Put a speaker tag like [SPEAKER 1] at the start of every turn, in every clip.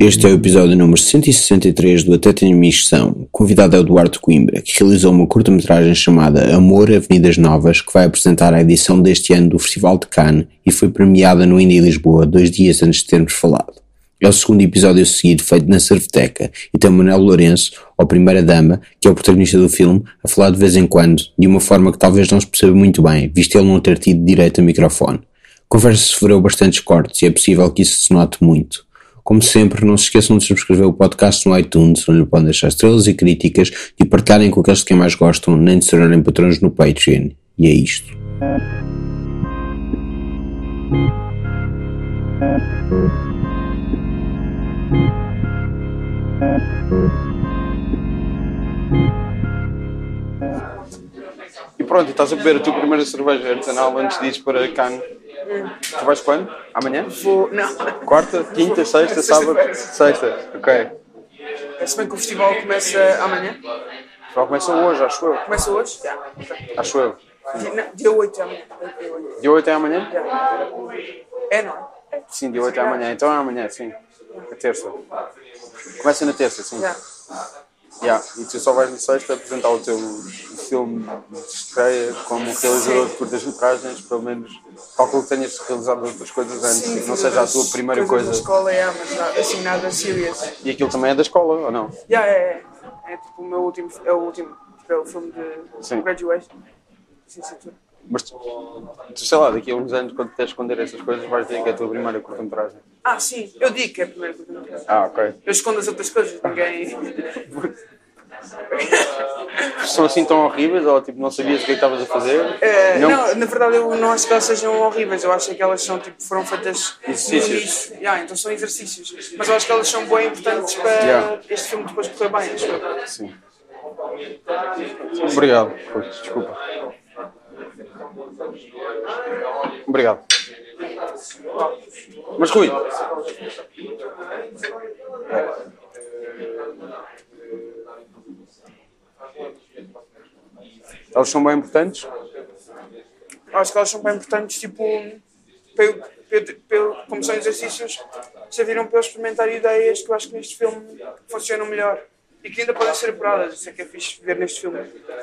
[SPEAKER 1] Este é o episódio número 163 do Até Tenho Missão. Convidado é o Duarte Coimbra, que realizou uma curta-metragem chamada Amor Avenidas Novas, que vai apresentar a edição deste ano do Festival de Cannes e foi premiada no Indie Lisboa dois dias antes de termos falado. É o segundo episódio seguido feito na Cerveteca e tem Manuel Lourenço, ou Primeira Dama, que é o protagonista do filme, a falar de vez em quando, de uma forma que talvez não se perceba muito bem, visto ele não ter tido direito a microfone. A conversa sofreu bastantes cortes e é possível que isso se note muito. Como sempre, não se esqueçam de subscrever o podcast no iTunes, onde podem deixar estrelas e críticas e partilharem com aqueles que mais gostam, nem de se tornarem patrões no Patreon. E é isto.
[SPEAKER 2] E pronto, e estás a beber a tua primeira cerveja artesanal antes de ires para Cannes. Tu vais quando? Amanhã?
[SPEAKER 3] Vou, não.
[SPEAKER 2] Quarta, quinta, sexta, sábado?
[SPEAKER 3] Sexta-feira.
[SPEAKER 2] Sexta. Ok.
[SPEAKER 3] Se bem que o festival começa amanhã.
[SPEAKER 2] Já começa hoje, acho eu.
[SPEAKER 3] Começa hoje? Já. Dia,
[SPEAKER 2] Acho eu.
[SPEAKER 3] não, dia 8 de amanhã. Dia 8.
[SPEAKER 2] Dia 8 é amanhã?
[SPEAKER 3] É, não?
[SPEAKER 2] Sim, dia 8 é amanhã. Então é amanhã, sim. É terça. Começa na terça, sim.
[SPEAKER 3] Já.
[SPEAKER 2] Yeah. E tu só vais na sexta apresentar o teu filme de estreia como realizador de curtas-metragens, pelo menos calculo que tenhas realizado outras coisas antes, e que não seja a tua primeira
[SPEAKER 3] Da
[SPEAKER 2] coisa.
[SPEAKER 3] escola é, mas não- assim nada serious. Já,
[SPEAKER 2] E aquilo também é da escola, ou não?
[SPEAKER 3] é, é. É tipo o meu último, é o último, é o filme de
[SPEAKER 2] Sim.
[SPEAKER 3] graduation. Licenciatura.
[SPEAKER 2] Mas tu, tu sei lá, daqui a uns anos, quando te esconder essas coisas, vais dizer que é a tua primeira curta-metragem.
[SPEAKER 3] Ah, sim, eu digo que é a primeira coisa que eu faço.
[SPEAKER 2] Ah, ok.
[SPEAKER 3] Eu escondo as outras coisas, ninguém.
[SPEAKER 2] São assim tão horríveis ou tipo, não sabias o que é que estavas a fazer?
[SPEAKER 3] Eh,
[SPEAKER 2] É, Não.
[SPEAKER 3] não. na verdade eu não acho que elas sejam horríveis, eu acho que elas são tipo, foram feitas no
[SPEAKER 2] Exercícios.
[SPEAKER 3] lixo. Yeah, então são exercícios. Mas eu acho que elas são bem importantes para
[SPEAKER 2] Yeah.
[SPEAKER 3] este filme depois correr bem. acho eu.
[SPEAKER 2] Sim. Obrigado. Pois, Desculpa. Obrigado. Mas Rui. Elas são bem importantes?
[SPEAKER 3] Eu acho que elas são bem importantes, tipo, para eu- para eu- para eu- como são exercícios, serviram para eu experimentar ideias que eu acho que neste filme funcionam melhor e que ainda podem ser apuradas. Isso é que é fixe ver neste filme.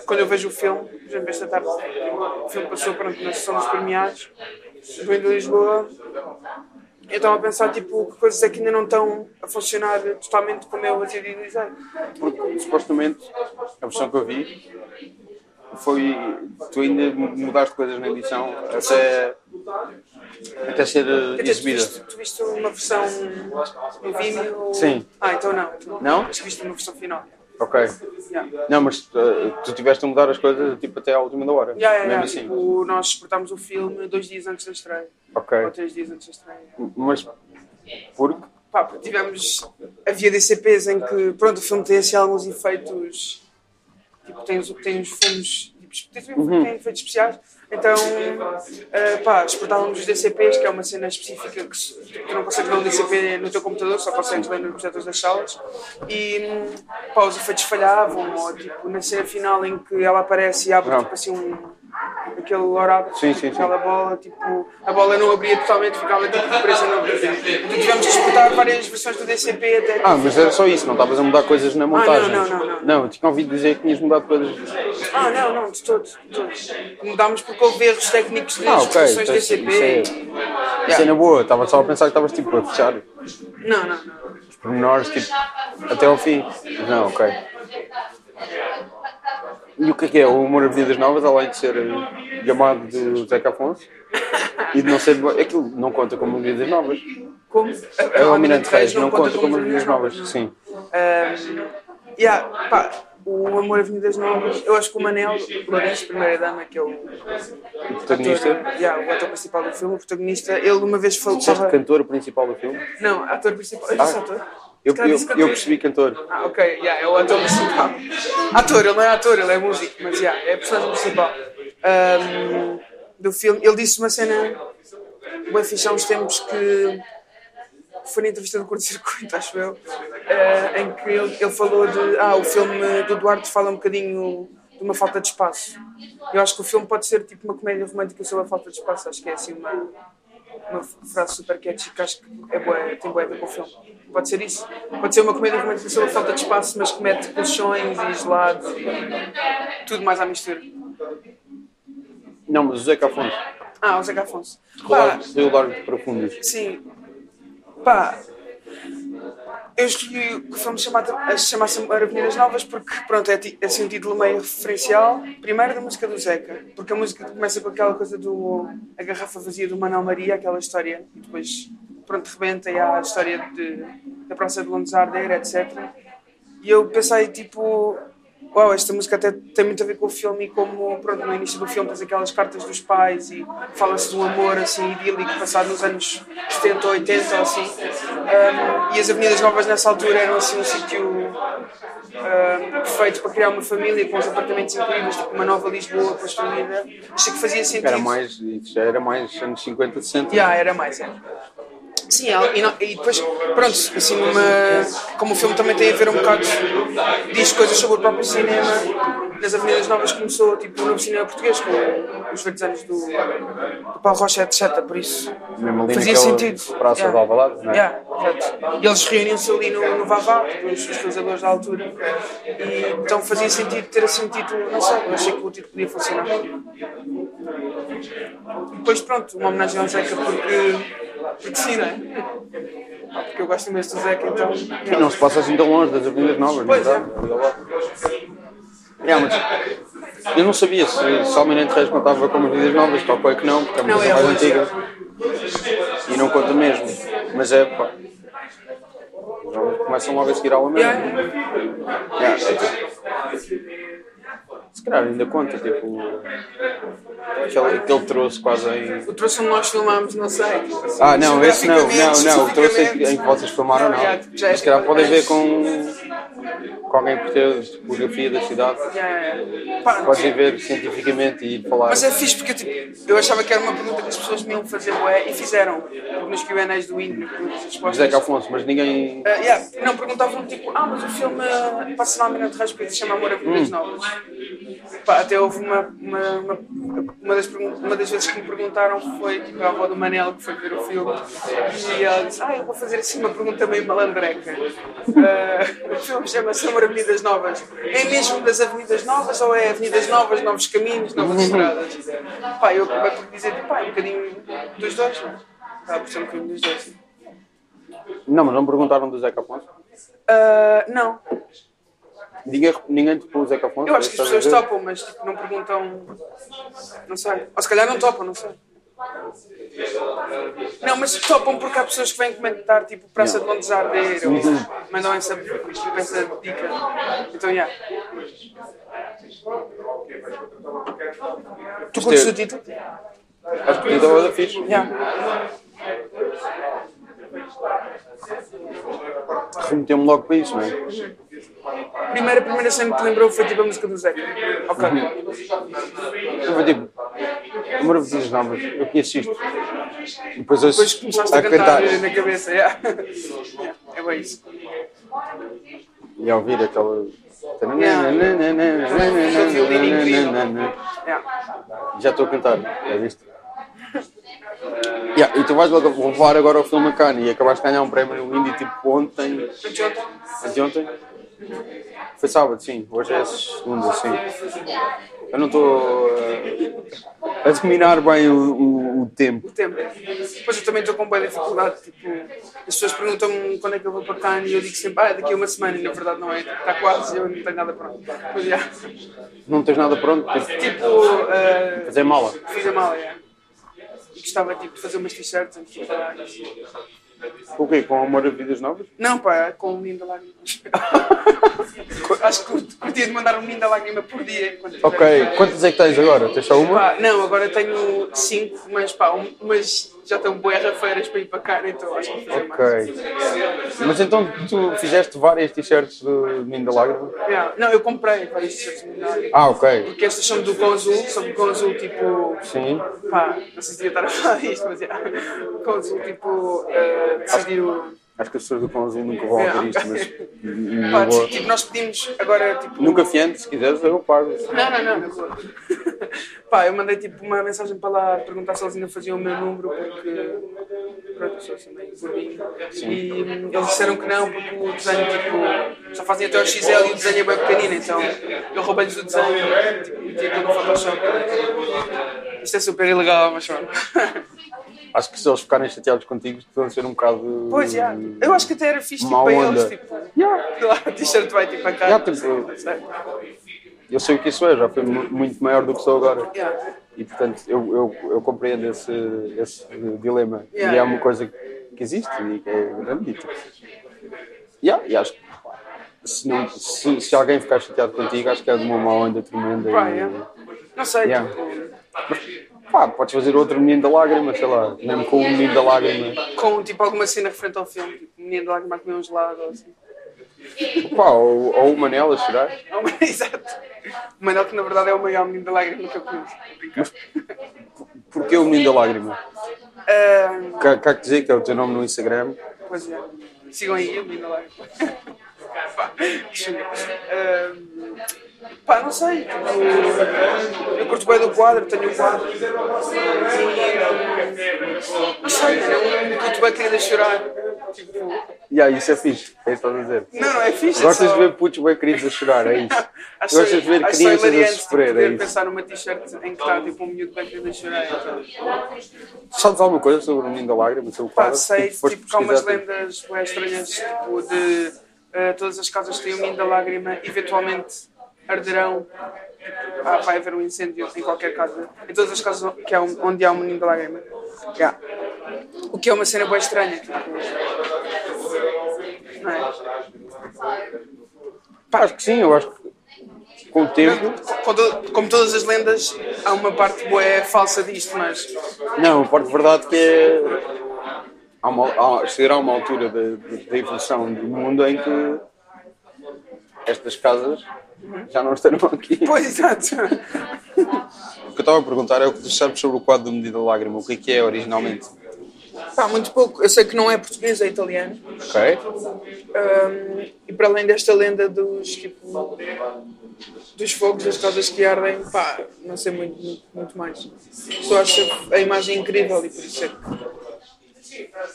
[SPEAKER 3] Quando eu vejo o filme, por exemplo, esta tarde, o filme passou pronto, na sessão dos premiados, do Indo Lisboa, eu estava a pensar, tipo, que coisas é que ainda não estão a funcionar totalmente como eu as idealizei.
[SPEAKER 2] Porque supostamente a versão que eu vi foi. Tu ainda mudaste coisas na edição até, até ser eh,
[SPEAKER 3] Até tu
[SPEAKER 2] exibida.
[SPEAKER 3] viste, tu viste uma versão no Vimeo?
[SPEAKER 2] Sim.
[SPEAKER 3] Ah, então não.
[SPEAKER 2] Não?
[SPEAKER 3] Mas viste uma versão final.
[SPEAKER 2] Ok.
[SPEAKER 3] Yeah.
[SPEAKER 2] Não, mas eh, tu tiveste a mudar as coisas tipo até à última da hora.
[SPEAKER 3] Yeah, yeah, yeah.
[SPEAKER 2] mesmo assim.
[SPEAKER 3] Tipo, nós exportámos o filme dois dias antes da estreia. Ou
[SPEAKER 2] Ok.
[SPEAKER 3] três dias antes da estreia.
[SPEAKER 2] Mas porque
[SPEAKER 3] Pá, porque tivemos. Havia DCPs em que, pronto, o filme tem assim alguns efeitos. Tipo, tem, os- tem os fundos. Tipo, tem,
[SPEAKER 2] Uhum.
[SPEAKER 3] tem efeitos especiais. Então, eh, pá, exportávamos os DCPs, que é uma cena específica que se- tu não um consegues ler o DCP no teu computador, só consegues ler nos projetores das salas. E, pá, os efeitos falhavam, ou tipo, na cena final em que ela aparece e abre,
[SPEAKER 2] Não.
[SPEAKER 3] tipo assim, um. Aquele oráculo,
[SPEAKER 2] Ah. Sim, sim, sim.
[SPEAKER 3] aquela bola, tipo, a bola não abria totalmente, ficava tipo presa no Então tivemos que exportar várias versões do DCP até.
[SPEAKER 2] Ah, mas era só isso, não estavas a mudar coisas na montagem.
[SPEAKER 3] Ah, não, não, não, não.
[SPEAKER 2] Não, eu tinha ouvido dizer que tinhas mudado coisas.
[SPEAKER 3] Ah, não, não, de todo, de todo. Mudámos porque houve erros técnicos
[SPEAKER 2] Ah,
[SPEAKER 3] nas
[SPEAKER 2] ok.
[SPEAKER 3] versões
[SPEAKER 2] Então, isso,
[SPEAKER 3] DCP.
[SPEAKER 2] isso é. Isso é na boa, estava só a pensar que estavas tipo a fechar os
[SPEAKER 3] Não, não, não.
[SPEAKER 2] pormenores tipo, até ao fim. Não, ok. E o que é que é? O Humor Avenidas Novas, além de ser eh, chamado de Zeca Afonso e de não ser. bo- Aquilo não conta como Avenidas Novas.
[SPEAKER 3] Como?
[SPEAKER 2] É o Almirante Reis, não conta como Avenidas Novas. Sim.
[SPEAKER 3] Um, yeah, pá, o Amor Avenidas Novas, eu acho que o Manel Lourenço, primeira dama, que é o
[SPEAKER 2] O protagonista.
[SPEAKER 3] ator, yeah, o ator principal do filme, o protagonista, ele uma vez falou.
[SPEAKER 2] Disseste
[SPEAKER 3] tava-
[SPEAKER 2] cantor principal do filme?
[SPEAKER 3] Não, ator principal. Eu disse ator.
[SPEAKER 2] Ah, Eu,
[SPEAKER 3] Se calhar
[SPEAKER 2] eu,
[SPEAKER 3] disse cantor.
[SPEAKER 2] eu percebi cantor.
[SPEAKER 3] Ah, ok, yeah, é o ator principal. Ator, ele não é ator, ele é músico, mas yeah, é a personagem principal ahm, do filme. Ele disse uma cena bem fixe há uns tempos que foi na entrevista do Curto Circuito, acho eu, eh, em que ele, ele falou de. Ah, o filme do Duarte fala um bocadinho de uma falta de espaço. Eu acho que o filme pode ser tipo uma comédia romântica sobre a falta de espaço. Acho que é assim uma, uma frase super catchy que acho que é boa, tem boa a ver com o filme. Pode ser isso. Pode ser uma comédia romântica sobre a falta de espaço, mas que mete colchões e gelados e tudo mais à mistura.
[SPEAKER 2] Não, mas o Zeca Afonso.
[SPEAKER 3] Ah, o Zeca Afonso.
[SPEAKER 2] do
[SPEAKER 3] Pá,
[SPEAKER 2] Largo- Do Largo de Profundos.
[SPEAKER 3] Sim. Pá. Eu escolhi que o filme chamado- chamasse Maravilhas Novas porque, pronto, é, ti- é assim um título meio referencial. Primeiro da música do Zeca, porque a música começa com aquela coisa do... A garrafa vazia do Manuel Maria, aquela história. E depois, pronto, rebenta e há a história de, da Praça de Londres Arder, etc. E eu pensei, tipo, uau, esta música até tem muito a ver com o filme e como, pronto, no início do filme tens aquelas cartas dos pais e fala-se de um amor, assim, idílico, passado nos anos 70 ou 80 ou assim. Ahm, e as Avenidas Novas nessa altura eram, assim, um sítio ahm, perfeito para criar uma família com os apartamentos incríveis, tipo uma nova Lisboa construída. Achei que fazia sentido.
[SPEAKER 2] Era mais, isso já era mais anos 50, 60.
[SPEAKER 3] Yeah, era mais, é. Sim, ela- e, não- e depois, pronto, assim, numa, como o filme também tem a ver um bocado, diz coisas sobre o próprio cinema, nas Avenidas Novas começou, tipo, o novo cinema português, com os verdes anos do, do Paulo Rocha, etc, por isso
[SPEAKER 2] Mesmo ali
[SPEAKER 3] fazia
[SPEAKER 2] naquela
[SPEAKER 3] sentido.
[SPEAKER 2] praça de Alvalade, não é?
[SPEAKER 3] Yeah, exato. E eles reuniam-se ali no, no Vavá, os, os realizadores da altura, e então fazia sentido ter assim um título, não sei, eu achei que o título podia funcionar. Depois, pronto, uma homenagem ao Zeca, porque, porque sim, não é? Ah, Porque eu gosto imenso do Zeca, então.
[SPEAKER 2] E não se passa assim tão longe das Avenidas Novas,
[SPEAKER 3] Pois
[SPEAKER 2] não é? É, mas eu não sabia se Salmirante Reis contava como Avenidas Novas, tal qual é que não, porque é uma
[SPEAKER 3] Não,
[SPEAKER 2] coisa
[SPEAKER 3] é
[SPEAKER 2] mais
[SPEAKER 3] outra.
[SPEAKER 2] antiga. E não conta mesmo. Mas é. Pá, já começam logo a seguir aula mesmo.
[SPEAKER 3] Yeah.
[SPEAKER 2] Yeah, é tipo- se calhar ainda conta, tipo. Aquele, aquele trouxe quase em.
[SPEAKER 3] O trouxe onde nós filmámos, não sei.
[SPEAKER 2] Ah, não, esse não, não, não.
[SPEAKER 3] Geograficamente,
[SPEAKER 2] O trouxe em que, em
[SPEAKER 3] especificamente.
[SPEAKER 2] que vocês filmaram, não.
[SPEAKER 3] Já, já é
[SPEAKER 2] Mas se calhar
[SPEAKER 3] tipo-
[SPEAKER 2] podem ver com, com alguém por ter topografia da cidade.
[SPEAKER 3] Yeah. Pá,
[SPEAKER 2] Podem ver cientificamente e falar.
[SPEAKER 3] Mas é fixe porque tipo, eu achava que era uma pergunta que as pessoas me iam fazer bué, e fizeram Tipo, nos QAs do Indro, com as respostas.
[SPEAKER 2] José Afonso, mas ninguém.
[SPEAKER 3] Ah, yeah, Não, perguntavam tipo, ah, mas o filme ah, passa na Almirante Raspeito, se chama Amor a Vidas Novas. Pá, até houve uma, uma, uma, uma das, pergun- uma das vezes que me perguntaram foi tipo, a avó do Manel que foi ver o filme e ela disse, ah, eu vou fazer assim uma pergunta meio malandreca. Ah, o filme chama-se Amor a Avenidas Novas. É mesmo das Avenidas Novas ou é Avenidas Novas, Novos Caminhos, Novas Estradas? Pá, eu acabei por dizer, tipo, pá, é um bocadinho dos dois, não é? Acaba por ser um bocadinho dos dois.
[SPEAKER 2] Não, mas não perguntaram do Zé Afonso.
[SPEAKER 3] Ah, não,
[SPEAKER 2] Ninguém, ninguém topou o Zé Afonso.
[SPEAKER 3] Eu acho que as
[SPEAKER 2] estás a
[SPEAKER 3] pessoas
[SPEAKER 2] ver?
[SPEAKER 3] topam, mas tipo, não perguntam. Não sei. Ou se calhar não topam, não sei. Não, mas topam porque há pessoas que vêm comentar, tipo, Praça de Londres a arder, ou mandam essa, essa dica. Então, já. Tu curtes o título?
[SPEAKER 2] Acho que então era fixe.
[SPEAKER 3] Já.
[SPEAKER 2] Remeteu-me logo para isso, não é?
[SPEAKER 3] Primeira, primeira cena que me lembrou foi tipo a música do Zeca. Ok.
[SPEAKER 2] Eu vou tipo, amor Vidas Novas, eu conheço isto. E Depois, ouço
[SPEAKER 3] Depois começaste a, cantar, na cabeça, já. É bem isso.
[SPEAKER 2] E a ouvir aquela.
[SPEAKER 3] Já.
[SPEAKER 2] Já estou a cantar, já viste? Yeah, e tu vais logo vou levar agora o filme a Cannes e acabaste de ganhar um prémio no Indie tipo ontem, anteontem? Foi sábado, sim, hoje é segunda, sim. Eu não estou eh, a dominar bem o, o- o tempo.
[SPEAKER 3] o tempo. Depois eu também estou com boa dificuldade. Tipo, as pessoas perguntam-me quando é que eu vou para Cannes e eu digo sempre, ah, é daqui a uma semana, e na verdade não é. Está quase e eu não tenho nada pronto. Mas já.
[SPEAKER 2] Não tens nada pronto, tens de
[SPEAKER 3] é. Tipo, uh,
[SPEAKER 2] fazer mala.
[SPEAKER 3] fazer mal, é. E gostava tipo, de fazer umas t-shirts antes de falar.
[SPEAKER 2] Com o quê? Com amor a vidas novas?
[SPEAKER 3] Não, pá, com um linda lágrima. Acho que curti- curtia de mandar um linda lágrima por dia. enquanto tiver
[SPEAKER 2] Ok, quantas é que tens agora? Tens só uma?
[SPEAKER 3] Pá, não, agora tenho cinco, mas pá, um- umas já estão boas rafeiras para ir para cá, então acho que vou fazer mais.
[SPEAKER 2] Ok. Mas então tu fizeste várias t-shirts do Menino da Lágrima?
[SPEAKER 3] Yeah. Não, eu comprei várias t-shirts no Milhar.
[SPEAKER 2] Ah, ok.
[SPEAKER 3] Porque estas são do Cão Azul, são do Cão Azul tipo.
[SPEAKER 2] Sim.
[SPEAKER 3] Pá, não sei se devia estar a falar isto, mas é. O Cão Azul tipo. eh, decidiu.
[SPEAKER 2] Acho que as pessoas do Pão Azul nunca vão ouvir isto, mas.
[SPEAKER 3] Pá,
[SPEAKER 2] na Hum, boa.
[SPEAKER 3] tipo, nós pedimos agora tipo.
[SPEAKER 2] Nunca fiante, se quiseres, eu pago.
[SPEAKER 3] Não, não, não, na boa. Pá, eu mandei tipo uma mensagem para lá perguntar se eles ainda faziam o meu número, porque. Pronto, eu sou assim meio gordinho. E hum, eles disseram que não, porque o desenho tipo. Só fazem até o XL e o desenho é bem pequenino, então eu roubei-lhes o desenho, tipo, meti aquilo no Photoshop. Isto é super ilegal, mas pronto.
[SPEAKER 2] Acho que se eles ficarem chateados contigo, vão ser um bocado.
[SPEAKER 3] Pois, já. Eu acho que até era fixe tipo,
[SPEAKER 2] Má
[SPEAKER 3] para
[SPEAKER 2] onda.
[SPEAKER 3] eles, tipo. Lá, a t-shirt vai tipo a cara.
[SPEAKER 2] Já, tipo- Eu sei o que isso é, já foi mu- muito maior do que sou agora.
[SPEAKER 3] Yeah.
[SPEAKER 2] E portanto, eu, eu, eu compreendo esse, esse dilema.
[SPEAKER 3] Yeah.
[SPEAKER 2] E é uma coisa que existe e que é grande. E, tipo, yeah, e acho que se, não, se, se alguém ficar chateado contigo, acho que é de uma má onda tremenda.
[SPEAKER 3] Pá,
[SPEAKER 2] e-
[SPEAKER 3] yeah. Não sei,
[SPEAKER 2] Yeah.
[SPEAKER 3] tipo.
[SPEAKER 2] Pá, podes fazer outro menino da lágrima, sei lá, mesmo com o menino da lágrima.
[SPEAKER 3] com tipo alguma cena referente ao filme, tipo menino de lágrima a comer um gelado ou assim.
[SPEAKER 2] Pá, ou, ou uma nela a chorar.
[SPEAKER 3] É uma- Exato. O Manel que na verdade é o maior menino de lágrima que eu conheço.
[SPEAKER 2] Porquê o menino da lágrima?
[SPEAKER 3] Ah,
[SPEAKER 2] Cá, cá que dizer que é o teu nome no Instagram.
[SPEAKER 3] pois é. Sigam aí, o menino de lágrima. Pá, que chungo. Ah, Pá, não sei. tipo, Eu curto bem do quadro, tenho o quadro. E, hum, não sei, eu curto bem querida chorar. Tipo,
[SPEAKER 2] E yeah, isso é fixe, é isso que estás a dizer.
[SPEAKER 3] não, não é fixe. é
[SPEAKER 2] Gostas
[SPEAKER 3] só-
[SPEAKER 2] de ver putos bem queridos a chorar, é isso.
[SPEAKER 3] Acho
[SPEAKER 2] Gostas de ver
[SPEAKER 3] acho
[SPEAKER 2] crianças a
[SPEAKER 3] hilariante,
[SPEAKER 2] sofrer,
[SPEAKER 3] tipo,
[SPEAKER 2] é
[SPEAKER 3] poder
[SPEAKER 2] isso.
[SPEAKER 3] pensar numa t-shirt em que está tipo um miúdo bem querido a chorar. então.
[SPEAKER 2] Sabes alguma coisa sobre o Menino da Lágrima, sobre o
[SPEAKER 3] Pá,
[SPEAKER 2] quadro?
[SPEAKER 3] sei,
[SPEAKER 2] foste
[SPEAKER 3] tipo, que há umas
[SPEAKER 2] pesquisar,
[SPEAKER 3] lendas bué estranhas, tipo, de eh, todas as casas têm o ninho da lágrima, eventualmente arderão. Ah, vai haver um incêndio em qualquer casa. Em todas as casas que há um- onde há um ninho da lágrima. Yeah. O que é uma cena bem estranha. Tipo, não é?
[SPEAKER 2] tipo, Pá, acho que sim, eu acho que com o tempo...
[SPEAKER 3] Com to- Como todas as lendas, há uma parte bué falsa disto, mas
[SPEAKER 2] Não, a parte de verdade que é... Há uma, há, chegará uma altura da, da- da evolução do mundo em que estas casas já não estarão aqui.
[SPEAKER 3] Pois, exato.
[SPEAKER 2] O que eu estava a perguntar é o que tu sabes sobre o quadro do Medida Lágrima, o que é que é originalmente?
[SPEAKER 3] Pá, muito pouco. Eu sei que não é português, é italiano.
[SPEAKER 2] Ok.
[SPEAKER 3] Ahm, e para além desta lenda dos tipo dos fogos, das casas que ardem, pá, não sei muito, muito, muito mais. Só acho a imagem incrível e por isso é que.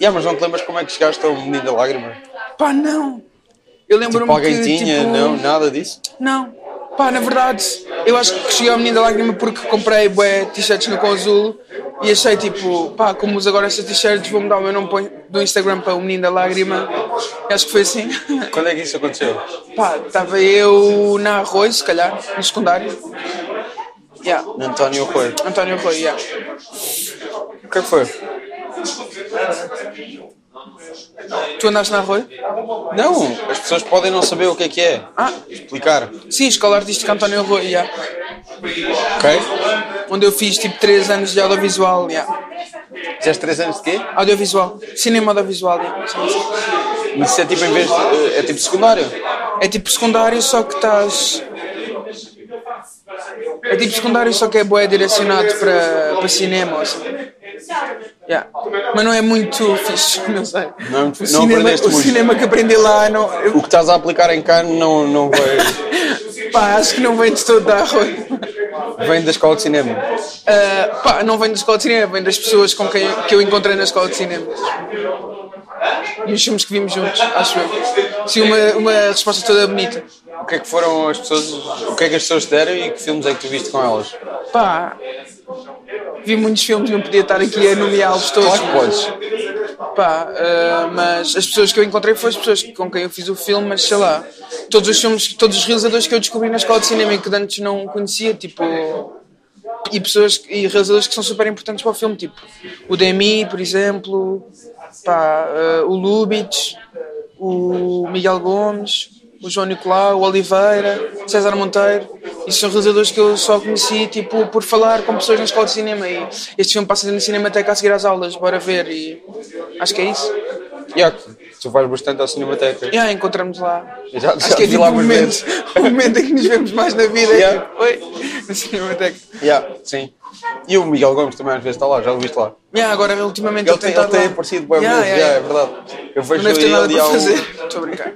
[SPEAKER 2] Yeah, mas não te lembras como é que chegaste ao Menino da Lágrima?
[SPEAKER 3] Pá, não! Eu lembro-me
[SPEAKER 2] Tipo, alguém
[SPEAKER 3] que.
[SPEAKER 2] tinha?
[SPEAKER 3] tipo,
[SPEAKER 2] Não, nada disso?
[SPEAKER 3] Não. Pá, na verdade, eu acho que cheguei ao Menino da Lágrima porque comprei bué t-shirts no Cão Azul e achei tipo, pá, como uso agora estas t-shirts, vou mudar o meu nome para o- do Instagram para o Menino da Lágrima. E acho que foi assim.
[SPEAKER 2] Quando é que isso aconteceu?
[SPEAKER 3] Pá, estava eu na Arroz, se calhar, no secundário. Yeah.
[SPEAKER 2] António Arroio.
[SPEAKER 3] António Arroio, yeah.
[SPEAKER 2] O que é que foi?
[SPEAKER 3] Tu andaste na Arroio?
[SPEAKER 2] Não, as pessoas podem não saber o que é que é.
[SPEAKER 3] Ah,
[SPEAKER 2] Explicar.
[SPEAKER 3] sim, Escola Artística António Arroio, yeah.
[SPEAKER 2] Ok?
[SPEAKER 3] Onde eu fiz tipo 3 anos de audiovisual, yeah.
[SPEAKER 2] Fizeste 3 anos de quê?
[SPEAKER 3] Audiovisual, cinema audiovisual, yeah. Sim, sim.
[SPEAKER 2] Mas isso é tipo em vez de. É tipo secundário.
[SPEAKER 3] É tipo secundário, só que estás. É tipo secundário, só que é boé direcionado para, para cinema. Assim. Yeah. Mas não é muito fixe, não sei.
[SPEAKER 2] Não- não
[SPEAKER 3] o cinema,
[SPEAKER 2] aprendeste
[SPEAKER 3] o
[SPEAKER 2] muito.
[SPEAKER 3] cinema que aprendi lá, não, eu,
[SPEAKER 2] O que estás a aplicar em cá não, não vai.
[SPEAKER 3] pá, acho que não vem de todo da arroz.
[SPEAKER 2] Vem da escola de cinema.
[SPEAKER 3] Ah, pá, não vem da escola de cinema, vem das pessoas com quem que eu encontrei na escola de cinema. E os filmes que vimos juntos, acho eu. Sim, uma, uma resposta toda bonita.
[SPEAKER 2] O que é que foram as pessoas. O que é que as pessoas te deram e que filmes é que tu viste com elas?
[SPEAKER 3] Pá, vi muitos filmes, não podia estar aqui a nomeá-los todos.
[SPEAKER 2] Claro que podes.
[SPEAKER 3] Pá, ah, mas as pessoas que eu encontrei foram as pessoas com quem eu fiz o filme, mas sei lá, todos os filmes, todos os realizadores que eu descobri na escola de cinema e que antes não conhecia, tipo. E pessoas que- e realizadores que são super importantes para o filme, tipo o Demi, por exemplo, pá, ah, o Lubitsch, o Miguel Gomes, o João Nicolau, o Oliveira, César Monteiro. E são realizadores que eu só conheci tipo, por falar com pessoas na escola de cinema. E este filme passa na cinemateca a seguir às aulas, bora ver. E acho que é isso.
[SPEAKER 2] Yeah, tu vais bastante à Cinemateca.
[SPEAKER 3] E yeah, encontramos lá.
[SPEAKER 2] Eu Já,
[SPEAKER 3] Acho que é
[SPEAKER 2] vi
[SPEAKER 3] tipo
[SPEAKER 2] lá
[SPEAKER 3] o
[SPEAKER 2] umas
[SPEAKER 3] momento,
[SPEAKER 2] vezes.
[SPEAKER 3] o momento em que nos vemos mais na vida. é
[SPEAKER 2] Yeah.
[SPEAKER 3] Tipo, Oi, na cinemateca.
[SPEAKER 2] Yeah, sim. E o Miguel Gomes também às vezes está lá, já o viste lá.
[SPEAKER 3] Yeah, agora, ultimamente,
[SPEAKER 2] Ele tem, ele
[SPEAKER 3] estado
[SPEAKER 2] tem
[SPEAKER 3] Então lá.
[SPEAKER 2] aparecido bem
[SPEAKER 3] Yeah,
[SPEAKER 2] vezes,
[SPEAKER 3] yeah,
[SPEAKER 2] yeah, é verdade. Eu
[SPEAKER 3] Não
[SPEAKER 2] vejo
[SPEAKER 3] deve ter nada
[SPEAKER 2] ele e
[SPEAKER 3] para
[SPEAKER 2] há um o-
[SPEAKER 3] fazer. Estou a brincar.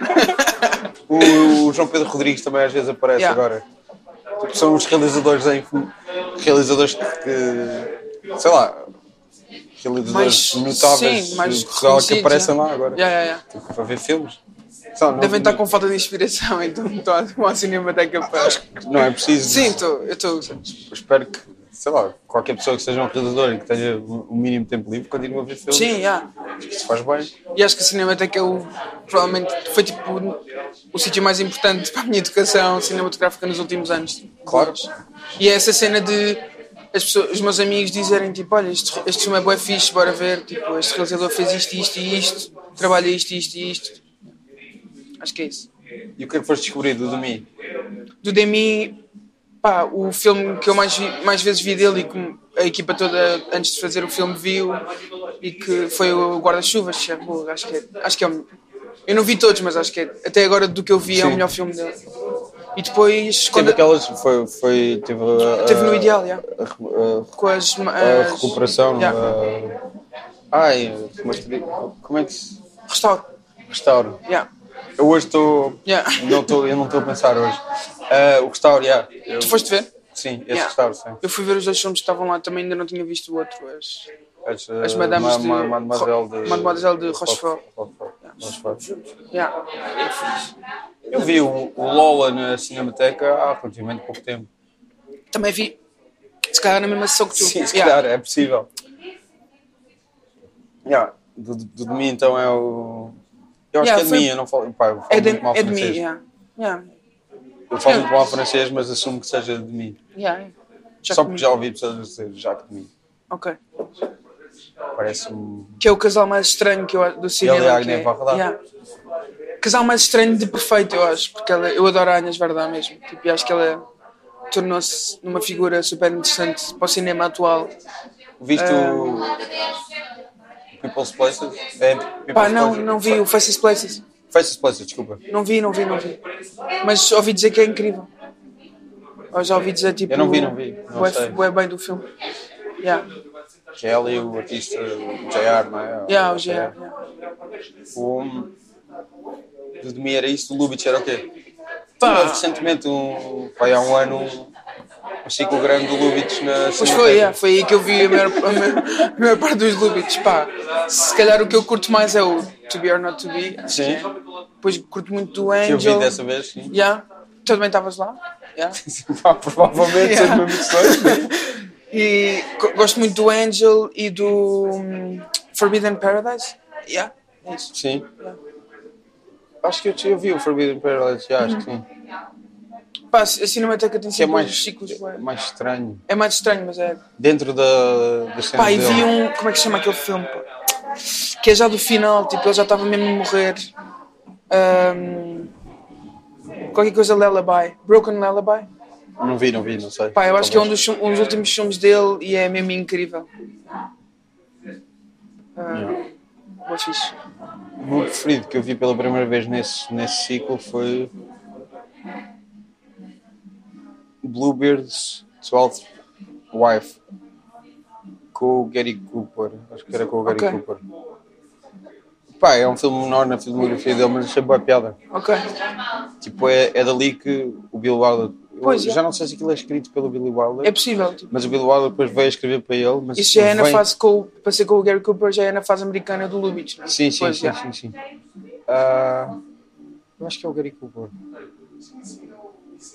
[SPEAKER 2] O, o João Pedro Rodrigues também às vezes aparece
[SPEAKER 3] Yeah.
[SPEAKER 2] agora. Tipo, São os realizadores em realizadores que sei lá realizadores
[SPEAKER 3] Mais-
[SPEAKER 2] notáveis
[SPEAKER 3] sim, mais
[SPEAKER 2] de Portugal que
[SPEAKER 3] reconhecidos,
[SPEAKER 2] aparecem
[SPEAKER 3] yeah.
[SPEAKER 2] lá agora
[SPEAKER 3] Yeah, yeah, yeah.
[SPEAKER 2] Tipo, para ver filmes. Só, não,
[SPEAKER 3] Devem estar com falta de inspiração, então estou a tomar a cinemateca para.
[SPEAKER 2] não é preciso.
[SPEAKER 3] Sim, estou. Eu estou.
[SPEAKER 2] Espero que, sei lá, qualquer pessoa que seja um realizador e que tenha o o mínimo tempo livre continue a ver filmes.
[SPEAKER 3] Sim, yeah.
[SPEAKER 2] Isso faz bem.
[SPEAKER 3] E acho que a Cinemateca é o, provavelmente foi tipo o sítio mais importante para a minha educação cinematográfica nos últimos anos.
[SPEAKER 2] Claro.
[SPEAKER 3] E é essa cena de as pessoas, os meus amigos dizerem tipo, olha, este, este filme é bué fixe, bora ver, tipo, este realizador fez isto, isto e isto, trabalha isto, isto e isto. Acho que é isso.
[SPEAKER 2] E o que é que foste descobrir do Domingo?
[SPEAKER 3] do Demi, pá, o filme que eu mais, vi- mais vezes vi dele e que a equipa toda, antes de fazer o filme, viu e que foi o Guarda-Chuvas, Cherbourg, acho que é, acho que é o- Eu não vi todos, mas acho que é, até agora do que eu vi é o
[SPEAKER 2] Sim.
[SPEAKER 3] melhor filme dele. E depois, quando,
[SPEAKER 2] Teve aquelas. Foi. foi teve, a-
[SPEAKER 3] Teve no
[SPEAKER 2] a-
[SPEAKER 3] Ideal, yeah.
[SPEAKER 2] a- a-
[SPEAKER 3] com as... ma-
[SPEAKER 2] a
[SPEAKER 3] as-
[SPEAKER 2] recuperação.
[SPEAKER 3] Yeah. ah,
[SPEAKER 2] a- Ah, Ai, como é que se diz? Como é que se
[SPEAKER 3] Restauro,
[SPEAKER 2] restaura?
[SPEAKER 3] yeah.
[SPEAKER 2] Eu hoje estou.
[SPEAKER 3] Yeah.
[SPEAKER 2] Não estou, eu não estou a pensar hoje. Ah, o restauro, yeah. Eu-
[SPEAKER 3] Tu foste ver?
[SPEAKER 2] Sim, esse
[SPEAKER 3] Yeah.
[SPEAKER 2] restauro, sim.
[SPEAKER 3] Eu fui ver os dois filmes que estavam lá, também ainda não tinha visto o outro. As...
[SPEAKER 2] As, ah,
[SPEAKER 3] As madames
[SPEAKER 2] ma-
[SPEAKER 3] de-
[SPEAKER 2] ma- mademoiselle de.
[SPEAKER 3] Mademoiselle de Rochefort.
[SPEAKER 2] Rochefort.
[SPEAKER 3] Yeah. É fixe.
[SPEAKER 2] Eu vi o, o Lola na Cinemateca há relativamente pouco tempo.
[SPEAKER 3] Também vi, se calhar na mesma sessão que tu.
[SPEAKER 2] Sim, se
[SPEAKER 3] Yeah.
[SPEAKER 2] calhar, é possível. Yeah, Do, do de mim, então, é o... Eu acho
[SPEAKER 3] Yeah,
[SPEAKER 2] que é de
[SPEAKER 3] foi-
[SPEAKER 2] mim, eu não falo, pá, eu falo
[SPEAKER 3] É de,
[SPEAKER 2] muito mal
[SPEAKER 3] é de mim,
[SPEAKER 2] francês.
[SPEAKER 3] yeah. Yeah.
[SPEAKER 2] Eu falo muito
[SPEAKER 3] Yeah.
[SPEAKER 2] mal francês, mas assumo que seja de mim.
[SPEAKER 3] Yeah, yeah.
[SPEAKER 2] Só
[SPEAKER 3] comi.
[SPEAKER 2] porque já ouvi pessoas dizer Jacques de mim.
[SPEAKER 3] Ok.
[SPEAKER 2] Parece um...
[SPEAKER 3] Que é o casal mais estranho que eu, do cinema.
[SPEAKER 2] Ele e a
[SPEAKER 3] que
[SPEAKER 2] Agnès
[SPEAKER 3] é-
[SPEAKER 2] Varda.
[SPEAKER 3] Casal mais estranho de perfeito, eu acho. Porque ela, eu adoro a Agnes Varda mesmo. Tipo, e acho que ela tornou-se numa figura super interessante para o cinema atual.
[SPEAKER 2] Viste o... People's Places? É, People's
[SPEAKER 3] Pá, não,
[SPEAKER 2] Places.
[SPEAKER 3] não vi o Faces Places.
[SPEAKER 2] Faces Places, desculpa.
[SPEAKER 3] Não vi, não vi, não vi. Mas ouvi dizer que é incrível. Ou já ouvi dizer, tipo...
[SPEAKER 2] Eu não vi, não vi, não
[SPEAKER 3] bué-
[SPEAKER 2] sei.
[SPEAKER 3] bué bem do filme. Yeah,
[SPEAKER 2] Que é ela e o artista o JR, não é?
[SPEAKER 3] yeah o GR. yeah.
[SPEAKER 2] O... Do de mim era isso, do Lubitsch era o quê?
[SPEAKER 3] Pá.
[SPEAKER 2] Houve recentemente, um, vai há um ano, um, um ciclo grande do Lubitsch na
[SPEAKER 3] Pois
[SPEAKER 2] Cinemateca.
[SPEAKER 3] foi, é. yeah, foi aí que eu vi a maior, a maior, a maior parte dos Lubits. Pá, se calhar o que eu curto mais é o To Be or Not To Be. acho
[SPEAKER 2] Sim.
[SPEAKER 3] que é. Depois curto muito do
[SPEAKER 2] Que
[SPEAKER 3] Angel.
[SPEAKER 2] eu vi dessa vez, sim.
[SPEAKER 3] Yeah. Tu também estavas lá? Yeah.
[SPEAKER 2] Pá, provavelmente
[SPEAKER 3] Yeah.
[SPEAKER 2] as mesmas pessoas.
[SPEAKER 3] E go- gosto muito do Angel e do hum, Forbidden Paradise. Yeah. é isso.
[SPEAKER 2] Sim. Acho que eu, eu vi o Forbidden Paradise, já, acho que
[SPEAKER 3] Uhum.
[SPEAKER 2] sim.
[SPEAKER 3] Pá, a Cinemateca tem
[SPEAKER 2] Que é
[SPEAKER 3] sempre
[SPEAKER 2] mais,
[SPEAKER 3] uns ciclos.
[SPEAKER 2] é
[SPEAKER 3] bué.
[SPEAKER 2] mais estranho.
[SPEAKER 3] É mais estranho, mas é.
[SPEAKER 2] Dentro da, da cena
[SPEAKER 3] Pá, e
[SPEAKER 2] dele.
[SPEAKER 3] vi um. Como é que se chama aquele filme? pá? Que é já do final, tipo, ele já estava mesmo a morrer. Ahm, qualquer coisa Lullaby. Broken Lullaby.
[SPEAKER 2] Não vi, não vi, não sei.
[SPEAKER 3] um- Pá, eu acho que é um
[SPEAKER 2] Talvez.
[SPEAKER 3] dos, fil- um dos últimos filmes dele e é mesmo incrível.
[SPEAKER 2] Yeah.
[SPEAKER 3] Boa fixe.
[SPEAKER 2] O meu preferido que eu vi pela primeira vez nesse, nesse ciclo foi. Bluebeard's 12th Wife. Com o Gary Cooper. Acho que era com o Gary
[SPEAKER 3] Ok.
[SPEAKER 2] Cooper. Pá, é um filme menor na filmografia dele, mas achei boa piada.
[SPEAKER 3] Ok.
[SPEAKER 2] Tipo, é, é dali que o Bill Wilder. eu
[SPEAKER 3] Pois,
[SPEAKER 2] já
[SPEAKER 3] é.
[SPEAKER 2] não sei se aquilo é escrito pelo Bill Wilder,
[SPEAKER 3] É possível. Tipo,
[SPEAKER 2] mas o Bill Wilder depois veio a escrever para ele. Mas
[SPEAKER 3] isso já é na
[SPEAKER 2] vem-
[SPEAKER 3] fase com. o- Para ser com o Gary Cooper, já é na fase americana do Lubitsch. não é?
[SPEAKER 2] Sim, sim,
[SPEAKER 3] Pois,
[SPEAKER 2] sim, sim,
[SPEAKER 3] yeah.
[SPEAKER 2] sim. Ah, eu acho que é o Gary Cooper.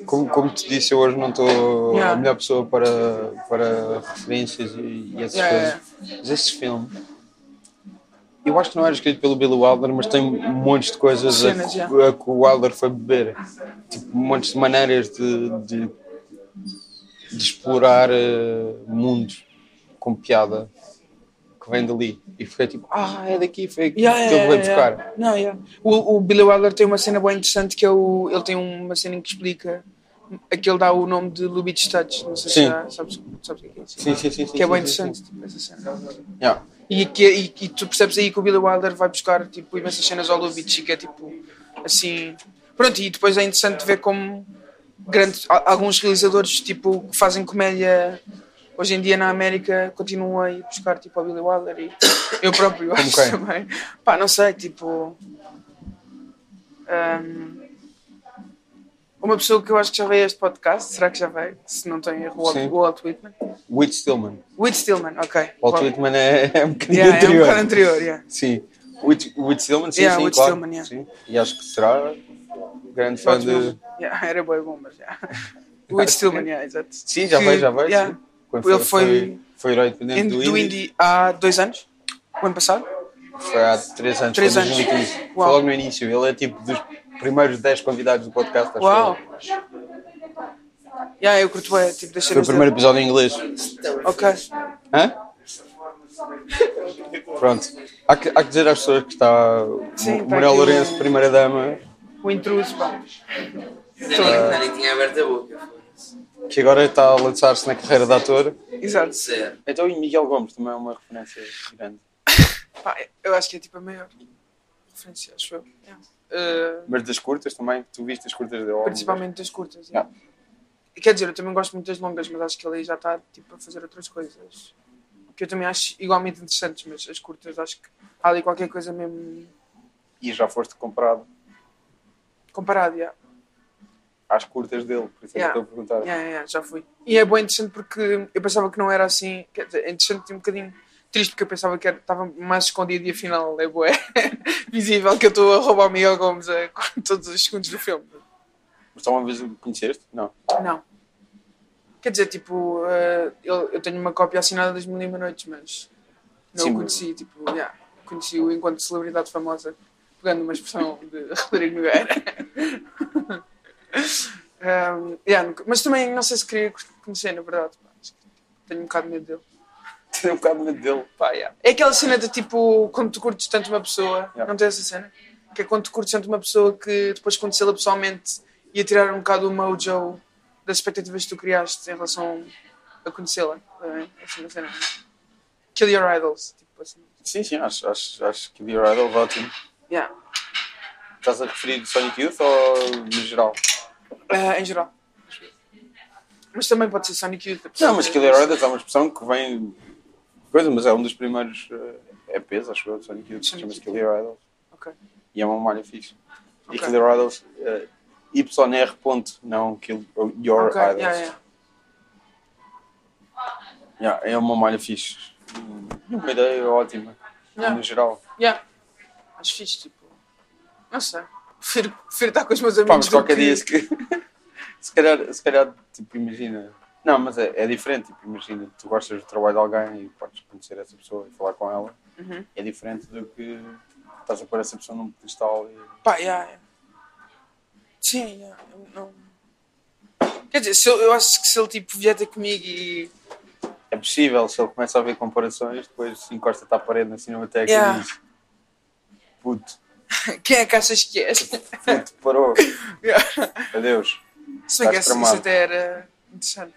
[SPEAKER 2] Como, como te disse, eu hoje não estou a
[SPEAKER 3] Yeah.
[SPEAKER 2] melhor pessoa para, para referências e, e essas
[SPEAKER 3] Yeah,
[SPEAKER 2] coisas.
[SPEAKER 3] yeah.
[SPEAKER 2] Mas esse filme, eu acho que não era escrito pelo Billy Wilder, mas tem montes de coisas a,
[SPEAKER 3] Cenas,
[SPEAKER 2] que-
[SPEAKER 3] yeah.
[SPEAKER 2] a que o Wilder foi beber. Tipo, montes de maneiras de, de, de explorar eh, mundos com piada que vem dali. E fiquei tipo, ah, é daqui, foi aqui
[SPEAKER 3] Yeah,
[SPEAKER 2] que
[SPEAKER 3] yeah,
[SPEAKER 2] ele veio buscar.
[SPEAKER 3] yeah, yeah. Não, yeah. O, o Billy Wilder tem uma cena bem interessante que é o, ele tem uma cena em que explica aquele dá o nome de Lubitsch Touch, não sei se
[SPEAKER 2] Sim.
[SPEAKER 3] já sabes, sabes o que é isso.
[SPEAKER 2] Sim, sim, sim. sim
[SPEAKER 3] Que é bem
[SPEAKER 2] sim, sim,
[SPEAKER 3] interessante, tipo, essa cena.
[SPEAKER 2] sim. Yeah.
[SPEAKER 3] E, que, e, e tu percebes aí que o Billy Wilder vai buscar tipo, imensas cenas ao Lubitsch e que é tipo assim. Pronto, e depois é interessante ver como grande, a- alguns realizadores tipo, que fazem comédia hoje em dia na América continuam a ir buscar tipo, ao Billy Wilder e eu próprio acho
[SPEAKER 2] quem?
[SPEAKER 3] também. Pá, não sei, tipo. hum, uma pessoa que eu acho que já veio a este podcast, será que já veio? Se não tem erro, o Walt-
[SPEAKER 2] Sim.
[SPEAKER 3] o Walt Whitman.
[SPEAKER 2] Whit Stillman.
[SPEAKER 3] Whit Stillman, ok.
[SPEAKER 2] Walt Whitman é, é um bocadinho
[SPEAKER 3] Yeah, é um
[SPEAKER 2] anterior.
[SPEAKER 3] bocado anterior, yeah.
[SPEAKER 2] Sim. Whit, Whit Stillman, sim,
[SPEAKER 3] Yeah,
[SPEAKER 2] sim,
[SPEAKER 3] Whit
[SPEAKER 2] claro.
[SPEAKER 3] Stillman, yeah.
[SPEAKER 2] sim. E acho que será grande fã de...
[SPEAKER 3] um- Yeah, era boi bom, mas já. O Whit Stillman, yeah, exato.
[SPEAKER 2] Sim, já
[SPEAKER 3] Que-
[SPEAKER 2] veio, já veio.
[SPEAKER 3] yeah,
[SPEAKER 2] sim. Quando
[SPEAKER 3] Ele foi-
[SPEAKER 2] foi, foi herói
[SPEAKER 3] em-
[SPEAKER 2] dependente
[SPEAKER 3] do Indy há dois anos, o ano passado.
[SPEAKER 2] Foi há 3 anos,
[SPEAKER 3] Três
[SPEAKER 2] foi em
[SPEAKER 3] anos.
[SPEAKER 2] 2015. Foi
[SPEAKER 3] Uau.
[SPEAKER 2] logo no início. Ele é tipo dos primeiros 10 convidados do podcast. Acho
[SPEAKER 3] Uau!
[SPEAKER 2] eu.
[SPEAKER 3] Yeah, eu curto bem, tipo, deixa
[SPEAKER 2] Foi o primeiro episódio em inglês.
[SPEAKER 3] Ok.
[SPEAKER 2] Hã? Pronto. Há que, há que dizer às pessoas que está o
[SPEAKER 3] Sim,
[SPEAKER 2] o
[SPEAKER 3] está
[SPEAKER 2] Manuel
[SPEAKER 3] aqui o-
[SPEAKER 2] Lourenço, primeira-dama,
[SPEAKER 3] O intruso, pá.
[SPEAKER 4] Nem, nem, nem tinha aberto a boca.
[SPEAKER 2] que agora está a lançar-se na carreira de ator.
[SPEAKER 3] Exato.
[SPEAKER 4] Zero.
[SPEAKER 2] Então, e Miguel Gomes também é uma referência grande.
[SPEAKER 3] Pá, eu acho que é tipo a maior referência, acho eu. Yeah. Eh,
[SPEAKER 2] Mas das curtas também, tu viste as curtas dele?
[SPEAKER 3] principalmente das curtas.
[SPEAKER 2] Yeah.
[SPEAKER 3] yeah. Quer dizer, eu também gosto muito das longas, mas acho que ele aí já está tipo, a fazer outras coisas. Que eu também acho igualmente interessantes, mas as curtas acho que há ali qualquer coisa mesmo
[SPEAKER 2] E já foste comprado
[SPEAKER 3] comparado. Yeah.
[SPEAKER 2] às curtas dele, por isso é
[SPEAKER 3] Yeah.
[SPEAKER 2] que eu estou a perguntar.
[SPEAKER 3] Yeah, yeah, já fui. E é bom interessante porque eu pensava que não era assim. Quer dizer, é interessante e um bocadinho triste porque eu pensava que era- estava mais escondido e afinal é bué visível que eu estou a roubar o Miguel Gomes a todos os segundos do filme.
[SPEAKER 2] Mas só uma vez o conheceste? Não.
[SPEAKER 3] Não. Quer dizer, tipo, eh, eu, eu tenho uma cópia assinada das Mil e Uma Noites, mas não
[SPEAKER 2] Sim,
[SPEAKER 3] o conheci, tipo, yeah, conheci-o enquanto celebridade famosa, pegando uma expressão de Rodrigo Nogueira. Um, yeah, nunca- mas também não sei se queria conhecer, na verdade. pá, acho que Tenho um bocado de medo dele.
[SPEAKER 2] Tenho um bocado de medo dele.
[SPEAKER 3] Pá, yeah. É aquela cena de tipo, quando tu curtes tanto uma pessoa,
[SPEAKER 2] Yeah.
[SPEAKER 3] não tem essa cena? Que é quando tu curtes tanto uma pessoa que depois de conhecê-la pessoalmente ia tirar um bocado o mojo das expectativas que tu criaste em relação a conhecê-la. tá bem? Assim, uma cena. Kill your idols. Tipo assim.
[SPEAKER 2] Sim, sim, acho, acho, acho que The Idol é ótimo.
[SPEAKER 3] Yeah.
[SPEAKER 2] Estás a referir Sonic Youth ou no geral?
[SPEAKER 3] Eh, em geral. Mas também pode ser Sonic Youth. apesar
[SPEAKER 2] Não, mas
[SPEAKER 3] de-
[SPEAKER 2] Killer Idols é uma expressão que vem. coisa, mas é um dos primeiros eh, EPs, acho eu, de Sonic Youth, que
[SPEAKER 3] Sonic
[SPEAKER 2] chama-se
[SPEAKER 3] Youth.
[SPEAKER 2] Killer Idols.
[SPEAKER 3] Ok.
[SPEAKER 2] E é uma malha fixe. E
[SPEAKER 3] Ok.
[SPEAKER 2] Killer Idols, eh, YR, ponto, não Kill oh, Your
[SPEAKER 3] Ok,
[SPEAKER 2] Idols.
[SPEAKER 3] yeah, yeah.
[SPEAKER 2] Yeah, é uma malha fixe. Hum, Uma ideia ótima,
[SPEAKER 3] Yeah.
[SPEAKER 2] no geral.
[SPEAKER 3] Yeah. Acho fixe, tipo. Não sei. Prefiro, prefiro estar com os meus amigos.
[SPEAKER 2] Pá, mas
[SPEAKER 3] do
[SPEAKER 2] qualquer
[SPEAKER 3] que-
[SPEAKER 2] dia, se, ca- se calhar, se calhar, tipo, imagina. Não, mas é, é diferente, tipo, imagina, tu gostas do trabalho de alguém e podes conhecer essa pessoa e falar com ela.
[SPEAKER 3] Uhum.
[SPEAKER 2] É diferente do que estás a pôr essa pessoa num pedestal e.
[SPEAKER 3] Pá, yeah, yeah. Sim, yeah, eu não. Quer dizer, se eu, eu acho que se ele tipo vier ter comigo e.
[SPEAKER 2] É possível, se ele começa a ver comparações, depois se encosta-te à parede na cinemateca
[SPEAKER 3] Yeah.
[SPEAKER 2] e diz: Puto,
[SPEAKER 3] Quem é que achas que és?
[SPEAKER 2] puto, parou,
[SPEAKER 3] Yeah.
[SPEAKER 2] adeus.
[SPEAKER 3] se bem
[SPEAKER 2] Estás
[SPEAKER 3] que essa- isso
[SPEAKER 2] tramado.
[SPEAKER 3] até era interessante.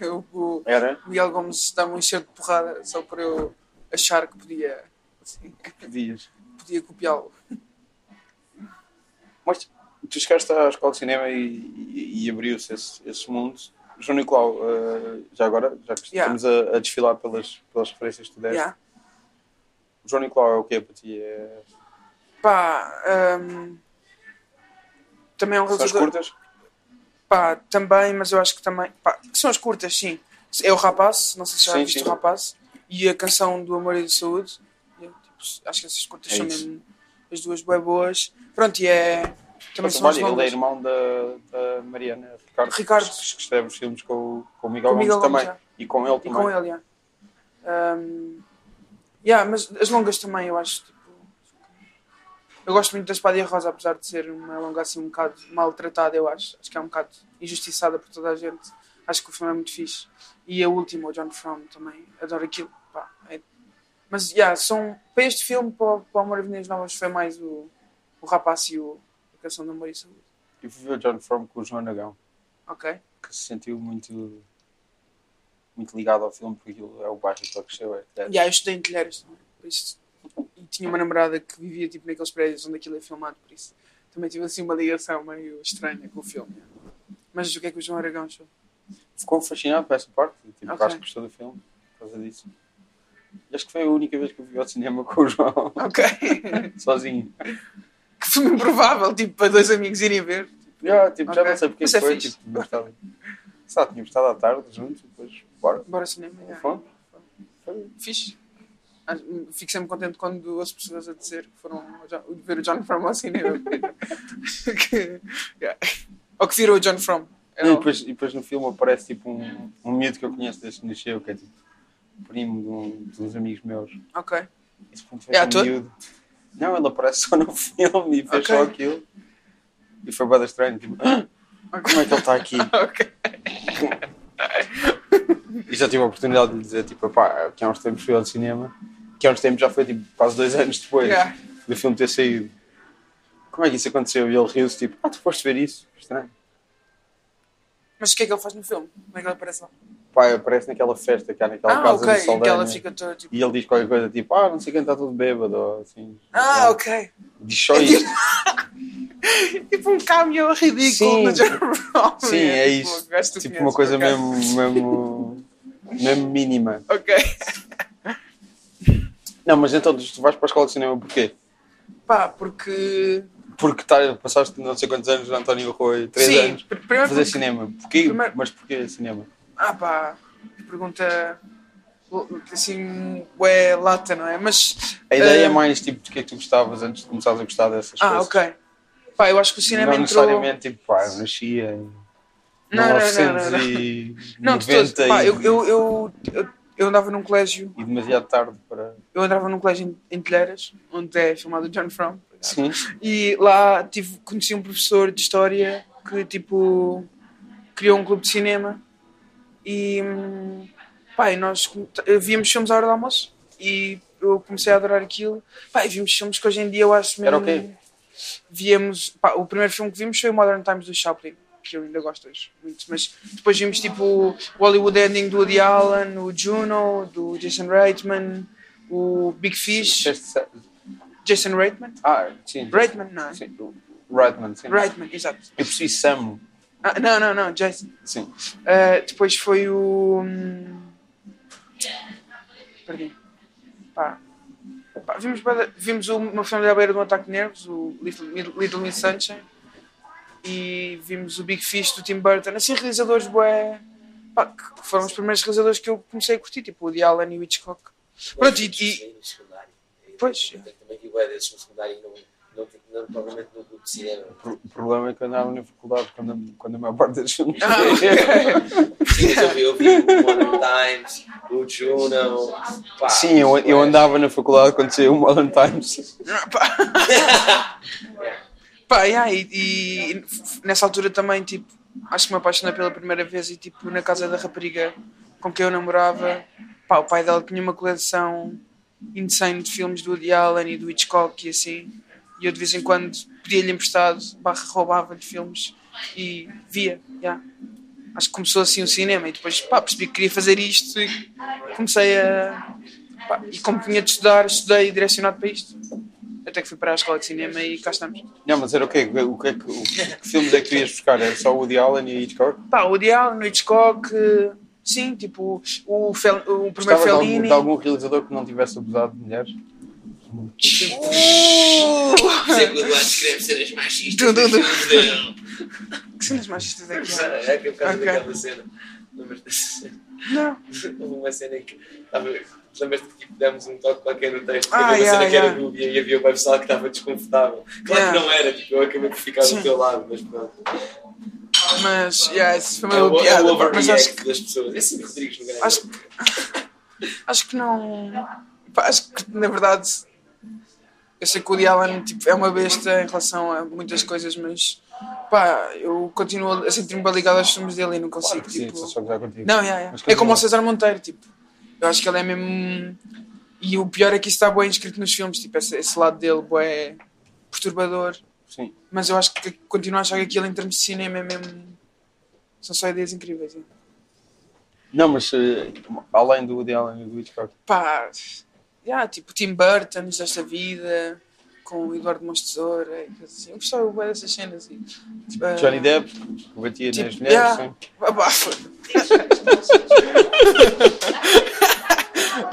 [SPEAKER 3] Eu, o
[SPEAKER 2] Era?
[SPEAKER 3] o Miguel Gomes dá-me um enxergo de porrada só para eu achar que podia, assim,
[SPEAKER 2] Pedias.
[SPEAKER 3] podia copiá-lo.
[SPEAKER 2] Mas tipo, tu chegaste à escola de cinema e, e- e abriu-se esse, esse mundo. João Nicolau, eh, já agora, já que
[SPEAKER 3] Yeah.
[SPEAKER 2] estamos a, a desfilar pelas, pelas referências que tu deste,
[SPEAKER 3] Yeah.
[SPEAKER 2] João Nicolau é o que para ti? É...
[SPEAKER 3] Pá, hum, também é um
[SPEAKER 2] São as
[SPEAKER 3] realizador.
[SPEAKER 2] curtas?
[SPEAKER 3] Pá, também, mas eu acho que também. Pá, que são as curtas, sim. É o Rapaz, não sei se já
[SPEAKER 2] Sim,
[SPEAKER 3] viste
[SPEAKER 2] sim.
[SPEAKER 3] o Rapaz. E a canção do Amor e da Saúde. E, tipo, acho que essas curtas
[SPEAKER 2] É
[SPEAKER 3] são
[SPEAKER 2] isso.
[SPEAKER 3] mesmo as duas bem boas. Pronto, e é. Também
[SPEAKER 2] Mas
[SPEAKER 3] são as
[SPEAKER 2] olha, ele é
[SPEAKER 3] longas.
[SPEAKER 2] irmão da, da Mariana Ricardo,
[SPEAKER 3] Ricardo.
[SPEAKER 2] Que escreve os filmes com, o- com o Miguel
[SPEAKER 3] Com o Miguel
[SPEAKER 2] Gomes também.
[SPEAKER 3] Gomes,
[SPEAKER 2] E com ele
[SPEAKER 3] E
[SPEAKER 2] também.
[SPEAKER 3] com ele, já. Hum, yeah, mas as longas também, eu acho. Tipo, eu gosto muito da Espada e a Rosa, apesar de ser uma longa assim um bocado maltratada, eu acho. Acho que é um bocado injustiçada por toda a gente. Acho que o filme é muito fixe. E a última, o John From, também. Adoro aquilo. pá, é- Mas, yeah, são... Para este filme, para, o- para o Amor e Vendas Novas, foi mais o, o Rapaz e o, a Canção de Amor e Saúde.
[SPEAKER 2] E viveu John From com o João Nagão.
[SPEAKER 3] Ok.
[SPEAKER 2] que se sentiu muito, muito ligado ao filme, porque aquilo é o bairro que ele cresceu. É, é.
[SPEAKER 3] E aí eu estudei em Telheiras também. Por isso, e tinha uma namorada que vivia tipo, naqueles prédios onde aquilo é filmado, por isso também tive assim uma ligação meio estranha com o filme. Mas o que é que o João Aragão achou?
[SPEAKER 2] Ficou fascinado por essa parte, e, tipo,
[SPEAKER 3] Ok.
[SPEAKER 2] acho que gostou do filme por causa disso. E acho que foi a única vez que eu vi ao cinema com o João,
[SPEAKER 3] Ok.
[SPEAKER 2] sozinho.
[SPEAKER 3] que filme improvável, tipo, para dois amigos irem ver.
[SPEAKER 2] Já, tipo, já
[SPEAKER 3] Ok.
[SPEAKER 2] não sei porque
[SPEAKER 3] Mas é
[SPEAKER 2] foi,
[SPEAKER 3] fixe.
[SPEAKER 2] tipo, mas estava- Só tínhamos estado à tarde juntos, depois bora.
[SPEAKER 3] Bora ao cinema. já.
[SPEAKER 2] Fomos.
[SPEAKER 3] Fixe. Ah, Fico sempre contente quando ouço pessoas a dizer que foram ao Jo- ver o John From ao cinema. que, yeah. Ou que viram o John From. É
[SPEAKER 2] E
[SPEAKER 3] o-
[SPEAKER 2] depois, e depois no filme aparece tipo um, um miúdo que eu conheço desde que nasceu, que é tipo primo de, um, de uns amigos meus.
[SPEAKER 3] Ok.
[SPEAKER 2] Esse ponto
[SPEAKER 3] É
[SPEAKER 2] fez um
[SPEAKER 3] ator?
[SPEAKER 2] miúdo. Não, ele aparece só no filme e fez
[SPEAKER 3] Ok.
[SPEAKER 2] só aquilo. E foi bada estranho, tipo, "Ah, como é que ele está aqui?
[SPEAKER 3] Ok.
[SPEAKER 2] E já tive a oportunidade de lhe dizer, tipo, pá, que há uns tempos fui ao cinema, que há uns tempos já foi tipo quase dois anos depois
[SPEAKER 3] Yeah.
[SPEAKER 2] do filme ter saído. Como é que isso aconteceu? E ele riu-se, tipo, ah, tu foste ver isso? Estranho.
[SPEAKER 3] Mas o que é que ele faz no filme? Como é que ele aparece lá?
[SPEAKER 2] Pá, aparece naquela festa que há naquela
[SPEAKER 3] ah,
[SPEAKER 2] casa
[SPEAKER 3] ok.
[SPEAKER 2] de
[SPEAKER 3] E que ela
[SPEAKER 2] Saldanha.
[SPEAKER 3] fica toda tipo.
[SPEAKER 2] E ele diz qualquer coisa, tipo, ah, não sei quem está todo bêbado, ou assim.
[SPEAKER 3] Ah, ok. É
[SPEAKER 2] Diz só isto.
[SPEAKER 3] Tipo um cameo ridículo
[SPEAKER 2] Sim.
[SPEAKER 3] no John From.
[SPEAKER 2] Sim, é
[SPEAKER 3] tipo,
[SPEAKER 2] isto.
[SPEAKER 3] o gajo que tu
[SPEAKER 2] Tipo,
[SPEAKER 3] conheces,
[SPEAKER 2] uma coisa
[SPEAKER 3] ok.
[SPEAKER 2] mesmo, mesmo, mesmo mínima.
[SPEAKER 3] Ok.
[SPEAKER 2] Não, mas então tu vais para a escola de cinema porquê?
[SPEAKER 3] Pá, porque.
[SPEAKER 2] Porque tá, passaste não sei quantos anos no António Rui, três
[SPEAKER 3] Sim,
[SPEAKER 2] anos,
[SPEAKER 3] pr-
[SPEAKER 2] a
[SPEAKER 3] primeiro
[SPEAKER 2] fazer
[SPEAKER 3] porque-
[SPEAKER 2] cinema. Porquê?
[SPEAKER 3] primeiro-
[SPEAKER 2] Mas porquê cinema?
[SPEAKER 3] Ah pá, que pergunta assim, ué, lata, não é? Mas.
[SPEAKER 2] A ideia é
[SPEAKER 3] ah,
[SPEAKER 2] mais tipo do que é que tu gostavas antes de começares a gostar dessas
[SPEAKER 3] Ah,
[SPEAKER 2] coisas.
[SPEAKER 3] ok. Pá, eu acho que o cinema
[SPEAKER 2] Não
[SPEAKER 3] entrou.
[SPEAKER 2] necessariamente tipo, pá, eu nasci em
[SPEAKER 3] Não, não, não, não, não.
[SPEAKER 2] 1990
[SPEAKER 3] Não, de todos. Pá,
[SPEAKER 2] e,
[SPEAKER 3] eu, eu, eu, eu, eu andava num colégio,
[SPEAKER 2] e demasiado tarde para.
[SPEAKER 3] eu andava num colégio em, em Telheiras, onde é filmado John From,
[SPEAKER 2] Sim.
[SPEAKER 3] e lá tive, conheci um professor de história que tipo criou um clube de cinema e hum, pá, e nós come- t- víamos filmes à hora do almoço e eu comecei a adorar aquilo pá, e vimos filmes que hoje em dia eu acho mesmo
[SPEAKER 2] Era o quê?
[SPEAKER 3] víamos pá, o primeiro filme que vimos foi o Modern Times do Chaplin que eu ainda gosto hoje muito mas depois vimos tipo o Hollywood Ending do Woody Allen o Juno do Jason Reitman o Big Fish
[SPEAKER 2] Disseste se-
[SPEAKER 3] Jason Reitman
[SPEAKER 2] Ah, sim.
[SPEAKER 3] Reitman não é?
[SPEAKER 2] Sim. Reitman, sim.
[SPEAKER 3] Reitman, exato.
[SPEAKER 2] Eu preciso Sam.
[SPEAKER 3] Ah, não, não, não, Jason.
[SPEAKER 2] Sim.
[SPEAKER 3] Ah, depois foi o. hum, Perdi. Pá. Pá, vimos, bué de- vimos o- uma família à beira de um ataque de nervos, o Little, Little Miss Sunshine. E vimos o Big Fish do Tim Burton. Assim, realizadores bué. Pá, que que foram os primeiros realizadores que eu comecei a curtir, tipo o Woody Allen e o Hitchcock. Pronto, e- e-
[SPEAKER 4] No secundário.
[SPEAKER 3] Pois.
[SPEAKER 4] é, Eu também vi bué desses no secundário e não, não, não, provavelmente no grupo de cinema.
[SPEAKER 2] O problema é que eu andava na faculdade quando, quando a maior parte das filmes.
[SPEAKER 3] Ah, ok.
[SPEAKER 4] Sim, mas eu vi, eu vi o Modern Times, o Juno. Pá,
[SPEAKER 2] Sim, eu, eu
[SPEAKER 4] bué.
[SPEAKER 2] andava na faculdade quando saiu o Modern Times.
[SPEAKER 3] Ah, pá. Pá, yeah, e, e f- nessa altura também, tipo, acho que me apaixonei pela primeira vez e, tipo, na casa da rapariga com quem eu namorava, pá, o pai dela tinha uma coleção insane de filmes do Woody Allen e do Hitchcock e assim, e eu de vez em quando pedia-lhe emprestado, barra roubava-lhe filmes e via, yeah. Acho que começou assim o cinema e depois, pá, percebi que queria fazer isto e comecei a... pá, e como tinha de estudar, estudei direcionado para isto. Até que fui para a escola de cinema e cá estamos.
[SPEAKER 2] Não, mas era o quê? O que, é que, o que filmes é que tu ias buscar? Era só o Woody Allen e a Hitchcock?
[SPEAKER 3] Pá, o Dial, no Hitchcock, eh, sim, tipo, o, Fel, o primeiro
[SPEAKER 2] Gostava de algum,
[SPEAKER 3] Fellini.
[SPEAKER 2] de algum realizador que não tivesse abusado de mulheres?
[SPEAKER 4] Por exemplo, o Eduardo escreve cenas machistas.
[SPEAKER 3] Tudo,
[SPEAKER 4] nos
[SPEAKER 3] tudo.
[SPEAKER 4] filmes dele.
[SPEAKER 3] Que cenas machistas é que há?
[SPEAKER 4] É que é por causa
[SPEAKER 3] Ok.
[SPEAKER 4] daquela cena. Lembras-te?
[SPEAKER 3] Não.
[SPEAKER 4] Houve uma cena em que estava. Lembras-te que tipo, demos um toque qualquer no texto?
[SPEAKER 3] Ah,
[SPEAKER 4] Ah, uma cena
[SPEAKER 3] yeah,
[SPEAKER 4] que era
[SPEAKER 3] yeah.
[SPEAKER 4] dúvida e havia uma pessoa que estava desconfortável. Claro
[SPEAKER 3] Yeah.
[SPEAKER 4] que não era, tipo, eu acabei por ficar
[SPEAKER 3] Sim.
[SPEAKER 4] do teu lado, mas pronto.
[SPEAKER 3] Mas, yeah, isso foi
[SPEAKER 4] É
[SPEAKER 3] uma
[SPEAKER 4] o, é
[SPEAKER 3] piada.
[SPEAKER 4] o
[SPEAKER 3] pá, Mas acho
[SPEAKER 4] overreact
[SPEAKER 3] que,
[SPEAKER 4] das pessoas. É assim que Rodrigues no ganha.
[SPEAKER 3] acho que. Acho que não. Pá, acho que, na verdade, eu sei que o Dial tipo, é uma besta em relação a muitas coisas, mas. Pá, eu continuo a sentir-me bem ligado aos filmes dele e não consigo.
[SPEAKER 2] Sim,
[SPEAKER 3] tipo,
[SPEAKER 2] estou só a gozar contigo.
[SPEAKER 3] Não, yeah, yeah.
[SPEAKER 2] Mas
[SPEAKER 3] é como
[SPEAKER 2] continua.
[SPEAKER 3] o César Monteiro, tipo. Eu acho que ele é mesmo. E o pior é que isso está bem inscrito nos filmes, tipo, esse, esse lado dele é perturbador.
[SPEAKER 2] Sim.
[SPEAKER 3] Mas eu acho que continuo a achar que aquilo em termos de cinema é mesmo São só ideias incríveis. hein?
[SPEAKER 2] Não, mas eh, além do Woody Allen e do Hitchcock.
[SPEAKER 3] Pá, yeah, tipo Tim Burton, Os desta vida, com o Eduardo Mons Tesoura, e coisas assim. Eu gostava bem dessas cenas. E, tipo, ah,
[SPEAKER 2] Johnny Depp, que batia
[SPEAKER 3] tipo,
[SPEAKER 2] nas mulheres,
[SPEAKER 3] yeah. Ah,
[SPEAKER 2] sim.
[SPEAKER 3] Abafa.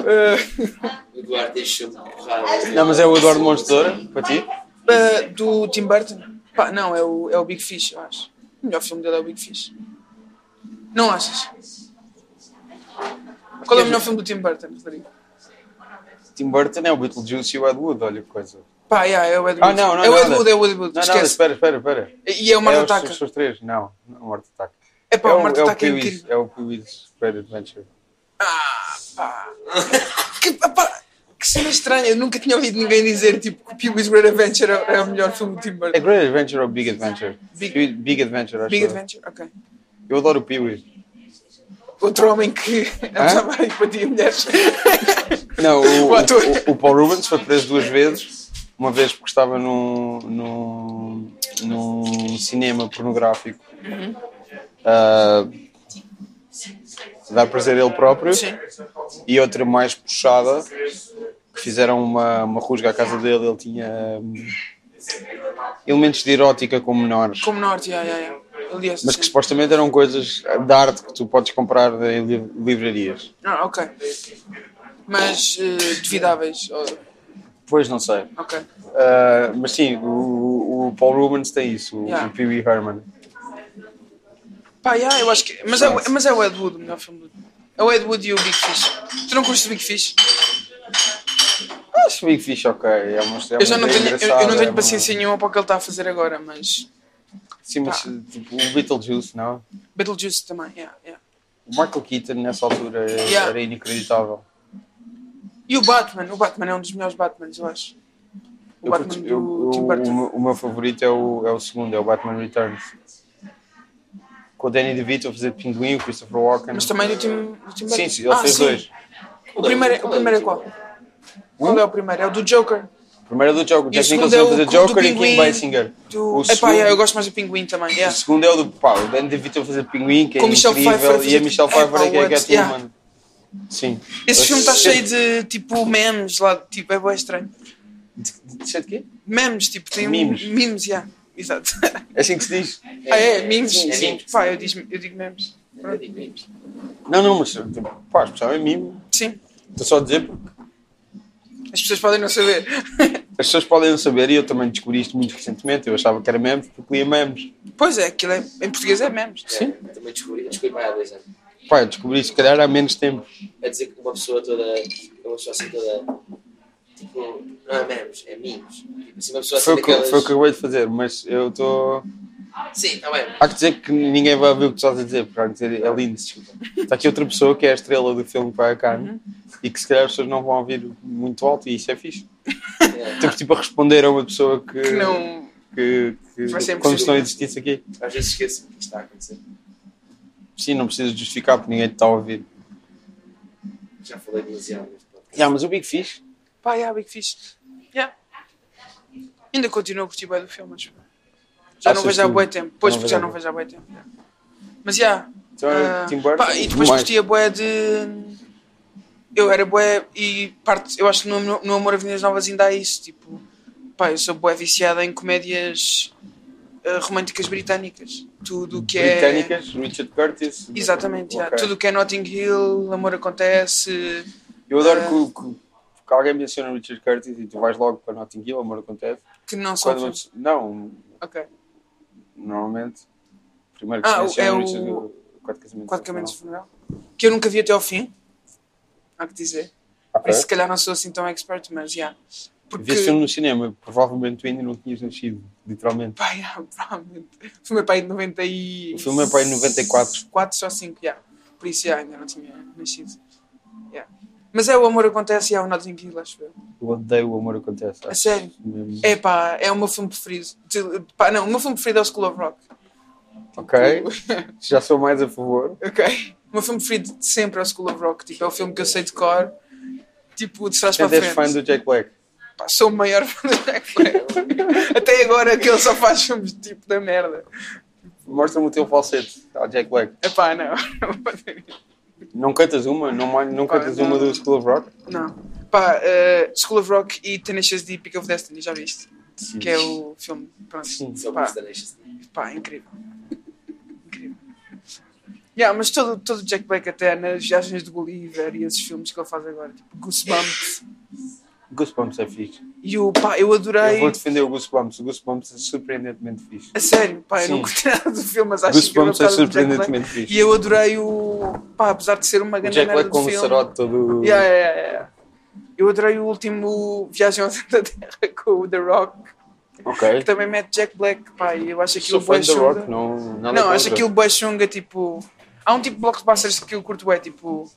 [SPEAKER 3] Eh,
[SPEAKER 4] O Eduardo deixou-me porrada.
[SPEAKER 2] Não, mas é o Eduardo Monstadora, para ti.
[SPEAKER 3] Ah, do Tim Burton? Pá, não, é o, é o Big Fish, eu acho. O melhor filme dele é o Big Fish. Não achas? Qual é o melhor filme do Tim Burton, Rodrigo?
[SPEAKER 2] Tim Burton é o Beetlejuice e o Ed Wood, olha que coisa.
[SPEAKER 3] Pá, yeah, é o Ed Wood.
[SPEAKER 2] Ah, não, não,
[SPEAKER 3] é o Ed
[SPEAKER 2] nada.
[SPEAKER 3] Wood, é o Ed Wood,
[SPEAKER 2] Não, não,
[SPEAKER 3] esquece.
[SPEAKER 2] espera, espera, espera.
[SPEAKER 3] e é o Marta
[SPEAKER 2] os-
[SPEAKER 3] Taka.
[SPEAKER 2] Os seus três? Não, não, o Marta Taka.
[SPEAKER 3] É pá,
[SPEAKER 2] é
[SPEAKER 3] o Marta
[SPEAKER 2] é
[SPEAKER 3] Taka é
[SPEAKER 2] Pee-wee's-
[SPEAKER 3] incrível.
[SPEAKER 2] É o Pee-wee's Great Adventure.
[SPEAKER 3] Ah, pá. Que, pá, que cena estranha. Eu nunca tinha ouvido ninguém dizer tipo, que o Pee-wee's Great Adventure é é o melhor filme do Tim
[SPEAKER 2] É
[SPEAKER 3] Burton.
[SPEAKER 2] Great Adventure ou Big Adventure?
[SPEAKER 3] Big-
[SPEAKER 2] Big, Big Adventure, acho
[SPEAKER 3] Big
[SPEAKER 2] eu.
[SPEAKER 3] Adventure? Ok.
[SPEAKER 2] Eu adoro o Pee-wee's.
[SPEAKER 3] Outro homem que andava aí para ti mulheres.
[SPEAKER 2] Não, o,
[SPEAKER 3] O ator.
[SPEAKER 2] o- o Paul Rubens foi preso duas vezes. Uma vez porque estava num, num, num cinema pornográfico ah, a dar prazer a ele próprio.
[SPEAKER 3] Sim.
[SPEAKER 2] E outra mais puxada, que fizeram uma, uma rusga à casa dele. Ele tinha hum, elementos de erótica com menores.
[SPEAKER 3] Como norte, yeah, yeah, yeah. Ele disse
[SPEAKER 2] Mas que
[SPEAKER 3] assim.
[SPEAKER 2] supostamente eram coisas de arte que tu podes comprar em li- livrarias.
[SPEAKER 3] Ah, ok. Mas eh, duvidáveis. ou-
[SPEAKER 2] Pois não sei.
[SPEAKER 3] Ok.
[SPEAKER 2] Uh, mas sim, o, o Paul Rubens tem isso, o-
[SPEAKER 3] Yeah.
[SPEAKER 2] o Pee Wee Herman.
[SPEAKER 3] Pá, yeah, eu acho que. Mas é, o- mas é o Ed Wood o melhor filme do. É o Ed Wood e o Big Fish. Tu não curtes o Big Fish?
[SPEAKER 2] Acho Big Fish ok, é uma, é uma
[SPEAKER 3] Eu já não
[SPEAKER 2] ideia
[SPEAKER 3] tenho, eu, eu
[SPEAKER 2] engraçada,
[SPEAKER 3] não
[SPEAKER 2] é uma-
[SPEAKER 3] tenho paciência nenhuma para o que ele está a fazer agora, mas.
[SPEAKER 2] Sim, mas
[SPEAKER 3] Ah.
[SPEAKER 2] tipo, o Beetlejuice, não?
[SPEAKER 3] Beetlejuice também, yeah, yeah.
[SPEAKER 2] O Michael Keaton nessa altura era-
[SPEAKER 3] Yeah.
[SPEAKER 2] era inacreditável.
[SPEAKER 3] E o Batman, o Batman é um dos melhores Batmans, eu acho. O
[SPEAKER 2] Eu
[SPEAKER 3] Batman
[SPEAKER 2] curto-
[SPEAKER 3] do
[SPEAKER 2] eu- eu-
[SPEAKER 3] Tim Burton.
[SPEAKER 2] o, meu- o meu favorito é o, é o segundo, é o Batman Returns. Com o Danny DeVito a fazer de pinguim, o Christopher Walken.
[SPEAKER 3] Mas também do Tim, do Tim Burton. Ah,
[SPEAKER 2] Sim, sim, ele fez
[SPEAKER 3] sim.
[SPEAKER 2] dois. Um?
[SPEAKER 3] O primeiro, é- o primeiro é qual? Qual é o primeiro? É o do Joker.
[SPEAKER 2] O primeiro é do Joker, o
[SPEAKER 3] E o
[SPEAKER 2] Jack
[SPEAKER 3] segundo
[SPEAKER 2] Nicholson
[SPEAKER 3] é
[SPEAKER 2] a
[SPEAKER 3] o
[SPEAKER 2] fazer
[SPEAKER 3] do
[SPEAKER 2] Joker e
[SPEAKER 3] Pinguim,
[SPEAKER 2] Kim Basinger.
[SPEAKER 3] Do...
[SPEAKER 2] O
[SPEAKER 3] Epá,
[SPEAKER 2] segundo-
[SPEAKER 3] yeah, eu gosto mais do Pinguim também,
[SPEAKER 2] O
[SPEAKER 3] yeah.
[SPEAKER 2] segundo é o do pá, o Danny DeVito a fazer pinguim, que é
[SPEAKER 3] Com Michelle
[SPEAKER 2] incrível,
[SPEAKER 3] Pfeiffer a fazer
[SPEAKER 2] e a Michelle
[SPEAKER 3] Pfeiffer,
[SPEAKER 2] Pfeiffer é que é a
[SPEAKER 3] Edwards,
[SPEAKER 2] Catwoman. Sim.
[SPEAKER 3] Esse filme está
[SPEAKER 2] Esse-
[SPEAKER 3] cheio de, tipo, memes lá, tipo, é bem estranho.
[SPEAKER 2] Cheio de quê?
[SPEAKER 3] Memes, tipo, tem um-
[SPEAKER 2] Memes.
[SPEAKER 3] Memes, yeah. Exato.
[SPEAKER 2] É assim que se diz.
[SPEAKER 3] ah, é? Memes?
[SPEAKER 4] Sim, é
[SPEAKER 3] Sim.
[SPEAKER 4] memes.
[SPEAKER 3] Pá, eu, diz, eu digo memes.
[SPEAKER 4] Eu digo memes.
[SPEAKER 2] Não, não, mas tipo, pá, as pessoas é mimo.
[SPEAKER 3] Sim.
[SPEAKER 2] Estou só a dizer porque
[SPEAKER 3] As pessoas podem não saber.
[SPEAKER 2] as pessoas podem não saber e eu também descobri isto muito recentemente. Eu achava que era memes porque lia memes.
[SPEAKER 3] pois é, aquilo é, em português é memes.
[SPEAKER 4] Sim. Também descobri, eu descobri há dois anos.
[SPEAKER 2] Pá, eu descobri isso se calhar há menos tempo.
[SPEAKER 4] A dizer que uma pessoa toda. Uma pessoa assim toda. Tipo, não é memes, é memes. Tipo, assim, uma pessoa assim
[SPEAKER 2] Foi o que,
[SPEAKER 4] daquelas.
[SPEAKER 2] foi o que eu acabei de fazer, mas eu estou.
[SPEAKER 4] Sim, está bem.
[SPEAKER 2] Há que dizer que ninguém vai ouvir o que tu estás a dizer, porque há que dizer, é lindo, desculpa. Está aqui outra pessoa que é a estrela do filme que vai a Cannes
[SPEAKER 3] Uhum.
[SPEAKER 2] e que se calhar as pessoas não vão ouvir muito alto e isso é fixe.
[SPEAKER 4] É.
[SPEAKER 2] Temos tipo a responder a uma pessoa que,
[SPEAKER 3] Que não...
[SPEAKER 2] que, que-
[SPEAKER 3] Vai ser
[SPEAKER 2] como se não
[SPEAKER 4] impossível.
[SPEAKER 2] existisse aqui.
[SPEAKER 4] Às vezes esqueço o que está a acontecer.
[SPEAKER 2] Sim, não precisas justificar porque ninguém te está a ouvir.
[SPEAKER 4] Já falei demasiado. mas pronto.
[SPEAKER 2] Yeah, mas o Big Fish,
[SPEAKER 3] Pá, yeah, big fish. é Yeah. Ainda continuo a curtir bem do filme, acho. Já não
[SPEAKER 2] Achas
[SPEAKER 3] vejo há
[SPEAKER 2] tu?
[SPEAKER 3] bué tempo. Pois,
[SPEAKER 2] Não
[SPEAKER 3] porque
[SPEAKER 2] vejo
[SPEAKER 3] já
[SPEAKER 2] há
[SPEAKER 3] não
[SPEAKER 2] bué.
[SPEAKER 3] vejo há bué tempo. yeah. Mas, já...
[SPEAKER 2] então é
[SPEAKER 3] Ah,
[SPEAKER 2] Tim Burton.
[SPEAKER 3] pá, e depois
[SPEAKER 2] mais.
[SPEAKER 3] curtia boé de. Eu era boé e parte. Eu acho que no, no- no Amor a Avenidas Novas ainda há isso. Tipo, pá, eu sou boé viciada em comédias ah, românticas britânicas. Tudo o que é.
[SPEAKER 2] Britânicas, Richard Curtis.
[SPEAKER 3] Exatamente, já.
[SPEAKER 2] Ok.
[SPEAKER 3] tudo o que é Notting Hill, Amor Acontece.
[SPEAKER 2] Eu adoro
[SPEAKER 3] Ah.
[SPEAKER 2] que, que- que alguém menciona Richard Curtis e tu vais logo para Notting Hill, amor acontece.
[SPEAKER 3] Que não são.
[SPEAKER 2] Quando,
[SPEAKER 3] filmes.
[SPEAKER 2] não,
[SPEAKER 3] Ok.
[SPEAKER 2] normalmente, primeiro que
[SPEAKER 3] Ah,
[SPEAKER 2] se
[SPEAKER 3] o-
[SPEAKER 2] menciona
[SPEAKER 3] é o-
[SPEAKER 2] Richard Curtis, Quatro Casamentos.
[SPEAKER 3] Quatro Caminhos de Funeral. Que eu nunca vi até ao fim. Há que dizer. Por isso, se calhar, não sou assim tão expert, mas já. Porque.
[SPEAKER 2] Viste um- filme no cinema, provavelmente tu ainda não tinhas nascido, literalmente.
[SPEAKER 3] Pá, já, provavelmente. O filme é para aí de 90 e...
[SPEAKER 2] O filme é para aí de 94.
[SPEAKER 3] 4 só 5, já. Por isso, já, ainda não tinha nascido. Já. Mas é o Amor Acontece e é o Notting Hill, acho eu.
[SPEAKER 2] Eu odeio o amor acontece.
[SPEAKER 3] A
[SPEAKER 2] acho
[SPEAKER 3] sério.
[SPEAKER 2] mesmo.
[SPEAKER 3] É pá, é o meu filme preferido. De- pá, não, o meu filme preferido é o School of Rock. tipo-
[SPEAKER 2] Ok, já sou mais a favor.
[SPEAKER 3] ok. O meu filme preferido de sempre é o School of Rock. Tipo, é o filme que eu sei de cor. Tipo, de trás para a
[SPEAKER 2] Ainda és é fã
[SPEAKER 3] frente.
[SPEAKER 2] do Jack Black.
[SPEAKER 3] Pá, sou o maior fã do Jack Black. Até agora que ele só faz filmes de tipo da merda. Tipo,
[SPEAKER 2] Mostra-me o teu falsete ao Jack Black.
[SPEAKER 3] Epá, não. Não vou fazer isso.
[SPEAKER 2] Não cantas uma? Não, mo- não cantas uma do School of Rock?
[SPEAKER 3] Não. Pá, eh, School of Rock e Tenacious D, Pick of Destiny, já viste? Que é o filme. Pronto.
[SPEAKER 4] Sobre
[SPEAKER 3] Pá,
[SPEAKER 4] os Tenacious D.
[SPEAKER 3] pá, incrível. Incrível. Yeah, mas todo, todo o Jack Black, até nas viagens de Gulliver e esses filmes que ele faz agora, tipo Goosebumps.
[SPEAKER 2] Goosebumps é fixe.
[SPEAKER 3] E o pá, eu adorei.
[SPEAKER 2] Eu vou defender o Goosebumps. O Goosebumps é surpreendentemente fixe.
[SPEAKER 3] Tá A sério, pá, eu
[SPEAKER 2] Sim.
[SPEAKER 3] não curti nada do filme, mas acho
[SPEAKER 2] Goosebumps
[SPEAKER 3] que
[SPEAKER 2] é
[SPEAKER 3] era por causa do Jack Black.
[SPEAKER 2] surpreendentemente
[SPEAKER 3] E
[SPEAKER 2] fixe.
[SPEAKER 3] eu adorei o. pá, apesar de ser uma
[SPEAKER 2] O
[SPEAKER 3] grande
[SPEAKER 2] Jack Black
[SPEAKER 3] merda
[SPEAKER 2] com
[SPEAKER 3] do
[SPEAKER 2] o
[SPEAKER 3] filme.
[SPEAKER 2] sarote todo.
[SPEAKER 3] Yeah, yeah, yeah, yeah. Eu adorei o último Viagem ao Centro da Terra com o The Rock,
[SPEAKER 2] Ok.
[SPEAKER 3] que também mete Jack Black, pá, e eu acho
[SPEAKER 2] Sou
[SPEAKER 3] aquilo
[SPEAKER 2] fã
[SPEAKER 3] bué
[SPEAKER 2] da
[SPEAKER 3] chunga.
[SPEAKER 2] Rock, não. Nada
[SPEAKER 3] Não, acho
[SPEAKER 2] contra.
[SPEAKER 3] aquilo bué chunga, tipo... Há um tipo de blockbusters que eu curto, é tipo...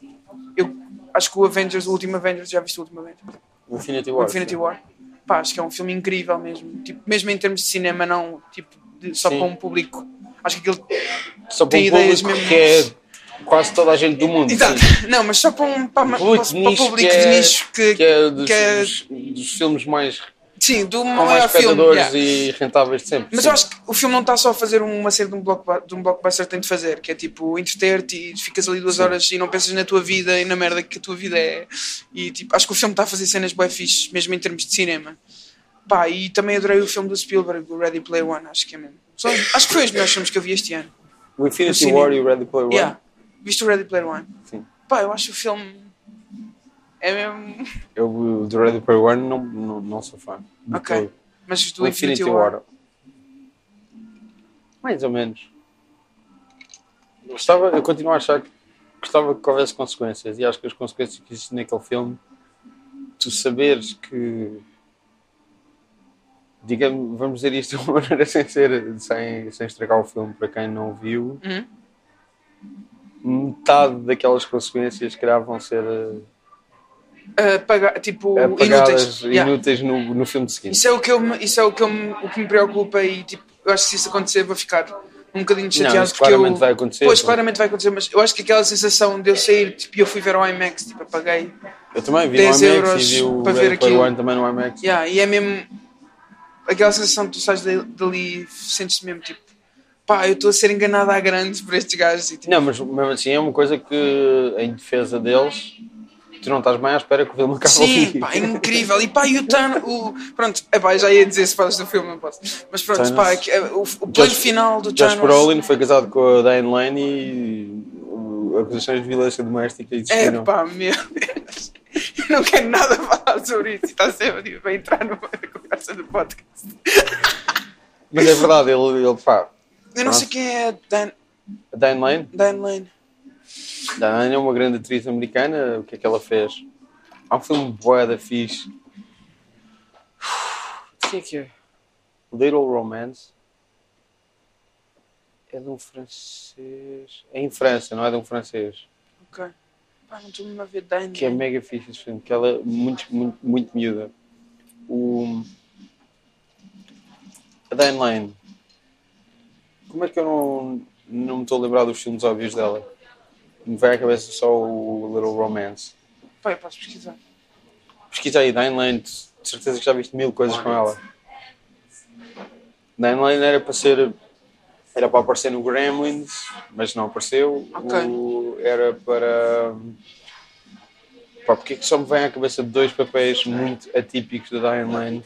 [SPEAKER 3] Eu acho que o Avengers, o último Avengers, já viste o último Avengers?
[SPEAKER 2] O Infinity
[SPEAKER 3] O
[SPEAKER 2] War.
[SPEAKER 3] Infinity War. Pá, acho que é um filme incrível mesmo. Tipo, mesmo em termos de cinema, não tipo, de- só
[SPEAKER 2] Sim.
[SPEAKER 3] para um público. Acho que aquilo
[SPEAKER 2] Só para
[SPEAKER 3] Tem
[SPEAKER 2] um
[SPEAKER 3] ideias
[SPEAKER 2] público
[SPEAKER 3] mesmo.
[SPEAKER 2] que é quase toda a gente do mundo.
[SPEAKER 3] Exato. Não, mas só para um para, para,
[SPEAKER 2] Público
[SPEAKER 3] para,
[SPEAKER 2] de
[SPEAKER 3] o
[SPEAKER 2] nicho
[SPEAKER 3] público
[SPEAKER 2] que é-
[SPEAKER 3] de nicho que,
[SPEAKER 2] Que é dos,
[SPEAKER 3] que é-
[SPEAKER 2] dos- dos filmes mais
[SPEAKER 3] sim, do
[SPEAKER 2] com mais
[SPEAKER 3] maior filme.
[SPEAKER 2] espectadores
[SPEAKER 3] yeah.
[SPEAKER 2] e rentáveis de sempre.
[SPEAKER 3] Mas
[SPEAKER 2] sim.
[SPEAKER 3] eu acho que o filme não está só a fazer uma cena de um, blockbu- de um blockbuster que tem de fazer, que é tipo entreter-te e ficas ali duas horas e não pensas na tua vida e na merda que a tua vida é. E tipo, acho que o filme está a fazer cenas bué fixe, mesmo em termos de cinema. Pá, e também adorei o filme do Spielberg, o Ready Player One, acho que é mesmo. São- acho que foi os melhores filmes que eu vi este ano.
[SPEAKER 2] o Infinity
[SPEAKER 3] no
[SPEAKER 2] War
[SPEAKER 3] cinema.
[SPEAKER 2] e o Ready Player One.
[SPEAKER 3] Yeah. Viste o Ready Player One?
[SPEAKER 2] Sim.
[SPEAKER 3] Pá, eu acho o filme. É mesmo.
[SPEAKER 2] Eu o do Ready Player One não, não, não sou fã. De
[SPEAKER 3] Ok.
[SPEAKER 2] todo.
[SPEAKER 3] Mas
[SPEAKER 2] Do
[SPEAKER 3] do Infinity War.
[SPEAKER 2] Mais ou menos. Gostava, eu continuo a achar que gostava que houvesse consequências e acho que as consequências que existem naquele filme, tu saberes que digamos, vamos dizer isto de uma maneira sem ser sem, sem estragar o filme para quem não viu
[SPEAKER 3] Uhum.
[SPEAKER 2] metade daquelas consequências que calhar vão ser eh,
[SPEAKER 3] Apaga- tipo,
[SPEAKER 2] É apagadas
[SPEAKER 3] inúteis.
[SPEAKER 2] e
[SPEAKER 3] Yeah.
[SPEAKER 2] inúteis no, no filme seguinte.
[SPEAKER 3] Isso é o que, eu me, isso é o que, eu me, o que me preocupa e tipo, eu acho que se isso acontecer vou ficar um bocadinho chateado.
[SPEAKER 2] Não, isso
[SPEAKER 3] porque
[SPEAKER 2] claramente
[SPEAKER 3] eu,
[SPEAKER 2] vai acontecer.
[SPEAKER 3] Pois, claramente vai acontecer, mas eu acho que aquela sensação de eu sair tipo, e eu fui ver ao IMAX, tipo, apaguei.
[SPEAKER 2] Eu também vi
[SPEAKER 3] 10
[SPEAKER 2] no
[SPEAKER 3] euros
[SPEAKER 2] IMAX e vi o
[SPEAKER 3] para ver
[SPEAKER 2] Ready Player
[SPEAKER 3] aquilo.
[SPEAKER 2] One também no IMAX.
[SPEAKER 3] Yeah, e é mesmo aquela sensação que tu sais dali- dali sentes mesmo tipo, pá, eu estou a ser enganado à grande por estes gajos e tipo,
[SPEAKER 2] Não, mas mesmo assim é uma coisa que, em defesa deles, tu não estás bem à espera que o filme acabe
[SPEAKER 3] Sim,
[SPEAKER 2] ali.
[SPEAKER 3] pá, é incrível. E pá, e o Thanos. O... Pronto, é pá, já ia dizer se falas do filme, não posso. Mas pronto,
[SPEAKER 2] Thanos.
[SPEAKER 3] pá, que- é, o, o plano
[SPEAKER 2] Josh-
[SPEAKER 3] final do
[SPEAKER 2] Josh
[SPEAKER 3] Thanos.
[SPEAKER 2] Brolin foi casado com a Diane Lane e uh, acusações de violência doméstica
[SPEAKER 3] É
[SPEAKER 2] existiram.
[SPEAKER 3] pá, meu Deus. Eu não quero nada falar sobre isso. Está sempre tipo, a entrar numa conversa do podcast.
[SPEAKER 2] Mas é verdade, ele, ele pá,
[SPEAKER 3] Eu não sei quem é Dan,
[SPEAKER 2] a Diane Lane,
[SPEAKER 3] Dan Lane.
[SPEAKER 2] Diane Lane é uma grande atriz americana, o que é que ela fez? Há um filme boeda fixe,
[SPEAKER 3] Quem é que é?
[SPEAKER 2] Little Romance. É de um francês. É em França, não é de um francês.
[SPEAKER 3] Ok. Pá, não estou mesmo a ver Dan
[SPEAKER 2] que é
[SPEAKER 3] Lane.
[SPEAKER 2] mega fixe esse filme, que ela é muito, muito, muito miúda. O... A Diane Lane. Como é que eu não, não me estou a lembrar dos filmes óbvios dela? Me vai à cabeça só o Little Romance.
[SPEAKER 3] Pá, eu posso pesquisar.
[SPEAKER 2] Pesquisa aí, Diane Lane, de de certeza que já viste mil coisas com ela. Diane Lane era para ser. Era para aparecer no Gremlins, mas não apareceu.
[SPEAKER 3] Ok.
[SPEAKER 2] O- era para. Pá, porque é que só me vem à cabeça dois papéis muito atípicos da Diane Lane?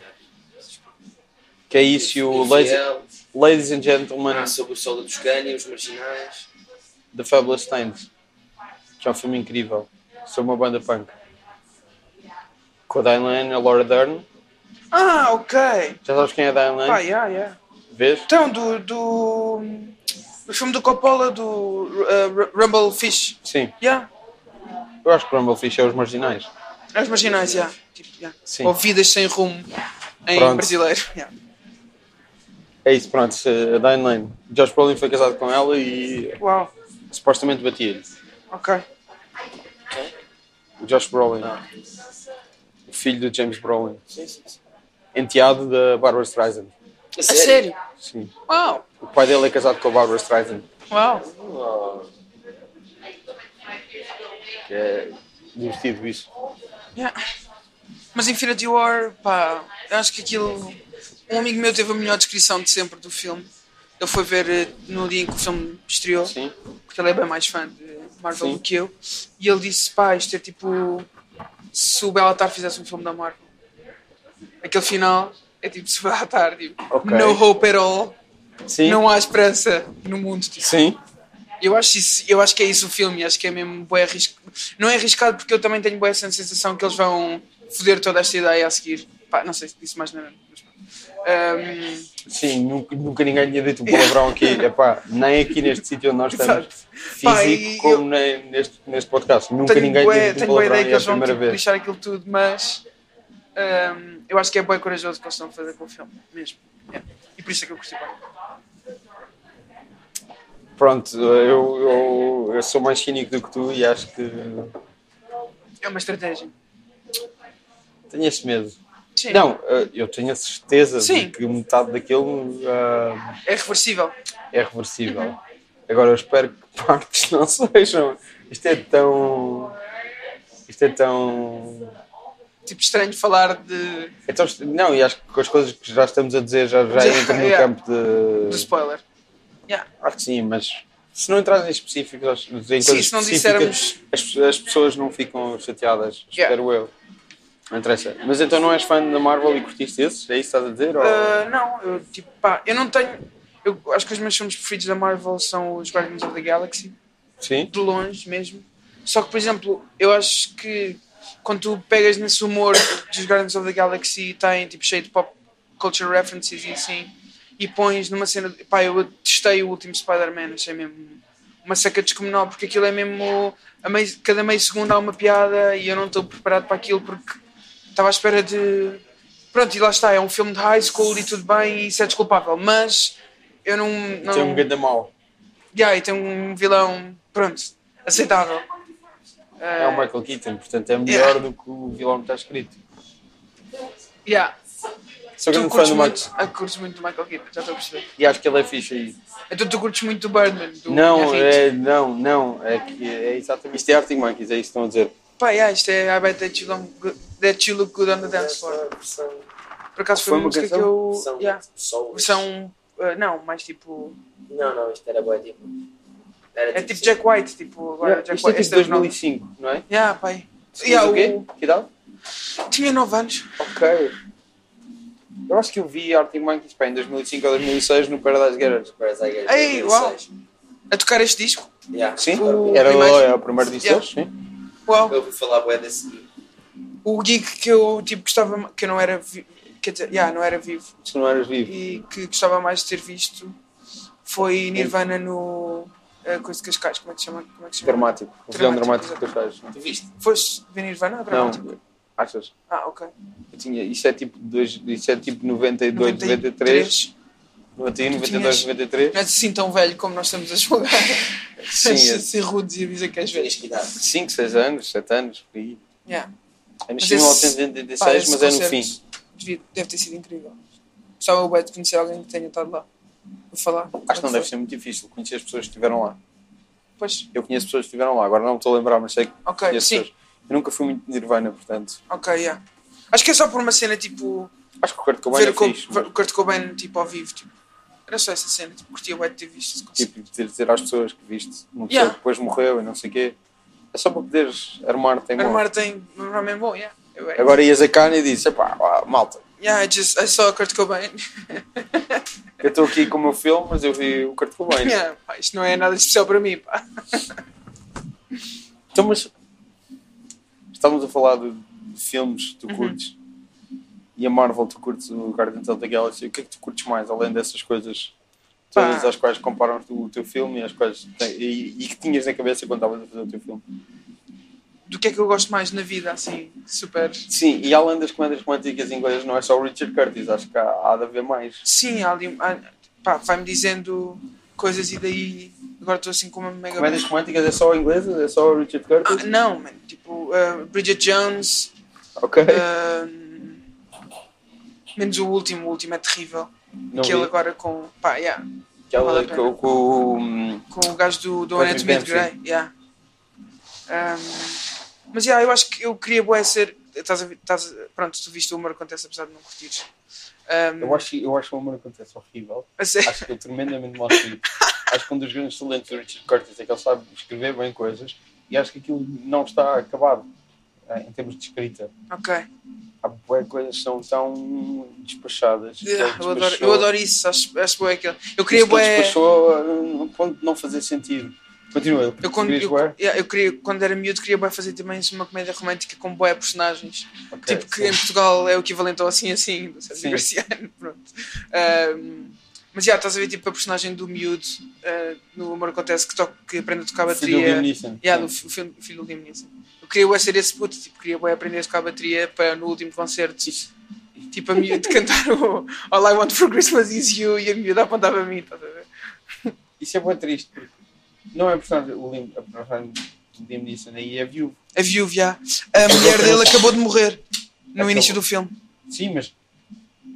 [SPEAKER 2] Que é isso e o Ladies,
[SPEAKER 4] Infiel,
[SPEAKER 2] Ladies and Gentlemen,
[SPEAKER 4] ah, sobre o sol da Toscana e os marginais.
[SPEAKER 2] The Fabulous Times, que é um filme incrível, sobre uma banda punk. Com a Diane Lane, a Laura Dern,
[SPEAKER 3] Ah, ok.
[SPEAKER 2] Já sabes quem é a Diane Lane?
[SPEAKER 3] Pá, yeah, yeah.
[SPEAKER 2] Vês?
[SPEAKER 3] Então, do. do... do filme do Coppola, do uh, Ru- Rumble Fish.
[SPEAKER 2] Sim.
[SPEAKER 3] Yeah.
[SPEAKER 2] Eu acho que o Rumblefish é os marginais.
[SPEAKER 3] As marginais, já. Tipo, já.
[SPEAKER 2] Sim.
[SPEAKER 3] Ou vidas sem rumo em
[SPEAKER 2] Pronto.
[SPEAKER 3] brasileiro. já.
[SPEAKER 2] É isso, pronto. se- A Diane Lane. Josh Brolin foi casado com ela e
[SPEAKER 3] Uau,
[SPEAKER 2] supostamente batia-lhe.
[SPEAKER 3] ok.
[SPEAKER 2] O Josh Brolin. O filho do James Brolin. Enteado da Barbara Streisand.
[SPEAKER 4] A
[SPEAKER 3] A sério?
[SPEAKER 2] Sim.
[SPEAKER 3] Uau,
[SPEAKER 2] O pai dele é casado com a Barbara Streisand.
[SPEAKER 3] uau.
[SPEAKER 2] Que é divertido isso.
[SPEAKER 3] já. Mas Infinity War, pá, eu acho que aquilo. Um amigo meu teve a melhor descrição de sempre do filme. Ele foi ver eh, no dia em que o filme estreou,
[SPEAKER 2] Sim.
[SPEAKER 3] porque ele é bem mais fã de Marvel
[SPEAKER 2] Sim.
[SPEAKER 3] do que eu, e ele disse: pá, isto é tipo. Se o Bellatar fizesse um filme da Marvel, aquele final é tipo: se o Bellatar, tipo,
[SPEAKER 2] Ok.
[SPEAKER 3] no hope at all,
[SPEAKER 2] Sim.
[SPEAKER 3] não há esperança no mundo. Tipo.
[SPEAKER 2] Sim.
[SPEAKER 3] Eu acho, isso, eu acho que é isso o filme, acho que é mesmo bué arriscado. Não é arriscado porque eu também tenho boa essa sensação que eles vão foder toda esta ideia a seguir. Pá, não sei se disse mais nada. mas pronto. Ahm,
[SPEAKER 2] Sim, nunca, nunca ninguém tinha dito um palavrão aqui, Epá, nem aqui neste sítio onde nós estamos,
[SPEAKER 3] Exato.
[SPEAKER 2] físico,
[SPEAKER 3] Pá, e
[SPEAKER 2] como
[SPEAKER 3] eu-
[SPEAKER 2] nem neste, neste podcast. Nunca
[SPEAKER 3] tenho
[SPEAKER 2] ninguém
[SPEAKER 3] bué-
[SPEAKER 2] tinha dito um
[SPEAKER 3] tenho boa
[SPEAKER 2] palavrão
[SPEAKER 3] ideia que
[SPEAKER 2] e é a
[SPEAKER 3] eles vão
[SPEAKER 2] primeira
[SPEAKER 3] tipo,
[SPEAKER 2] vez.
[SPEAKER 3] deixar aquilo tudo, mas ahm, eu acho que é bem corajoso o que eles estão a fazer com o filme, mesmo. É. E por isso é que eu gostei bem.
[SPEAKER 2] Pronto, eu, eu, eu sou mais cínico do que tu e acho que
[SPEAKER 3] É uma estratégia.
[SPEAKER 2] tenho esse medo.
[SPEAKER 3] Sim.
[SPEAKER 2] Não, eh, eu tenho a certeza
[SPEAKER 3] Sim.
[SPEAKER 2] de que metade daquilo ah,
[SPEAKER 3] É reversível.
[SPEAKER 2] é reversível. Agora eu espero que partes não sejam. Isto é tão. Isto é tão.
[SPEAKER 3] Tipo, estranho falar de,
[SPEAKER 2] é tão est- não, e acho que com as coisas que já estamos a dizer já, já
[SPEAKER 3] Já,
[SPEAKER 2] entram no
[SPEAKER 3] yeah.
[SPEAKER 2] campo de.
[SPEAKER 3] de spoiler. Yeah.
[SPEAKER 2] Acho que sim, mas se não entrares em específicos, acho- em coisas
[SPEAKER 3] Sim, se não dissermos-
[SPEAKER 2] específicas, as, as pessoas não ficam chateadas,
[SPEAKER 3] Yeah.
[SPEAKER 2] espero eu. Não interessa. Mas então não és fã da Marvel e curtiste esses? É isso que estás a dizer? Ou...
[SPEAKER 3] Uh, não, eu, tipo, pá, eu não tenho. Eu acho que os meus filmes preferidos da Marvel são os Guardians of the Galaxy,
[SPEAKER 2] Sim?
[SPEAKER 3] de longe mesmo. Só que, por exemplo, eu acho que quando tu pegas nesse humor que os Guardians of the Galaxy têm, tipo, cheio de pop culture references e assim, e pões numa cena. de- Pá, eu testei o último Spider-Man, achei mesmo uma seca descomunal, porque aquilo é mesmo. A meio- cada meio segundo há uma piada e eu não estou preparado para aquilo porque estava à espera de. Pronto, e lá está, é um filme de high school e tudo bem, e isso é desculpável, mas eu não. não
[SPEAKER 2] Tem um grande mal.
[SPEAKER 3] Yeah, e tem um vilão, pronto, aceitável.
[SPEAKER 2] É o
[SPEAKER 3] Eh,
[SPEAKER 2] Michael Keaton, portanto é melhor
[SPEAKER 3] Yeah.
[SPEAKER 2] do que o vilão que está escrito.
[SPEAKER 3] yeah.
[SPEAKER 2] Sou
[SPEAKER 3] Tu
[SPEAKER 2] grande fã
[SPEAKER 3] curtes
[SPEAKER 2] do
[SPEAKER 3] muito,
[SPEAKER 2] Michael
[SPEAKER 3] ah, curtes muito do Michael Keaton, já estou a perceber.
[SPEAKER 2] e acho que ele é fixe aí.
[SPEAKER 3] Então tu curtes muito do Birdman, do
[SPEAKER 2] Não,
[SPEAKER 3] Guy Ritchie.
[SPEAKER 2] é, não, não, é que é exatamente. Isto é Arctic Monkeys, é isso que estão a dizer.
[SPEAKER 3] Pá, yeah, isto é I Bet That You, Don't Go- That you Look Good on the Dance Floor. Por acaso foi,
[SPEAKER 2] Foi
[SPEAKER 3] uma
[SPEAKER 2] uma
[SPEAKER 3] música que
[SPEAKER 2] canção?
[SPEAKER 3] eu...
[SPEAKER 4] São
[SPEAKER 3] yeah.
[SPEAKER 4] tipo, pessoas.
[SPEAKER 3] Versão... eh, não, mais tipo...
[SPEAKER 4] Não, não, isto era boa, tipo. Era,
[SPEAKER 3] É tipo Jack White, tipo... Agora
[SPEAKER 2] Yeah,
[SPEAKER 3] Jack
[SPEAKER 2] isto é
[SPEAKER 3] White,
[SPEAKER 2] tipo
[SPEAKER 3] este é o nome.
[SPEAKER 2] 2005, não é?
[SPEAKER 3] Yeah, pai.
[SPEAKER 2] Tinhas
[SPEAKER 3] Yeah,
[SPEAKER 2] o quê? Que idade?
[SPEAKER 3] o- Tinha 9 anos.
[SPEAKER 2] Ok. Eu acho que eu vi Arctic Monkeys pá, em 2005 ou 2006 no Paradise Garage.
[SPEAKER 3] Ei, uau. A tocar este disco.
[SPEAKER 4] Yeah. tipo,
[SPEAKER 2] Sim,
[SPEAKER 4] Eu
[SPEAKER 2] era
[SPEAKER 3] primeiro.
[SPEAKER 2] o, é o primeiro disco
[SPEAKER 3] Yeah.
[SPEAKER 2] deles, sim.
[SPEAKER 3] Uau.
[SPEAKER 4] ouvi falar boa desse tipo. dia.
[SPEAKER 3] o gig que eu tipo, gostava ma- que eu não era vi- quer dizer, yeah, não era vivo
[SPEAKER 2] Se não eras vivo.
[SPEAKER 3] e que gostava mais de ter visto foi Nirvana no eh, coisa de Cascais, como é que se chama? Como é que se chama?
[SPEAKER 2] Dramático. O vilão
[SPEAKER 3] Dramático,
[SPEAKER 2] dramático que tu fazes.
[SPEAKER 4] Tu viste?
[SPEAKER 3] Foste ver Nirvana ou Dramático?
[SPEAKER 2] Não, achas?
[SPEAKER 3] Ah, ok.
[SPEAKER 2] Eu tinha, isso é tipo, dois, isso é tipo 92, 93.
[SPEAKER 3] 93.
[SPEAKER 2] Eu tinha
[SPEAKER 3] Tu
[SPEAKER 2] 92,
[SPEAKER 3] tinhas-
[SPEAKER 2] 93.
[SPEAKER 3] Não és assim tão velho como nós estamos a jogar.
[SPEAKER 2] Sim, é.
[SPEAKER 3] Ser rudes e dizer que és velho.
[SPEAKER 4] Tinhas que idade?
[SPEAKER 2] 5, 6 anos, 7 anos, por aí.
[SPEAKER 3] Yeah.
[SPEAKER 2] Eu
[SPEAKER 3] Mas
[SPEAKER 2] nasci em
[SPEAKER 3] esse-
[SPEAKER 2] 1986,
[SPEAKER 3] pá, esse
[SPEAKER 2] mas é no
[SPEAKER 3] concerto
[SPEAKER 2] fim.
[SPEAKER 3] devia- deve ter sido incrível. Gostava eu bué de conhecer alguém que tenha estado lá. Vou falar.
[SPEAKER 2] Acho que não deve ser muito difícil conhecer as pessoas que estiveram lá.
[SPEAKER 3] Pois,
[SPEAKER 2] Eu conheço pessoas que estiveram lá, agora não me estou a lembrar, mas sei que
[SPEAKER 3] Ok,
[SPEAKER 2] conheço
[SPEAKER 3] sim.
[SPEAKER 2] pessoas. Eu nunca fui muito Nirvana, portanto.
[SPEAKER 3] ok, yeah. Acho que é só por uma cena tipo.
[SPEAKER 2] Acho que o Kurt Cobain
[SPEAKER 3] ver
[SPEAKER 2] é
[SPEAKER 3] o Col-
[SPEAKER 2] fixe,
[SPEAKER 3] ver
[SPEAKER 2] mas,
[SPEAKER 3] o Kurt Cobain tipo, ao vivo. Tipo. Era só essa cena, tipo, curtia o de ter visto esse concerto.
[SPEAKER 2] tipo, dizer, dizer às pessoas que viste uma pessoa
[SPEAKER 3] Yeah.
[SPEAKER 2] que depois morreu e não sei o quê. É só para poderes armar-te em
[SPEAKER 3] Era
[SPEAKER 2] morte.
[SPEAKER 3] Martin, Ramen Bom, yeah. Eu era.
[SPEAKER 2] É Agora ias a Kanye e dizes, epá, ó, malta,
[SPEAKER 3] Yeah, I just, I saw Kurt Cobain.
[SPEAKER 2] eu estou aqui com o meu filme, mas eu vi o Kurt Cobain.
[SPEAKER 3] yeah, pá, isto não é nada especial para mim, pá.
[SPEAKER 2] Então, mas... Estávamos a falar de de filmes
[SPEAKER 3] Uhum.
[SPEAKER 2] que tu curtes. E a Marvel, tu curtes o Guardians of the Galaxy. O que é que tu curtes mais, além dessas coisas
[SPEAKER 3] Pá.
[SPEAKER 2] todas às quais comparam tu- o teu filme e, às quais tem- e, e que tinhas na cabeça quando estavas a fazer o teu filme?
[SPEAKER 3] Do que é que eu gosto mais na vida, assim, super.
[SPEAKER 2] Sim, e além das comédias românticas inglesas, não é só o Richard Curtis, acho que há, há de haver mais.
[SPEAKER 3] Sim, há ali. há- pá, vai-me dizendo coisas e daí. Agora estou assim com uma mega.
[SPEAKER 2] Comédias românticas é só inglesas? É só o Richard Curtis?
[SPEAKER 3] Ah, não, mano, tipo, uh, Bridget Jones.
[SPEAKER 2] ok.
[SPEAKER 3] uh, menos o último, o último é terrível.
[SPEAKER 2] não
[SPEAKER 3] Aquele
[SPEAKER 2] vi. é
[SPEAKER 3] agora com. Pá, yeah.
[SPEAKER 2] Aquela
[SPEAKER 3] vale
[SPEAKER 2] com-
[SPEAKER 3] a pena.
[SPEAKER 2] com o... hum,
[SPEAKER 3] com o gajo do, do
[SPEAKER 2] Patrick
[SPEAKER 3] Anatomy of
[SPEAKER 2] Dempsey.
[SPEAKER 3] Grey. Yeah. Um, mas yeah, eu acho que eu queria bué ser. Estás a, ver- estás a- pronto, tu viste o humor acontece apesar de não curtires. Ahm,
[SPEAKER 2] Eu acho, eu acho o amor acontece horrível.
[SPEAKER 3] a sério.
[SPEAKER 2] Acho que é tremendamente mal escrito. acho que um dos grandes talentos do Richard Curtis é que ele sabe escrever bem coisas e acho que aquilo não está acabado eh, em termos de escrita.
[SPEAKER 3] Ok.
[SPEAKER 2] Há bué coisas que são tão despachadas.
[SPEAKER 3] Yeah,
[SPEAKER 2] Ele
[SPEAKER 3] eu, adoro, eu
[SPEAKER 2] despachou-
[SPEAKER 3] adoro isso, acho, acho boa aquilo. Eu
[SPEAKER 2] Isso que
[SPEAKER 3] queria
[SPEAKER 2] ele
[SPEAKER 3] bué.
[SPEAKER 2] despachou eh, a ponto de não fazer sentido. Continua, ele
[SPEAKER 3] Eu quando,
[SPEAKER 2] português,
[SPEAKER 3] eu,
[SPEAKER 2] bué?
[SPEAKER 3] yeah, eu queria, quando era miúdo, queria bué fazer também uma comédia romântica com bué personagens.
[SPEAKER 2] Ok,
[SPEAKER 3] tipo, que
[SPEAKER 2] sim.
[SPEAKER 3] em Portugal é o equivalente ao assim assim, do Sérgio
[SPEAKER 2] Sim.
[SPEAKER 3] Graciano. Pronto. Ahm, mas já, estás a ver tipo a personagem do miúdo ah, no Amor Acontece que, to- que aprende a tocar
[SPEAKER 2] Filho é do Liam
[SPEAKER 3] bateria.
[SPEAKER 2] Neeson.
[SPEAKER 3] Yeah, do fi- filme- filho do Liam Neeson. Eu queria bué ser esse puto, tipo, queria bué aprender a tocar bateria para no último concerto. Tipo, a miúdo cantar o All I Want for Christmas Is You e a miúda apontava a mim, estás a ver?
[SPEAKER 2] Isso é bem triste, porque não é a personagem, o Liam, a personagem do Liam Neeson aí é viúvo.
[SPEAKER 3] A viúva, já. a mulher dele acabou de morrer no
[SPEAKER 2] Acabou.
[SPEAKER 3] início do filme.
[SPEAKER 2] Sim, mas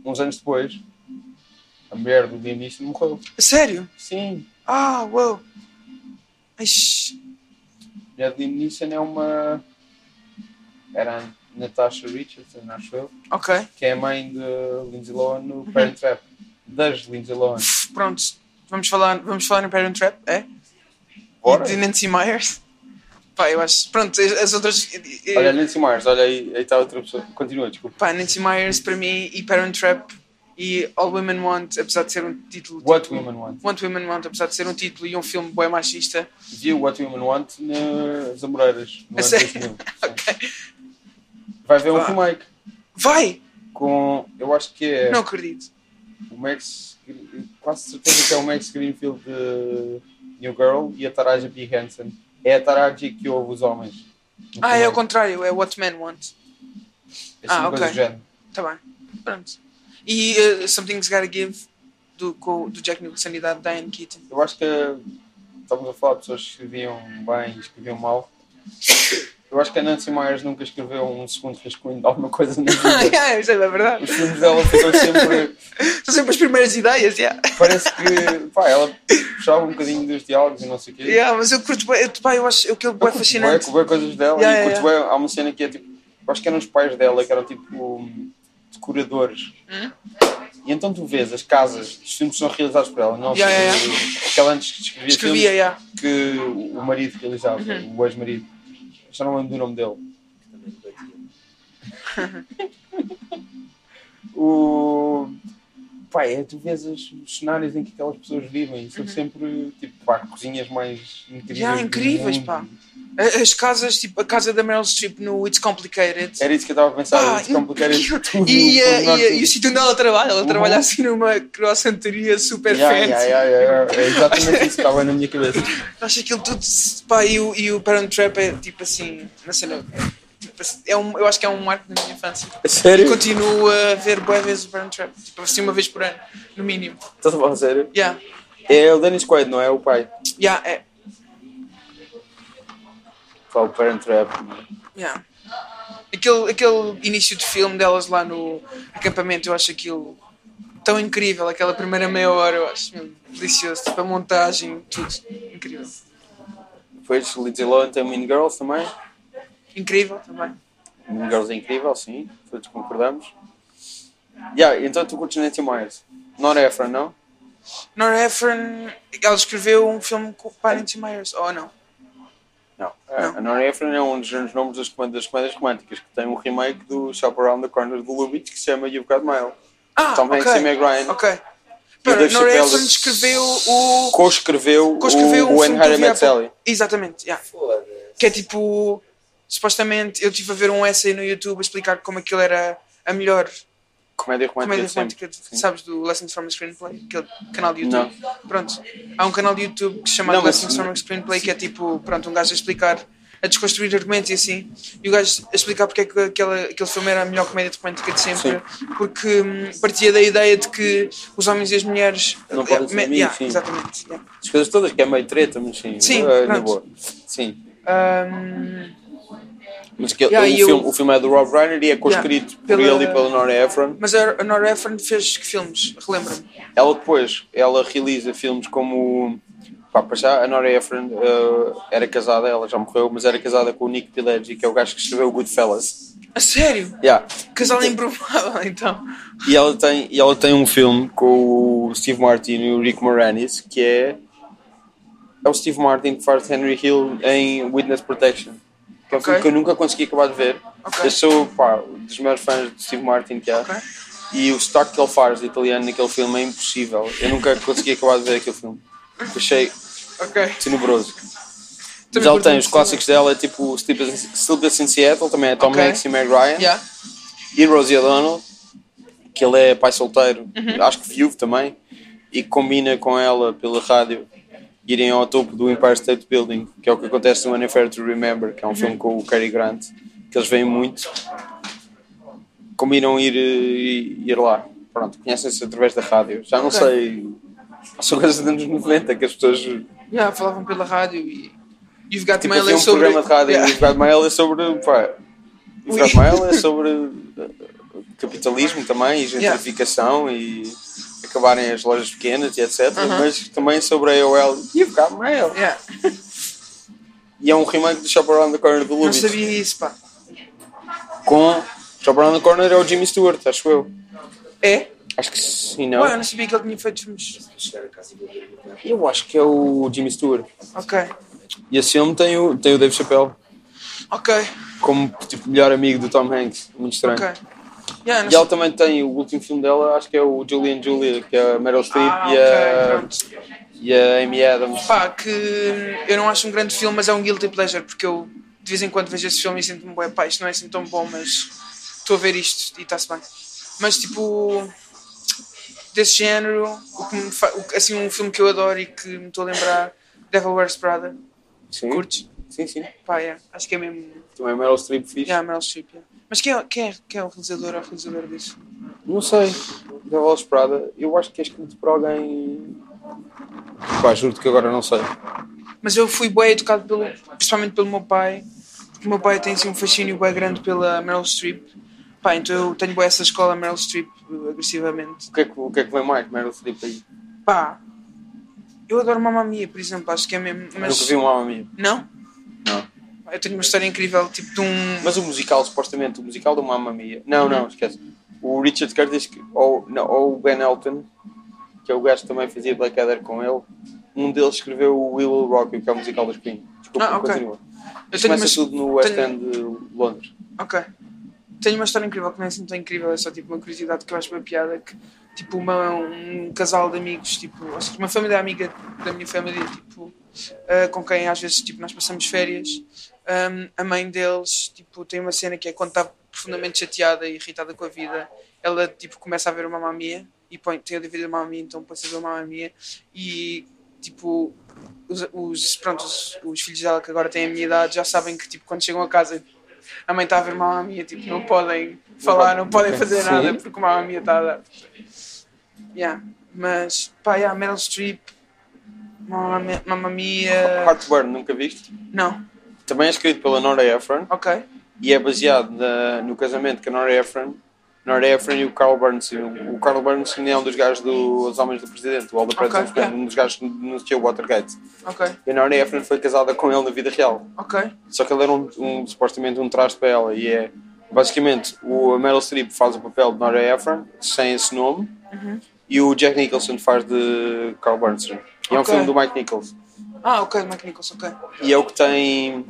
[SPEAKER 2] uns anos depois, a mulher do Liam Neeson morreu.
[SPEAKER 3] A sério?
[SPEAKER 2] Sim,
[SPEAKER 3] Ah, uau! Ixi,
[SPEAKER 2] a mulher do Liam Neeson é uma. Era a Natasha Richardson, acho eu,
[SPEAKER 3] ok.
[SPEAKER 2] que é a mãe de Lindsay Lohan no Parent Trap. Das Lindsay Lohan.
[SPEAKER 3] Pronto, vamos falar, vamos falar em Parent Trap, é?
[SPEAKER 2] Bora.
[SPEAKER 3] E De Nancy Myers. Pá, eu acho. Pronto, as as outras. e- e-
[SPEAKER 2] Olha, Nancy Myers, olha aí, aí está outra pessoa. Continua, desculpa.
[SPEAKER 3] Pá, Nancy Myers para mim e Parent Trap e All Women Want, apesar de ser um título.
[SPEAKER 2] What
[SPEAKER 3] tipo,
[SPEAKER 2] Women Want.
[SPEAKER 3] What Women Want, apesar de ser um título e um filme bem machista.
[SPEAKER 2] Dizia What Women Want nas Amoreiras, no
[SPEAKER 3] A
[SPEAKER 2] ano
[SPEAKER 3] sério?
[SPEAKER 2] 2000. Sim. Vai ver um
[SPEAKER 3] Vá.
[SPEAKER 2] remake
[SPEAKER 3] Vai!
[SPEAKER 2] com, eu acho que é
[SPEAKER 3] Não acredito.
[SPEAKER 2] o Max, Gre- quase certeza que é o Max Greenfield de New Girl e a Taraji B. Henson. É a Taraji que ouve os homens. No
[SPEAKER 3] Ah, é ao
[SPEAKER 2] remake.
[SPEAKER 3] contrário, é What Men Want.
[SPEAKER 2] É assim,
[SPEAKER 3] ah,
[SPEAKER 2] coisa
[SPEAKER 3] ok.
[SPEAKER 2] do género.
[SPEAKER 3] Tá bem. Pronto. E eh, Something's Gotta Give do, co- do Jack Nicholson e da Diane Keaton.
[SPEAKER 2] Eu acho que estamos a falar de pessoas que escreviam bem e escreviam mal. Eu acho que a Nancy Myers nunca escreveu um segundo rascunho de alguma coisa na
[SPEAKER 3] Ah,
[SPEAKER 2] vida.
[SPEAKER 3] yeah, isso é verdade.
[SPEAKER 2] Os filmes dela ficam sempre.
[SPEAKER 3] São sempre as primeiras ideias, yeah.
[SPEAKER 2] Parece que pá, ela puxava um bocadinho dos diálogos e não sei o quê.
[SPEAKER 3] yeah mas eu curto bem, eu, pá, eu acho aquilo
[SPEAKER 2] Eu curto
[SPEAKER 3] bem
[SPEAKER 2] bué,
[SPEAKER 3] é fascinante.
[SPEAKER 2] curto bué coisas dela
[SPEAKER 3] Yeah,
[SPEAKER 2] e
[SPEAKER 3] yeah,
[SPEAKER 2] curto bué- há uma cena que é tipo, eu acho que eram os pais dela que eram tipo hum, decoradores.
[SPEAKER 3] Hum?
[SPEAKER 2] E então tu vês as casas, os filmes são realizados por ela, não
[SPEAKER 3] Yeah, yeah,
[SPEAKER 2] que ela antes escrevia,
[SPEAKER 3] Escrevia,
[SPEAKER 2] filmes
[SPEAKER 3] yeah.
[SPEAKER 2] que o marido realizava,
[SPEAKER 3] Uhum.
[SPEAKER 2] o ex-marido. Já não lembro do nome dele.
[SPEAKER 4] Também batia.
[SPEAKER 2] O... Pá, é, tu vês os os cenários em que aquelas pessoas vivem
[SPEAKER 3] Uhum.
[SPEAKER 2] e são sempre tipo, pá, cozinhas mais incríveis.
[SPEAKER 3] Yeah,
[SPEAKER 2] do
[SPEAKER 3] incríveis,
[SPEAKER 2] mundo.
[SPEAKER 3] pá. A- As casas, tipo a casa da Meryl Streep no It's Complicated.
[SPEAKER 2] Era isso que eu estava a pensar,
[SPEAKER 3] Pá,
[SPEAKER 2] ah, complicar
[SPEAKER 3] incrível.
[SPEAKER 2] tudo. um
[SPEAKER 3] E, eh,
[SPEAKER 2] pormenor,
[SPEAKER 3] e, eh,
[SPEAKER 2] tudo.
[SPEAKER 3] e o sítio onde ela trabalha, ela
[SPEAKER 2] Uhum.
[SPEAKER 3] trabalha assim numa croissanteria super
[SPEAKER 2] Yeah,
[SPEAKER 3] fancy.
[SPEAKER 2] yeah, yeah, yeah, yeah. É exatamente isso que estava na minha cabeça.
[SPEAKER 3] Acho aquilo tudo. Pá, e o, e o Parent Trap é tipo assim. Não sei, não. Tipo, assim, é um, eu acho que é um marco da minha infância. E
[SPEAKER 2] Sério?
[SPEAKER 3] continuo a ver boas vezes o Parent Trap. Tipo assim, uma vez por ano, no mínimo.
[SPEAKER 2] Estás a falar sério?
[SPEAKER 3] Yeah,
[SPEAKER 2] É o Dennis Quaid, não é o pai?
[SPEAKER 3] yeah, é.
[SPEAKER 2] Fala o Parent Trap.
[SPEAKER 3] Yeah. Aquele, aquele início de filme delas lá no acampamento, eu acho aquilo tão incrível. Aquela primeira meia hora, eu acho mesmo delicioso. Tipo a montagem, tudo. Incrível.
[SPEAKER 2] Depois Lindsay Lohan tem Mean Girls também.
[SPEAKER 3] Incrível também.
[SPEAKER 2] Mean Girls é incrível, sim. Todos concordamos. Yeah, então tu curtes Nancy Myers. Not Efron, não?
[SPEAKER 3] Nora Ephron, ela escreveu um filme com o Parent Myers, ou não?
[SPEAKER 2] Não. É, A Nora Ephron é um dos grandes nomes das comédias, das comédias românticas, que tem um remake do Shop Around the Corner do Lubitsch que se chama You've Got Mail.
[SPEAKER 3] Ah,
[SPEAKER 2] Tom Hanks
[SPEAKER 3] ok.
[SPEAKER 2] e Meg Ryan.
[SPEAKER 3] Ok. Espera,
[SPEAKER 2] Dave
[SPEAKER 3] Nora
[SPEAKER 2] Chappelle-
[SPEAKER 3] Ephron escreveu o.
[SPEAKER 2] Co-escreveu
[SPEAKER 3] Coescreveu
[SPEAKER 2] o
[SPEAKER 3] um
[SPEAKER 2] When
[SPEAKER 3] filme que eu
[SPEAKER 2] Harry
[SPEAKER 3] vi há
[SPEAKER 2] Met
[SPEAKER 3] pouco.
[SPEAKER 2] Sally.
[SPEAKER 3] Exatamente, yeah.
[SPEAKER 4] Foda-se.
[SPEAKER 3] que é tipo. Supostamente eu estive a ver um essay no YouTube a explicar como aquilo era a melhor
[SPEAKER 2] Comédia romântica
[SPEAKER 3] comédia
[SPEAKER 2] de sempre.
[SPEAKER 3] romântica, de-
[SPEAKER 2] Sim.
[SPEAKER 3] sabes, do Lessons from a Screenplay, aquele canal de YouTube. Pronto, há um canal de YouTube que se chama
[SPEAKER 2] Não, mas-
[SPEAKER 3] Lessons from a Screenplay, que é tipo, pronto, um gajo a explicar, a desconstruir argumentos e assim, e o gajo a explicar porque é que aquela, aquele filme era a melhor comédia romântica de sempre, porque hum, partia da ideia de que os homens e as mulheres. eh,
[SPEAKER 2] Não podem ser
[SPEAKER 3] me-
[SPEAKER 2] amigos,
[SPEAKER 3] yeah,
[SPEAKER 2] sim.
[SPEAKER 3] Exatamente. yeah.
[SPEAKER 2] As coisas todas, que é meio treta, mas sim.
[SPEAKER 3] Sim,
[SPEAKER 2] é, na
[SPEAKER 3] pronto.
[SPEAKER 2] boa. Sim.
[SPEAKER 3] Hum,
[SPEAKER 2] Mas que,
[SPEAKER 3] Yeah,
[SPEAKER 2] o,
[SPEAKER 3] e eu-
[SPEAKER 2] filme, o filme é do Rob Reiner e é co-escrito por
[SPEAKER 3] Yeah, pela-
[SPEAKER 2] ele e pela Nora Ephron.
[SPEAKER 3] mas a a Nora Ephron fez que filmes? Relembra-me.
[SPEAKER 2] Ela depois, ela realiza filmes como... Pá, para já, a Nora Ephron eh, era casada, ela já morreu, mas era casada com o Nick Pileggi, que é o gajo que escreveu Goodfellas.
[SPEAKER 3] A sério?
[SPEAKER 2] Yeah.
[SPEAKER 3] Casal improvável, então.
[SPEAKER 2] E ela tem, e ela tem um filme com o Steve Martin e o Rick Moranis que é. É o Steve Martin que faz Henry Hill em Witness Protection. Que é um filme
[SPEAKER 3] Ok.
[SPEAKER 2] que eu nunca consegui acabar de ver.
[SPEAKER 3] Ok.
[SPEAKER 2] Eu sou pá, um dos maiores fãs de Steve Martin que há.
[SPEAKER 3] Ok.
[SPEAKER 2] E o sotaque que ele faz de italiano naquele filme é impossível. Eu nunca consegui acabar de ver aquele filme. Achei
[SPEAKER 3] Ok.
[SPEAKER 2] tenebroso. Mas
[SPEAKER 3] Também
[SPEAKER 2] ela
[SPEAKER 3] curto
[SPEAKER 2] tem
[SPEAKER 3] muito
[SPEAKER 2] os clássicos dela, tipo Sleepless in- Sleepless in Seattle, também é Tom
[SPEAKER 3] Ok.
[SPEAKER 2] Hanks e Meg Ryan.
[SPEAKER 3] Yeah.
[SPEAKER 2] E Rosie O'Donnell, que ele é pai solteiro, acho que viúvo também, e combina com ela pela rádio irem ao topo do Empire State Building, que é o que acontece no An Affair to Remember, que é um filme com o Cary Grant, que eles veem muito, combinam ir, eh, ir lá. Pronto, conhecem-se através da rádio. Já não
[SPEAKER 3] Ok.
[SPEAKER 2] sei, são coisas dos anos 90 que as pessoas
[SPEAKER 3] Yeah, falavam pela rádio e. E o gato
[SPEAKER 2] Tipo,
[SPEAKER 3] mail
[SPEAKER 2] havia
[SPEAKER 3] é
[SPEAKER 2] um
[SPEAKER 3] sobre.
[SPEAKER 2] programa de rádio e o
[SPEAKER 3] Yeah.
[SPEAKER 2] Gato Mail é sobre. Pá, o
[SPEAKER 3] Ui.
[SPEAKER 2] Gato Mail é sobre eh, capitalismo também e gentrificação e acabarem as lojas pequenas e etc.
[SPEAKER 3] Aham.
[SPEAKER 2] Mas também sobre a AOL e o Gato Mail.
[SPEAKER 3] Yeah.
[SPEAKER 2] E é um remake do Shop Around the Corner do
[SPEAKER 3] Não
[SPEAKER 2] Lubitsch.
[SPEAKER 3] sabia isso, pá.
[SPEAKER 2] Com. Shop Around the Corner é o Jimmy Stewart, acho eu.
[SPEAKER 3] É?
[SPEAKER 2] Acho que sim,
[SPEAKER 3] Não.
[SPEAKER 2] não.
[SPEAKER 3] eu não sabia que ele tinha feito filmes.
[SPEAKER 4] Chegar a casa e ver o meu carro.
[SPEAKER 2] Eu acho que é o Jimmy Stewart.
[SPEAKER 3] Ok.
[SPEAKER 2] E esse filme tem o, tem o Dave Chappelle
[SPEAKER 3] Ok.
[SPEAKER 2] como tipo, melhor amigo do Tom Hanks. Muito estranho.
[SPEAKER 3] Ok. Yeah, não
[SPEAKER 2] E ela também tem o último filme dela, acho que é o Julian Julia, que é a Meryl Streep
[SPEAKER 3] Ah,
[SPEAKER 2] e,
[SPEAKER 3] ok,
[SPEAKER 2] a,
[SPEAKER 3] pronto.
[SPEAKER 2] e a Amy Adams.
[SPEAKER 3] Pá, que eu não acho um grande filme, mas é um guilty pleasure, porque eu de vez em quando vejo esse filme e sinto-me bem, pá, isto não é assim tão bom, mas estou a ver isto e está-se bem. Mas tipo, desse género, o que me fa- o que- assim, um filme que eu adoro e que me estou a lembrar, Devil Wears Prada,
[SPEAKER 2] Sim.
[SPEAKER 3] curtes?
[SPEAKER 2] Sim, sim.
[SPEAKER 3] Pá, é, acho que é mesmo,
[SPEAKER 2] Também a Meryl Streep fixe.
[SPEAKER 3] yeah, Meryl Streep, yeah. Mas quem é, quem, é, quem é o realizador ou realizador disso?
[SPEAKER 2] Não sei. Da Voz Prada, eu acho que é escrito por alguém. Pá, juro-te que agora não sei.
[SPEAKER 3] Mas eu fui bem educado pelo, principalmente pelo meu pai, porque o meu pai tem assim, um fascínio bem grande pela Meryl Streep. Pá, então eu tenho bué essa escola Meryl Streep eh, agressivamente.
[SPEAKER 2] O que é que, o que, é que vem mais? Meryl Streep aí.
[SPEAKER 3] Pá, eu adoro Mamma Mia, por exemplo, acho que é mesmo.
[SPEAKER 2] Nunca
[SPEAKER 3] Mas
[SPEAKER 2] vi um Mamma Mia.
[SPEAKER 3] não?
[SPEAKER 2] Não.
[SPEAKER 3] Eu tenho uma história incrível, tipo de um.
[SPEAKER 2] Mas o musical, supostamente, o musical do Mamma Mia. Não, não, esquece. O Richard Curtis que- ou, não, ou o Ben Elton, que é o gajo que também fazia Blackadder com ele, um deles escreveu o We Will Rock You, que é o musical das Queen. Desculpa,
[SPEAKER 3] Ah, ok.
[SPEAKER 2] continua.
[SPEAKER 3] eu tenho
[SPEAKER 2] Começa
[SPEAKER 3] uma...
[SPEAKER 2] tudo no West
[SPEAKER 3] tenho-
[SPEAKER 2] End de Londres.
[SPEAKER 3] Ok. Tenho uma história incrível que não é assim tão incrível, é só tipo uma curiosidade que eu acho uma piada que tipo uma- um casal de amigos, tipo, ou seja, uma família amiga da minha família, tipo, ah, com quem às vezes tipo, nós passamos férias, ahm, a mãe deles tipo, tem uma cena que é quando está profundamente chateada e irritada com a vida, ela tipo, começa a ver uma mamia e põe, tem o DVD da mamia, então põe-se a ver uma mamia e tipo os, os, pronto, os, os filhos dela que agora têm a minha idade já sabem que tipo, quando chegam a casa a mãe está a ver mamma mia, tipo, não podem falar, não podem fazer
[SPEAKER 2] Sim.
[SPEAKER 3] nada porque mamma mia está a dar. Yeah. Mas, pá, yeah, Meryl Streep, Mamma Mia- Mamma Mia.
[SPEAKER 2] Heartburn, nunca viste?
[SPEAKER 3] Não,
[SPEAKER 2] Também é escrito pela Nora Ephron
[SPEAKER 3] ok.
[SPEAKER 2] e é baseado na- no casamento que a Nora Ephron, Nora Ephron e o Carl Burns. O o Carl Burns é um dos gajos dos Homens do Presidente, o All the President's
[SPEAKER 3] Ok,
[SPEAKER 2] Men, um dos gajos que denunciou o Watergate.
[SPEAKER 3] Ok,
[SPEAKER 2] E é a Nora Ephron foi casada com ele na vida real.
[SPEAKER 3] ok,
[SPEAKER 2] Só que ele era um, um- supostamente um traste para ela e é basicamente o a Meryl Streep faz o papel de Nora Ephron sem esse nome
[SPEAKER 3] Uhum.
[SPEAKER 2] e o Jack Nicholson faz de Carl Burns. E é um
[SPEAKER 3] Ok.
[SPEAKER 2] filme do Mike Nichols.
[SPEAKER 3] Ah, ok, Mike Nichols, ok.
[SPEAKER 2] E é o que tem.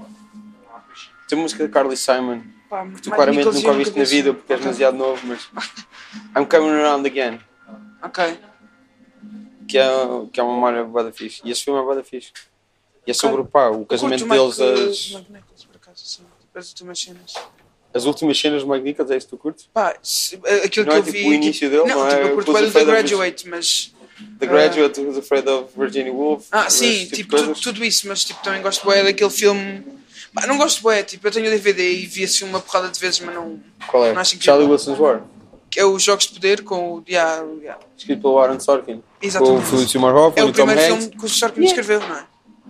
[SPEAKER 2] Tem música de Carly Simon.
[SPEAKER 3] Pá,
[SPEAKER 2] Tu claramente nunca a viste na vida porque és demasiado novo, mas. I'm Coming Around Again,
[SPEAKER 3] Ok,
[SPEAKER 2] que é, que é uma memória bada fixe. E esse filme é bada fixe. E é sobre pá, o casamento
[SPEAKER 3] Curto
[SPEAKER 2] deles.
[SPEAKER 3] Mike,
[SPEAKER 2] As,
[SPEAKER 3] Mike Nichols, por acaso, sim. As últimas cenas.
[SPEAKER 2] as últimas cenas do Mike Nichols, é isso que tu curtes?
[SPEAKER 3] Pá, se- a- aquilo
[SPEAKER 2] Não
[SPEAKER 3] que
[SPEAKER 2] é
[SPEAKER 3] eu
[SPEAKER 2] tipo
[SPEAKER 3] vi.
[SPEAKER 2] o início dele, não é?
[SPEAKER 3] tipo, eu
[SPEAKER 2] Coisa
[SPEAKER 3] curto bem o The
[SPEAKER 2] feita, mas-
[SPEAKER 3] Graduate, mas.
[SPEAKER 2] The
[SPEAKER 3] Ah.
[SPEAKER 2] Graduate, Who's Afraid of Virginia Woolf.
[SPEAKER 3] Ah,
[SPEAKER 2] esse
[SPEAKER 3] sim,
[SPEAKER 2] de
[SPEAKER 3] tipo, tu-
[SPEAKER 2] coisas.
[SPEAKER 3] tudo isso, mas tipo, também gosto bué daquele filme. Pá, não gosto bué, tipo, eu tenho o DVD e vi esse filme uma porrada de vezes, mas não.
[SPEAKER 2] Qual é?
[SPEAKER 3] não acho incrível.
[SPEAKER 2] Charlie Wilson's War,
[SPEAKER 3] que É os Jogos de Poder com o. Yeah, yeah.
[SPEAKER 2] escrito pelo Warren Sorkin. Com o
[SPEAKER 3] Exatamente.
[SPEAKER 2] Felício Marhoff,
[SPEAKER 3] É
[SPEAKER 2] com
[SPEAKER 3] o
[SPEAKER 2] o Tom
[SPEAKER 3] primeiro
[SPEAKER 2] Hanks.
[SPEAKER 3] filme que o Sorkin
[SPEAKER 2] Yeah.
[SPEAKER 3] escreveu, não é?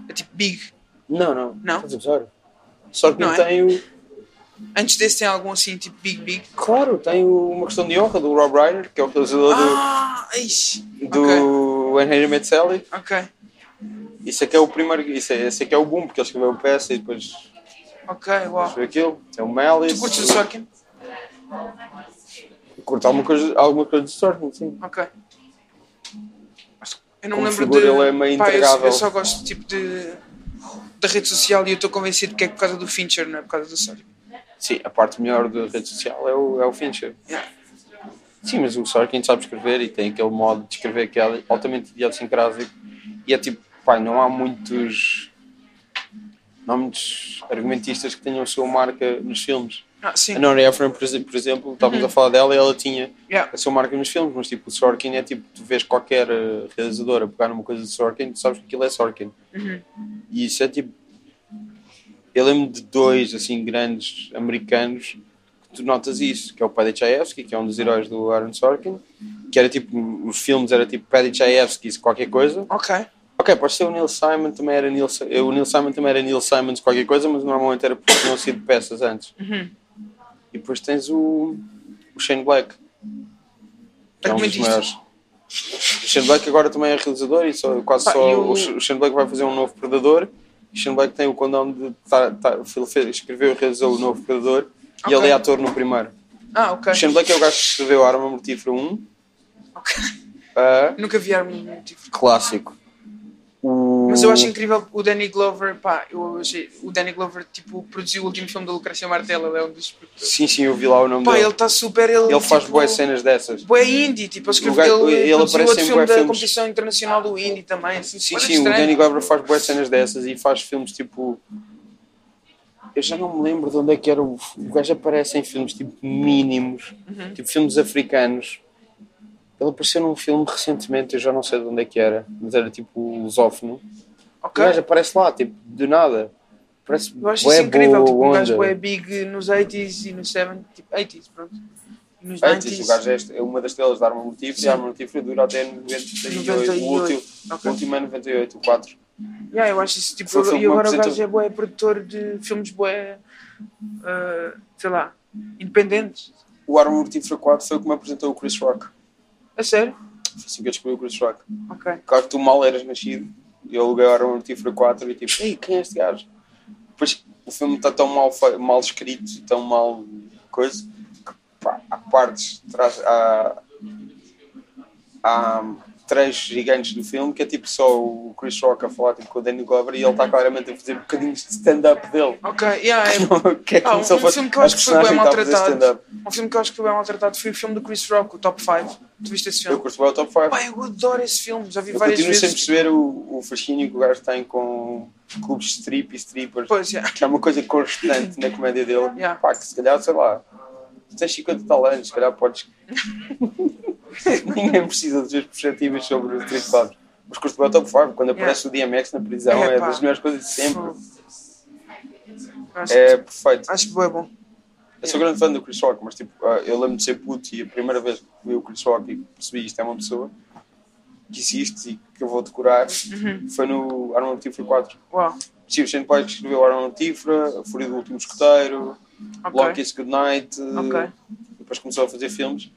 [SPEAKER 3] É tipo Big.
[SPEAKER 2] Não, não.
[SPEAKER 3] Não?
[SPEAKER 2] Estás a gozar? Sorkin
[SPEAKER 3] Não é?
[SPEAKER 2] tem o.
[SPEAKER 3] Antes desse tem algum assim, tipo Big Big.
[SPEAKER 2] Claro, tem o- uma questão de honra do Rob Reiner, que é o realizador do.
[SPEAKER 3] Ah, ixi. Ok,
[SPEAKER 2] do When Harry Met Sally.
[SPEAKER 3] ok,
[SPEAKER 2] Isso aqui é o primeiro, isso é, esse aqui é o boom, porque ele escreveu o peça e depois
[SPEAKER 3] ok, uau.
[SPEAKER 2] escreveu aquilo. Tem o Malice.
[SPEAKER 3] Tu curtes o
[SPEAKER 2] o-
[SPEAKER 3] Sorkin?
[SPEAKER 2] Curto alguma coisa, alguma coisa de Sorkin, sim.
[SPEAKER 3] Ok. Eu não
[SPEAKER 2] Como
[SPEAKER 3] me lembro
[SPEAKER 2] figura,
[SPEAKER 3] de.
[SPEAKER 2] ele é meio
[SPEAKER 3] pá, eu,
[SPEAKER 2] intragável.
[SPEAKER 3] eu só gosto tipo de. da rede social e eu estou convencido que é por causa do Fincher, não é por causa do Sorkin.
[SPEAKER 2] Sim, a parte melhor da rede social é o, é o Fincher.
[SPEAKER 3] Yeah.
[SPEAKER 2] Sim, mas o Sorkin sabe escrever e tem aquele modo de escrever que é altamente idiosincrásico e é tipo, pai, não há muitos. Não há muitos argumentistas que tenham a sua marca nos filmes.
[SPEAKER 3] Ah, sim.
[SPEAKER 2] A Nora Ephron, por exe- por exemplo, estávamos a falar dela e ela tinha
[SPEAKER 3] Yeah.
[SPEAKER 2] a sua marca nos filmes, mas tipo, o Sorkin é tipo, tu vês qualquer eh, realizador a pegar numa coisa de Sorkin, tu sabes que aquilo é Sorkin. E isso é tipo. Eu lembro de dois, assim, grandes americanos que tu notas isso, que é o Paddy Chayefsky, que é um dos heróis do Aaron Sorkin, que era tipo, os filmes era tipo Paddy Chayefsky, qualquer coisa.
[SPEAKER 3] Ok.
[SPEAKER 2] Ok, pode ser o Neil Simon, também era Neil, Si- o Neil Simon também era Neil Simons qualquer coisa, mas normalmente era porque tinham sido peças antes. E depois tens o, o Shane Black, que é um dos
[SPEAKER 3] Argumentista.
[SPEAKER 2] maiores. O Shane Black agora também é realizador e só, quase
[SPEAKER 3] Pá,
[SPEAKER 2] só.
[SPEAKER 3] e o-
[SPEAKER 2] O... Sh- o Shane Black vai fazer um novo Predador. E o Shane Black tem o condão de. Tá, tá, ele fez- escreveu e realizou o novo Predador
[SPEAKER 3] Ok.
[SPEAKER 2] e ele é ator no primeiro.
[SPEAKER 3] Ah, ok.
[SPEAKER 2] O Shane Black é o gajo que escreveu Arma Mortífera 1.
[SPEAKER 3] Ok.
[SPEAKER 2] ah,
[SPEAKER 3] Nunca vi tipo, Armin Motivo.
[SPEAKER 2] clássico. O...
[SPEAKER 3] Mas eu acho incrível o Danny Glover, pá, eu achei, o Danny Glover, tipo, produziu o último filme da Lucrecia Martel, ele é um dos produtores.
[SPEAKER 2] Sim, sim, eu vi lá o nome
[SPEAKER 3] Pá,
[SPEAKER 2] dele.
[SPEAKER 3] ele está super, ele,
[SPEAKER 2] Ele faz
[SPEAKER 3] tipo,
[SPEAKER 2] boas cenas dessas.
[SPEAKER 3] Bué indie, tipo, ele escreveu,
[SPEAKER 2] O gajo-
[SPEAKER 3] ele,
[SPEAKER 2] ele
[SPEAKER 3] produziu
[SPEAKER 2] aparece
[SPEAKER 3] outro
[SPEAKER 2] em
[SPEAKER 3] filme
[SPEAKER 2] bué
[SPEAKER 3] da
[SPEAKER 2] filmes.
[SPEAKER 3] competição internacional do indie também, assim,
[SPEAKER 2] Sim,
[SPEAKER 3] bué
[SPEAKER 2] sim, o
[SPEAKER 3] estranho.
[SPEAKER 2] Danny Glover faz boas cenas dessas e faz filmes tipo. Eu já não me lembro de onde é que era o. O gajo aparece em filmes tipo mínimos,
[SPEAKER 3] Uhum.
[SPEAKER 2] tipo filmes africanos. Ele apareceu num filme recentemente, eu já não sei de onde é que era, mas era tipo o Lusófono.
[SPEAKER 3] Ok.
[SPEAKER 2] O gajo aparece lá, tipo, do nada. Parece
[SPEAKER 3] Eu acho
[SPEAKER 2] bué
[SPEAKER 3] isso incrível,
[SPEAKER 2] boa
[SPEAKER 3] tipo, um gajo
[SPEAKER 2] onda.
[SPEAKER 3] bué big nos 80s e nos 70s, tipo, 80s, pronto. E nos
[SPEAKER 2] Antes, o
[SPEAKER 3] 90s.
[SPEAKER 2] gajo é este- é uma das estrelas da Arma Motivo e a Arma Motivo dura até 98, O,
[SPEAKER 3] 98,
[SPEAKER 2] último,
[SPEAKER 3] ok.
[SPEAKER 2] o último é 98, o 4.
[SPEAKER 3] Yeah, eu acho isso, tipo,
[SPEAKER 2] Foi o filme
[SPEAKER 3] e agora
[SPEAKER 2] que
[SPEAKER 3] o
[SPEAKER 2] apresentou-
[SPEAKER 3] gajo é bué produtor de filmes bué, ah, sei lá, independentes.
[SPEAKER 2] O Arma Mortífera 4 foi o que me apresentou o Chris Rock.
[SPEAKER 3] A sério?
[SPEAKER 2] Foi assim que eu descobri o Chris Rock.
[SPEAKER 3] Ok.
[SPEAKER 2] Claro que tu mal eras nascido. e Eu aluguei o Arma Mortífera 4 e tipo, ei, quem é este gajo? Depois o filme está tão mal, fe- mal escrito e tão mal coisa que pá, há partes, traz, há, há trechos gigantes do filme que é tipo só o Chris Rock a falar tipo, com o Danny Glover e ele está claramente a fazer bocadinhos de stand-up dele.
[SPEAKER 3] Ok, yeah, é.
[SPEAKER 2] que é
[SPEAKER 3] Ah, um,
[SPEAKER 2] como se ele
[SPEAKER 3] um
[SPEAKER 2] fosse-
[SPEAKER 3] filme que eu acho que foi bem
[SPEAKER 2] personagem está a fazer
[SPEAKER 3] maltratado.
[SPEAKER 2] stand-up.
[SPEAKER 3] Um filme que eu acho que foi bem maltratado foi o filme do Chris Rock, o Top 5. Tu viste esse
[SPEAKER 2] Eu
[SPEAKER 3] filme?
[SPEAKER 2] curto bem o top 5.
[SPEAKER 3] Pai, eu adoro esse filme, já vi
[SPEAKER 2] Eu
[SPEAKER 3] várias
[SPEAKER 2] continuo sem
[SPEAKER 3] vezes.
[SPEAKER 2] perceber o, o fascínio que o gajo tem com clubes de strip e strippers,
[SPEAKER 3] Pois, yeah.
[SPEAKER 2] que é uma coisa constante na comédia dele.
[SPEAKER 3] Yeah.
[SPEAKER 2] Pá, que se calhar, sei lá, se tens 50 tal anos, se calhar podes. Ninguém precisa das suas perspectivas sobre o strip club. Mas curto bem o top 5, quando aparece o DMX na prisão, é,
[SPEAKER 3] Epá.
[SPEAKER 2] das melhores coisas de sempre.
[SPEAKER 3] Acho,
[SPEAKER 2] É perfeito.
[SPEAKER 3] acho que foi bom.
[SPEAKER 2] Eu sou grande fã do Chris Rock, mas tipo, ah, eu lembro de ser puto e a primeira vez que vi o Chris Rock e percebi isto é uma pessoa que existe e que eu vou decorar
[SPEAKER 3] Uhum.
[SPEAKER 2] foi no Arma Mortífera 4.
[SPEAKER 3] Uau.
[SPEAKER 2] Sim, o Shane Black escreveu Arma Mortífera, A Fúria do Último Escoteiro,
[SPEAKER 3] Ok.
[SPEAKER 2] Block Kiss Goodnight, eh,
[SPEAKER 3] Ok.
[SPEAKER 2] depois começou a fazer filmes. Ele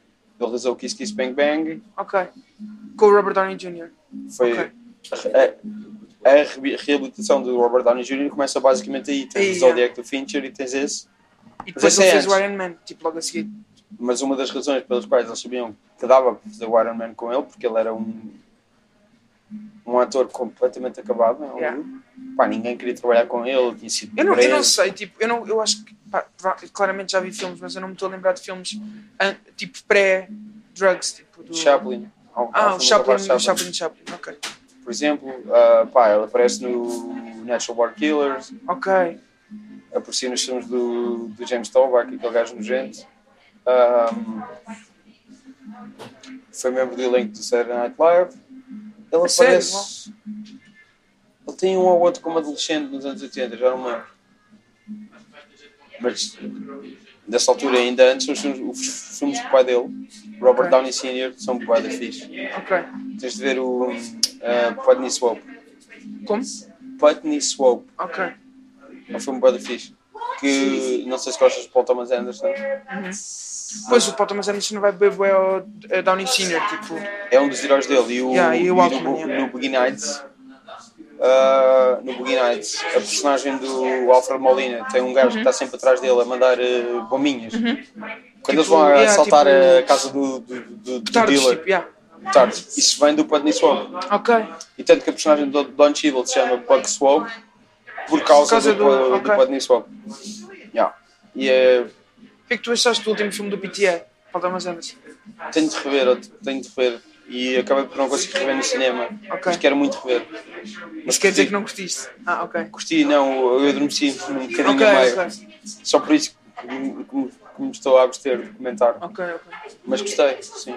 [SPEAKER 2] realizou Kiss Kiss Bang Bang,
[SPEAKER 3] Ok. Com o Robert Downey Jr.
[SPEAKER 2] foi
[SPEAKER 3] Ok.
[SPEAKER 2] a, a re- reabilitação do Robert Downey Jr. começa basicamente aí. Tens
[SPEAKER 3] Aí,
[SPEAKER 2] o Zodiac do Fincher e tens esse.
[SPEAKER 3] E depois
[SPEAKER 2] esse
[SPEAKER 3] ele
[SPEAKER 2] é
[SPEAKER 3] fez o
[SPEAKER 2] antes.
[SPEAKER 3] Iron Man, tipo logo a seguir.
[SPEAKER 2] mas uma das razões pelas quais eles sabiam que dava para fazer o Iron Man com ele, porque ele era um, um ator completamente acabado, não é?
[SPEAKER 3] Yeah.
[SPEAKER 2] Pá, ninguém queria trabalhar com ele, tinha sido
[SPEAKER 3] Eu não, eu não
[SPEAKER 2] preso.
[SPEAKER 3] sei, tipo, eu, não, eu acho que. pá, vá, claramente já vi filmes, mas eu não me estou a lembrar de filmes an- tipo pré-drugs. Tipo, do...
[SPEAKER 2] Chaplin. Há um- há
[SPEAKER 3] Ah,
[SPEAKER 2] um filme
[SPEAKER 3] o
[SPEAKER 2] que eu
[SPEAKER 3] Chaplin,
[SPEAKER 2] gosto de
[SPEAKER 3] o Chaplin, Chaplin, ok.
[SPEAKER 2] Por exemplo, ah, pá, ele aparece no Natural Born Killers,
[SPEAKER 3] Ok.
[SPEAKER 2] aparecia nos filmes do, do James Toback, aquele gajo nojento. Ahm, foi membro do elenco do Saturday Night Live. Ele
[SPEAKER 3] A sério?
[SPEAKER 2] aparece. Ele tem um ou outro como adolescente nos anos 80, já não me lembro. Mas dessa altura, ainda antes, os filmes, os filmes do pai dele, Robert
[SPEAKER 3] Ok.
[SPEAKER 2] Downey Sr., são bué da fixe.
[SPEAKER 3] Ok.
[SPEAKER 2] Tens de ver o uh, Putney Swope.
[SPEAKER 3] Como?
[SPEAKER 2] Putney Swope
[SPEAKER 3] Ok.
[SPEAKER 2] é um filme bué da fixe. Que não sei se gostas de Paul Thomas Anderson.
[SPEAKER 3] Pois o Paul Thomas Anderson vai beber bué ao eh, Downey Sr., tipo.
[SPEAKER 2] é um dos heróis dele. E, o,
[SPEAKER 3] Yeah, e o
[SPEAKER 2] no-
[SPEAKER 3] Altman, yeah.
[SPEAKER 2] no Boogie Nights, ah, no Boogie Nights, a personagem do Alfred Molina tem um gajo que está sempre atrás dele a mandar eh, ah, bombinhas. Quando eles vão
[SPEAKER 3] Uhum. yeah,
[SPEAKER 2] assaltar
[SPEAKER 3] tipo,
[SPEAKER 2] a casa do, do, do, do
[SPEAKER 3] Tardes,
[SPEAKER 2] dealer.
[SPEAKER 3] tipo, yeah.
[SPEAKER 2] Tarde. Isso vem do Putney Swamp.
[SPEAKER 3] Ok.
[SPEAKER 2] E tanto que a personagem do Don Cheadle se chama Buck Swamp por causa,
[SPEAKER 3] Por causa
[SPEAKER 2] do,
[SPEAKER 3] do-
[SPEAKER 2] do,
[SPEAKER 3] ok.
[SPEAKER 2] Putney Swamp. Yeah. E é,
[SPEAKER 3] O que é que tu achaste do último filme do PTA? Falta umas anos.
[SPEAKER 2] tenho de rever, eu tenho de rever. E acabei por não conseguir rever no cinema.
[SPEAKER 3] Ok.
[SPEAKER 2] Mas quero muito rever. Mas
[SPEAKER 3] Isso quer dizer
[SPEAKER 2] curti.
[SPEAKER 3] que não curtiste? Ah, ok.
[SPEAKER 2] Curti, não, eu adormeci um bocadinho
[SPEAKER 3] Ok,
[SPEAKER 2] a meio.
[SPEAKER 3] ok.
[SPEAKER 2] Só por isso que me, que me- que me estou a abster de comentar.
[SPEAKER 3] Ok, ok.
[SPEAKER 2] Mas gostei, sim.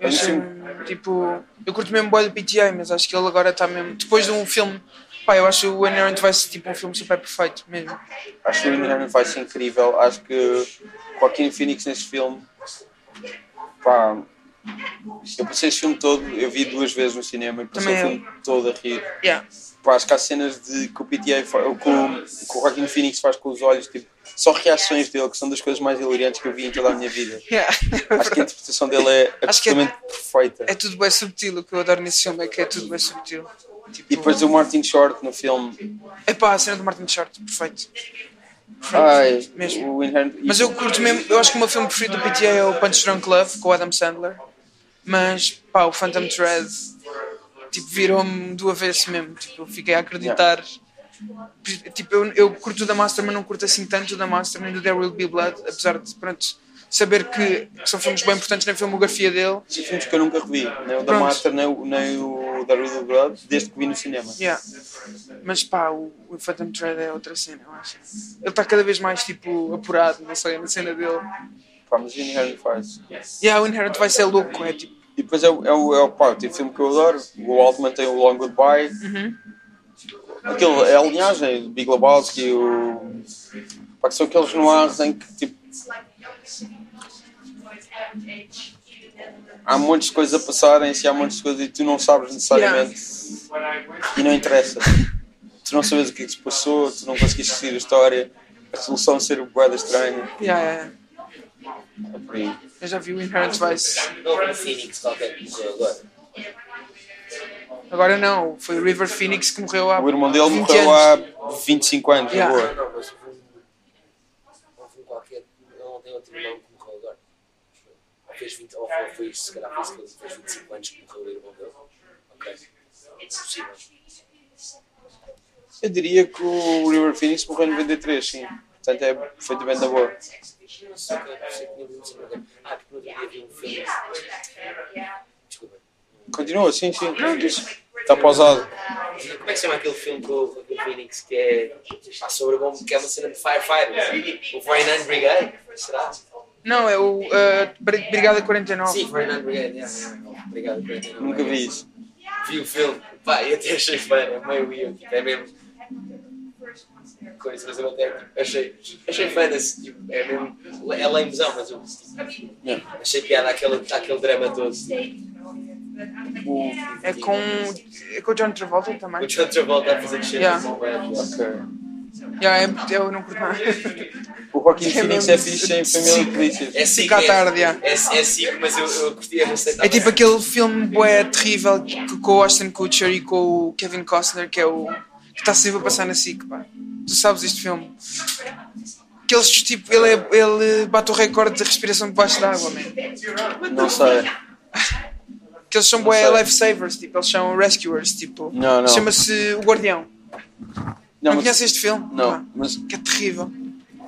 [SPEAKER 3] Eu
[SPEAKER 2] Sim.
[SPEAKER 3] acho, tipo, eu curto mesmo boy do PTA, mas acho que ele agora está mesmo. Depois de um filme. Pá, eu acho o Inherent vai ser tipo um filme super perfeito mesmo.
[SPEAKER 2] Acho que o Inherent vai ser incrível. Acho que Joaquim Phoenix neste filme. Pá. Eu passei este filme todo, eu vi duas vezes no cinema e passei
[SPEAKER 3] Também
[SPEAKER 2] o
[SPEAKER 3] eu.
[SPEAKER 2] filme todo a rir.
[SPEAKER 3] Yeah.
[SPEAKER 2] Pá, acho que há cenas de, que o PTA fa- que o, que o Joaquim Phoenix faz com os olhos, tipo, só reações dele, que são das coisas mais hilariantes que eu vi em toda a minha vida.
[SPEAKER 3] Yeah.
[SPEAKER 2] Acho que a interpretação dele é
[SPEAKER 3] Acho que é-
[SPEAKER 2] absolutamente perfeita.
[SPEAKER 3] É tudo bem subtil, o que eu adoro nesse filme é que é tudo bem subtil. Tipo,
[SPEAKER 2] E depois o Martin Short no filme.
[SPEAKER 3] Epá, a cena do Martin Short, perfeito.
[SPEAKER 2] Ai,
[SPEAKER 3] Mesmo.
[SPEAKER 2] o Inherent.
[SPEAKER 3] Mas eu curto mesmo, eu acho que o meu filme preferido do PTA é o Punch Drunk Love, com o Adam Sandler. Mas, pá, o Phantom Thread, tipo, virou-me do avesso mesmo. Tipo, eu fiquei a acreditar. Tipo, eu, eu curto o da Master, mas não curto assim tanto o da Master, nem do There Will Be Blood, apesar de, pronto, saber que, que são filmes bem importantes na filmografia dele.
[SPEAKER 2] São filmes que eu nunca revi, nem o da
[SPEAKER 3] Pronto.
[SPEAKER 2] Master, nem o, nem o da Riddle Blood, desde que vi no cinema.
[SPEAKER 3] Yeah. Mas pá, o, o Phantom Thread é outra cena, eu acho. Ele está cada vez mais tipo apurado, não sei, na cena dele.
[SPEAKER 2] Pá, mas o Inherent faz.
[SPEAKER 3] E yeah, o Inherent vai ser louco, é tipo.
[SPEAKER 2] E depois é, o- é, o, é o, pá, tem filme que eu adoro. O Altman tem o Long Goodbye. Aquilo é a linhagem do Big Lebowski. O... Pá, que são aqueles noirs em que tipo, há montes de coisas a passarem-se, há montes de coisas e tu não sabes necessariamente. E não interessa. tu não sabes o que é que se passou, tu não conseguiste seguir a história. A resolução ser boeda estranha.
[SPEAKER 3] Yeah, yeah, yeah.
[SPEAKER 2] É por aí.
[SPEAKER 3] Eu já vi o Inherent Vice.
[SPEAKER 4] Não, o um Phoenix qualquer que morreu agora.
[SPEAKER 3] Agora não, foi o River Phoenix que morreu há.
[SPEAKER 2] O irmão dele
[SPEAKER 3] 20
[SPEAKER 2] morreu
[SPEAKER 3] anos.
[SPEAKER 2] há 25 anos, na
[SPEAKER 3] Yeah.
[SPEAKER 2] boa.
[SPEAKER 4] Não, não, mas houve um. Houve um qualquer. Não tem outro irmão que morreu agora. Ou fez 20. Ou foi- foi isso, se calhar foi isso que ele fez 25 anos que morreu o irmão dele. Ok. É possível.
[SPEAKER 2] Eu diria que o River Phoenix morreu em 93, sim. Portanto, é perfeitamente na boa.
[SPEAKER 4] Não sei o que é que tinha visto. Ah, porque no outro dia vi um filme. Desculpa.
[SPEAKER 2] Continua, sim, sim. Está pausado.
[SPEAKER 4] Como é que se chama aquele filme com o Joaquin Phoenix que é pá, sobre a bomba, que é uma cena de firefighters? O 49 Brigade? Será?
[SPEAKER 3] Não, é o uh, Bri- Brigada 49.
[SPEAKER 4] Sim, 49 Brigade. yeah. Obrigado, Brigade.
[SPEAKER 2] Nunca vi isso.
[SPEAKER 4] Vi o filme. Pá, eu até achei fã, é meio weird. tipo, É mesmo coisa, mas eu até tipo, achei, achei fã desse tipo. É mesmo. É lamezão, mas eu tipo,
[SPEAKER 2] Yeah.
[SPEAKER 4] achei piada àquele, àquele drama todo.
[SPEAKER 2] O...
[SPEAKER 3] É com. É com o John Travolta também.
[SPEAKER 4] O John Travolta a fazer shit.
[SPEAKER 3] Yeah.
[SPEAKER 2] ok.
[SPEAKER 3] Yeah, é- eu não curto nada.
[SPEAKER 2] O Joaquin
[SPEAKER 3] É
[SPEAKER 2] Phoenix
[SPEAKER 3] mesmo-
[SPEAKER 2] é fixe em Família de
[SPEAKER 4] É
[SPEAKER 2] Polícias.
[SPEAKER 4] sick,
[SPEAKER 3] Fica à
[SPEAKER 4] é-
[SPEAKER 3] tarde, yeah.
[SPEAKER 4] É, é sick, mas eu, eu curti a receita.
[SPEAKER 3] É tipo aquele filme bué terrível que- com o Austin Kutcher e com o Kevin Costner, que é o. que está sempre a passar na SIC, pá. Tu sabes este filme? Que eles, tipo, ele, é- ele bate o recorde de respiração debaixo d'água, man.
[SPEAKER 2] Não sei.
[SPEAKER 3] Que eles são bué
[SPEAKER 2] Não sei.
[SPEAKER 3] lifesavers, tipo, eles são rescuers, tipo.
[SPEAKER 2] Não, não.
[SPEAKER 3] Chama-se O Guardião.
[SPEAKER 2] Não,
[SPEAKER 3] Não, conheces
[SPEAKER 2] mas,
[SPEAKER 3] este filme?
[SPEAKER 2] não, mas
[SPEAKER 3] Pá, Que é terrível.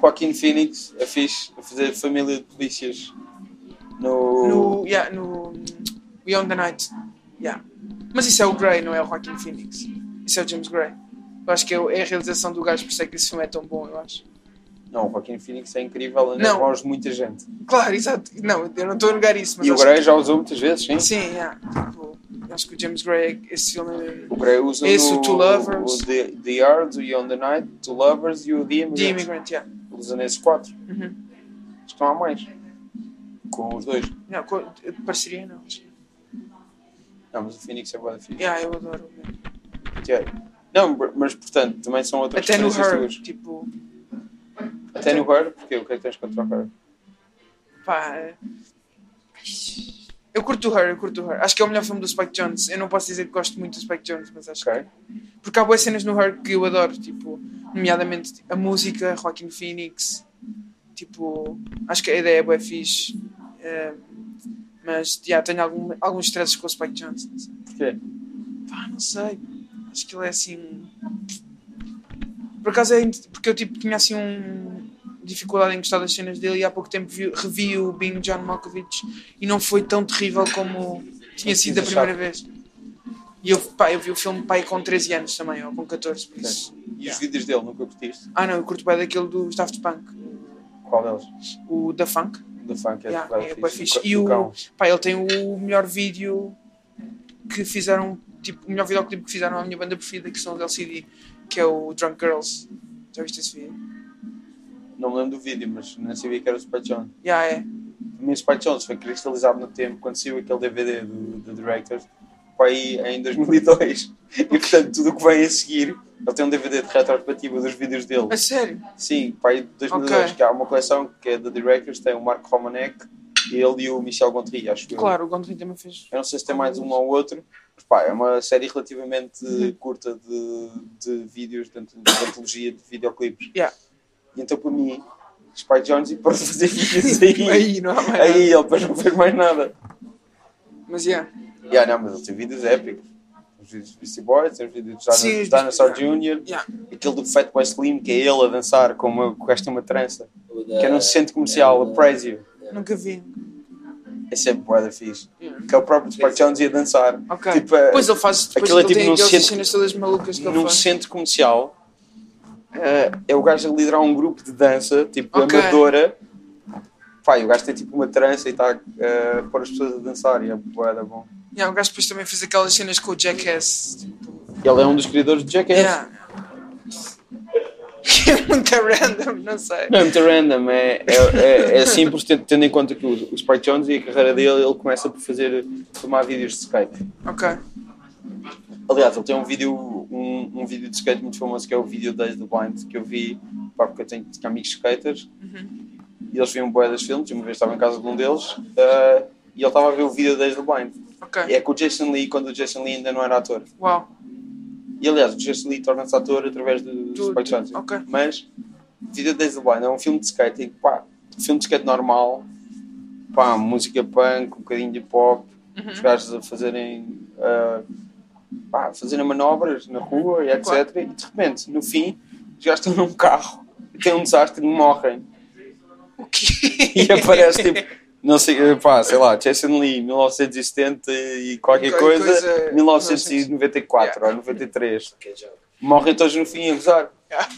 [SPEAKER 2] Joaquin Phoenix é fixe a fazer Família de Polícias no.
[SPEAKER 3] No, yeah, no Beyond the Night. Yeah. Mas isso é o Grey, não é o Joaquin Phoenix. Isso é o James Grey. Eu acho que é o- é a realização do gajo, por isso é que esse filme é tão bom, eu acho.
[SPEAKER 2] Não, o Joaquin Phoenix é incrível nas
[SPEAKER 3] Não.
[SPEAKER 2] mãos de muita gente.
[SPEAKER 3] Claro, exato. Não, eu não estou a negar isso, mas
[SPEAKER 2] E o
[SPEAKER 3] acho
[SPEAKER 2] Grey já usou muitas vezes, sim.
[SPEAKER 3] que, sim, yeah, tipo, acho que o James Grey, esse filme é
[SPEAKER 2] O Grey usa
[SPEAKER 3] Esse,
[SPEAKER 2] no-
[SPEAKER 3] o Two Lovers.
[SPEAKER 2] O The, The Yard, o On the Night, Two Lovers e o The
[SPEAKER 3] The
[SPEAKER 2] Immigrant.
[SPEAKER 3] Immigrant, yeah.
[SPEAKER 2] Usa nesses quatro.
[SPEAKER 3] Uhum.
[SPEAKER 2] Acho que não há mais. Com os dois.
[SPEAKER 3] Não, co- parceria não.
[SPEAKER 2] Não, mas o Phoenix é boa da fixe.
[SPEAKER 3] Yeah, eu adoro.
[SPEAKER 2] Tiago. Não, br- mas portanto, também são outras
[SPEAKER 3] Até no
[SPEAKER 2] preferências
[SPEAKER 3] Her,
[SPEAKER 2] tuas.
[SPEAKER 3] tipo,
[SPEAKER 2] Até no Her, porque o que é que tens contra o Her?
[SPEAKER 3] pá. é- Eu curto o Her, eu curto o Her. Acho que é o melhor filme do Spike Jones. Eu não posso dizer que gosto muito do Spike Jones, mas acho que.
[SPEAKER 2] Ok?
[SPEAKER 3] Porque há tipo, boas cenas no Her que eu adoro, tipo, nomeadamente a música, Joaquin Phoenix, Tipo, acho que a ideia é boa fixe. eh, mas já, tenho algum, alguns stresses com o Spike Johnson.
[SPEAKER 2] Porquê?
[SPEAKER 3] Pá, não sei. Acho que ele é assim. Por acaso é. int- Porque eu tipo, tinha assim um. dificuldade em gostar das cenas dele e há pouco tempo vi, revi o Bing John Malkovich e não foi tão terrível como tinha sido a primeira vez. E eu, pá, eu vi o filme pai com 13 anos também, ou com 14, por isso.
[SPEAKER 2] E os vídeos dele, nunca curtiste?
[SPEAKER 3] Ah não, eu curto bem daquele do Daft Punk,
[SPEAKER 2] Qual deles?
[SPEAKER 3] o da Funk.
[SPEAKER 2] Da funk é
[SPEAKER 3] Yeah,
[SPEAKER 2] bué
[SPEAKER 3] é bué fixe.
[SPEAKER 2] Do
[SPEAKER 3] E o,
[SPEAKER 2] cão.
[SPEAKER 3] pá, ele tem o melhor vídeo que fizeram, tipo, o melhor videoclipe que fizeram à minha banda preferida, que são os LCD, que é o Drunk Girls. Já viste esse vídeo?
[SPEAKER 2] Não me lembro do vídeo, mas não sabia que era o Spike Jones.
[SPEAKER 3] Já é.
[SPEAKER 2] O meu Spike Jones foi cristalizado no tempo quando saiu aquele DVD do, do Directors, para aí em 2002. E portanto, tudo o que vem a seguir, ele tem um DVD de retrospectiva dos vídeos dele.
[SPEAKER 3] A sério?
[SPEAKER 2] Sim, para aí de 2002,
[SPEAKER 3] Ok.
[SPEAKER 2] que há uma coleção que é da Directors, tem o Marco Romanek, ele e o Michel Gondry, acho que
[SPEAKER 3] Claro, o Gondry também fez.
[SPEAKER 2] Eu não sei se tem mais um ou outro. Mas, pá, é uma série relativamente
[SPEAKER 3] Uhum.
[SPEAKER 2] curta de, de vídeos, portanto, de antologia de videoclipes.
[SPEAKER 3] Yeah.
[SPEAKER 2] E então, para mim, Spike Jones e para fazer vídeos aí.
[SPEAKER 3] Aí, não há mais
[SPEAKER 2] Aí
[SPEAKER 3] nada.
[SPEAKER 2] ele depois não fez mais nada.
[SPEAKER 3] Mas yeah.
[SPEAKER 2] Yeah, não, mas ele tem vídeos épicos. Os vídeos de Beastie Boys, tem os vídeos de
[SPEAKER 3] Sim,
[SPEAKER 2] Dino-
[SPEAKER 3] os
[SPEAKER 2] Dinosaur
[SPEAKER 3] Beastie-
[SPEAKER 2] Jr.
[SPEAKER 3] yeah.
[SPEAKER 2] Aquele do Fatboy Slim, que é ele a dançar com, uma, com esta uma trança.
[SPEAKER 4] O da-
[SPEAKER 2] Que é num centro comercial,
[SPEAKER 4] é,
[SPEAKER 2] a Praise You.
[SPEAKER 3] Nunca vi.
[SPEAKER 2] É sempre boada fixe.
[SPEAKER 3] Yeah.
[SPEAKER 2] Que é o próprio Spike Jones ia dançar.
[SPEAKER 3] Ok.
[SPEAKER 2] Tipo, é-
[SPEAKER 3] Depois ele faz. Depois
[SPEAKER 2] aquilo é
[SPEAKER 3] ele
[SPEAKER 2] tipo
[SPEAKER 3] tem
[SPEAKER 2] num
[SPEAKER 3] aquelas
[SPEAKER 2] centro-
[SPEAKER 3] cenas todas malucas que ele
[SPEAKER 2] num
[SPEAKER 3] faz.
[SPEAKER 2] centro comercial eh, é o gajo a liderar um grupo de dança, tipo
[SPEAKER 3] Ok.
[SPEAKER 2] amadora. Pai, o gajo tem tipo uma trança e está a pôr as pessoas a dançar e é bué da bom.
[SPEAKER 3] Yeah, o gajo depois também fez aquelas cenas com o Jackass. Tipo,
[SPEAKER 2] Ele é um dos criadores de Jackass.
[SPEAKER 3] yeah. Que é muito random, não sei.
[SPEAKER 2] Não é muito random, é, é, é, é simples, tendo tendo em conta que o, o Spike Jones e a carreira dele, ele começa por fazer, filmar vídeos de skate.
[SPEAKER 3] Ok.
[SPEAKER 2] Aliás, ele tem um vídeo, um, um vídeo de skate muito famoso que é o vídeo Days the Blind que eu vi, pá, porque eu tenho, tinha amigos skaters e eles viam boé dos filmes. e Uma vez estava em casa de um deles ah, e ele estava a ver o vídeo Days the Blind.
[SPEAKER 3] Ok.
[SPEAKER 2] E é com o Jason Lee, quando o Jason Lee ainda não era ator.
[SPEAKER 3] Uau.
[SPEAKER 2] E aliás, o Jason Lee torna-se ator através do
[SPEAKER 3] Do-
[SPEAKER 2] Spike Jonze.
[SPEAKER 3] ok.
[SPEAKER 2] Mas, Vida Days the Blind é um filme de skate. E, pá, filme de skate normal, pá, música punk, um bocadinho de pop,
[SPEAKER 3] Uhum.
[SPEAKER 2] os gajos a fazerem, ah, pá, a fazerem manobras na rua e etc.
[SPEAKER 3] Claro.
[SPEAKER 2] E de repente, no fim, os gajos estão num carro, e tem um desastre e morrem.
[SPEAKER 3] O quê?
[SPEAKER 2] E aparece tipo. Não sei, pá, sei lá, Jason Lee, 1970 e qualquer,
[SPEAKER 3] Qualquer
[SPEAKER 2] coisa,
[SPEAKER 3] coisa,
[SPEAKER 2] 1994
[SPEAKER 3] Yeah.
[SPEAKER 2] ou 93
[SPEAKER 4] Que é já.
[SPEAKER 2] morrem todos no fim a gozar.
[SPEAKER 3] Ah.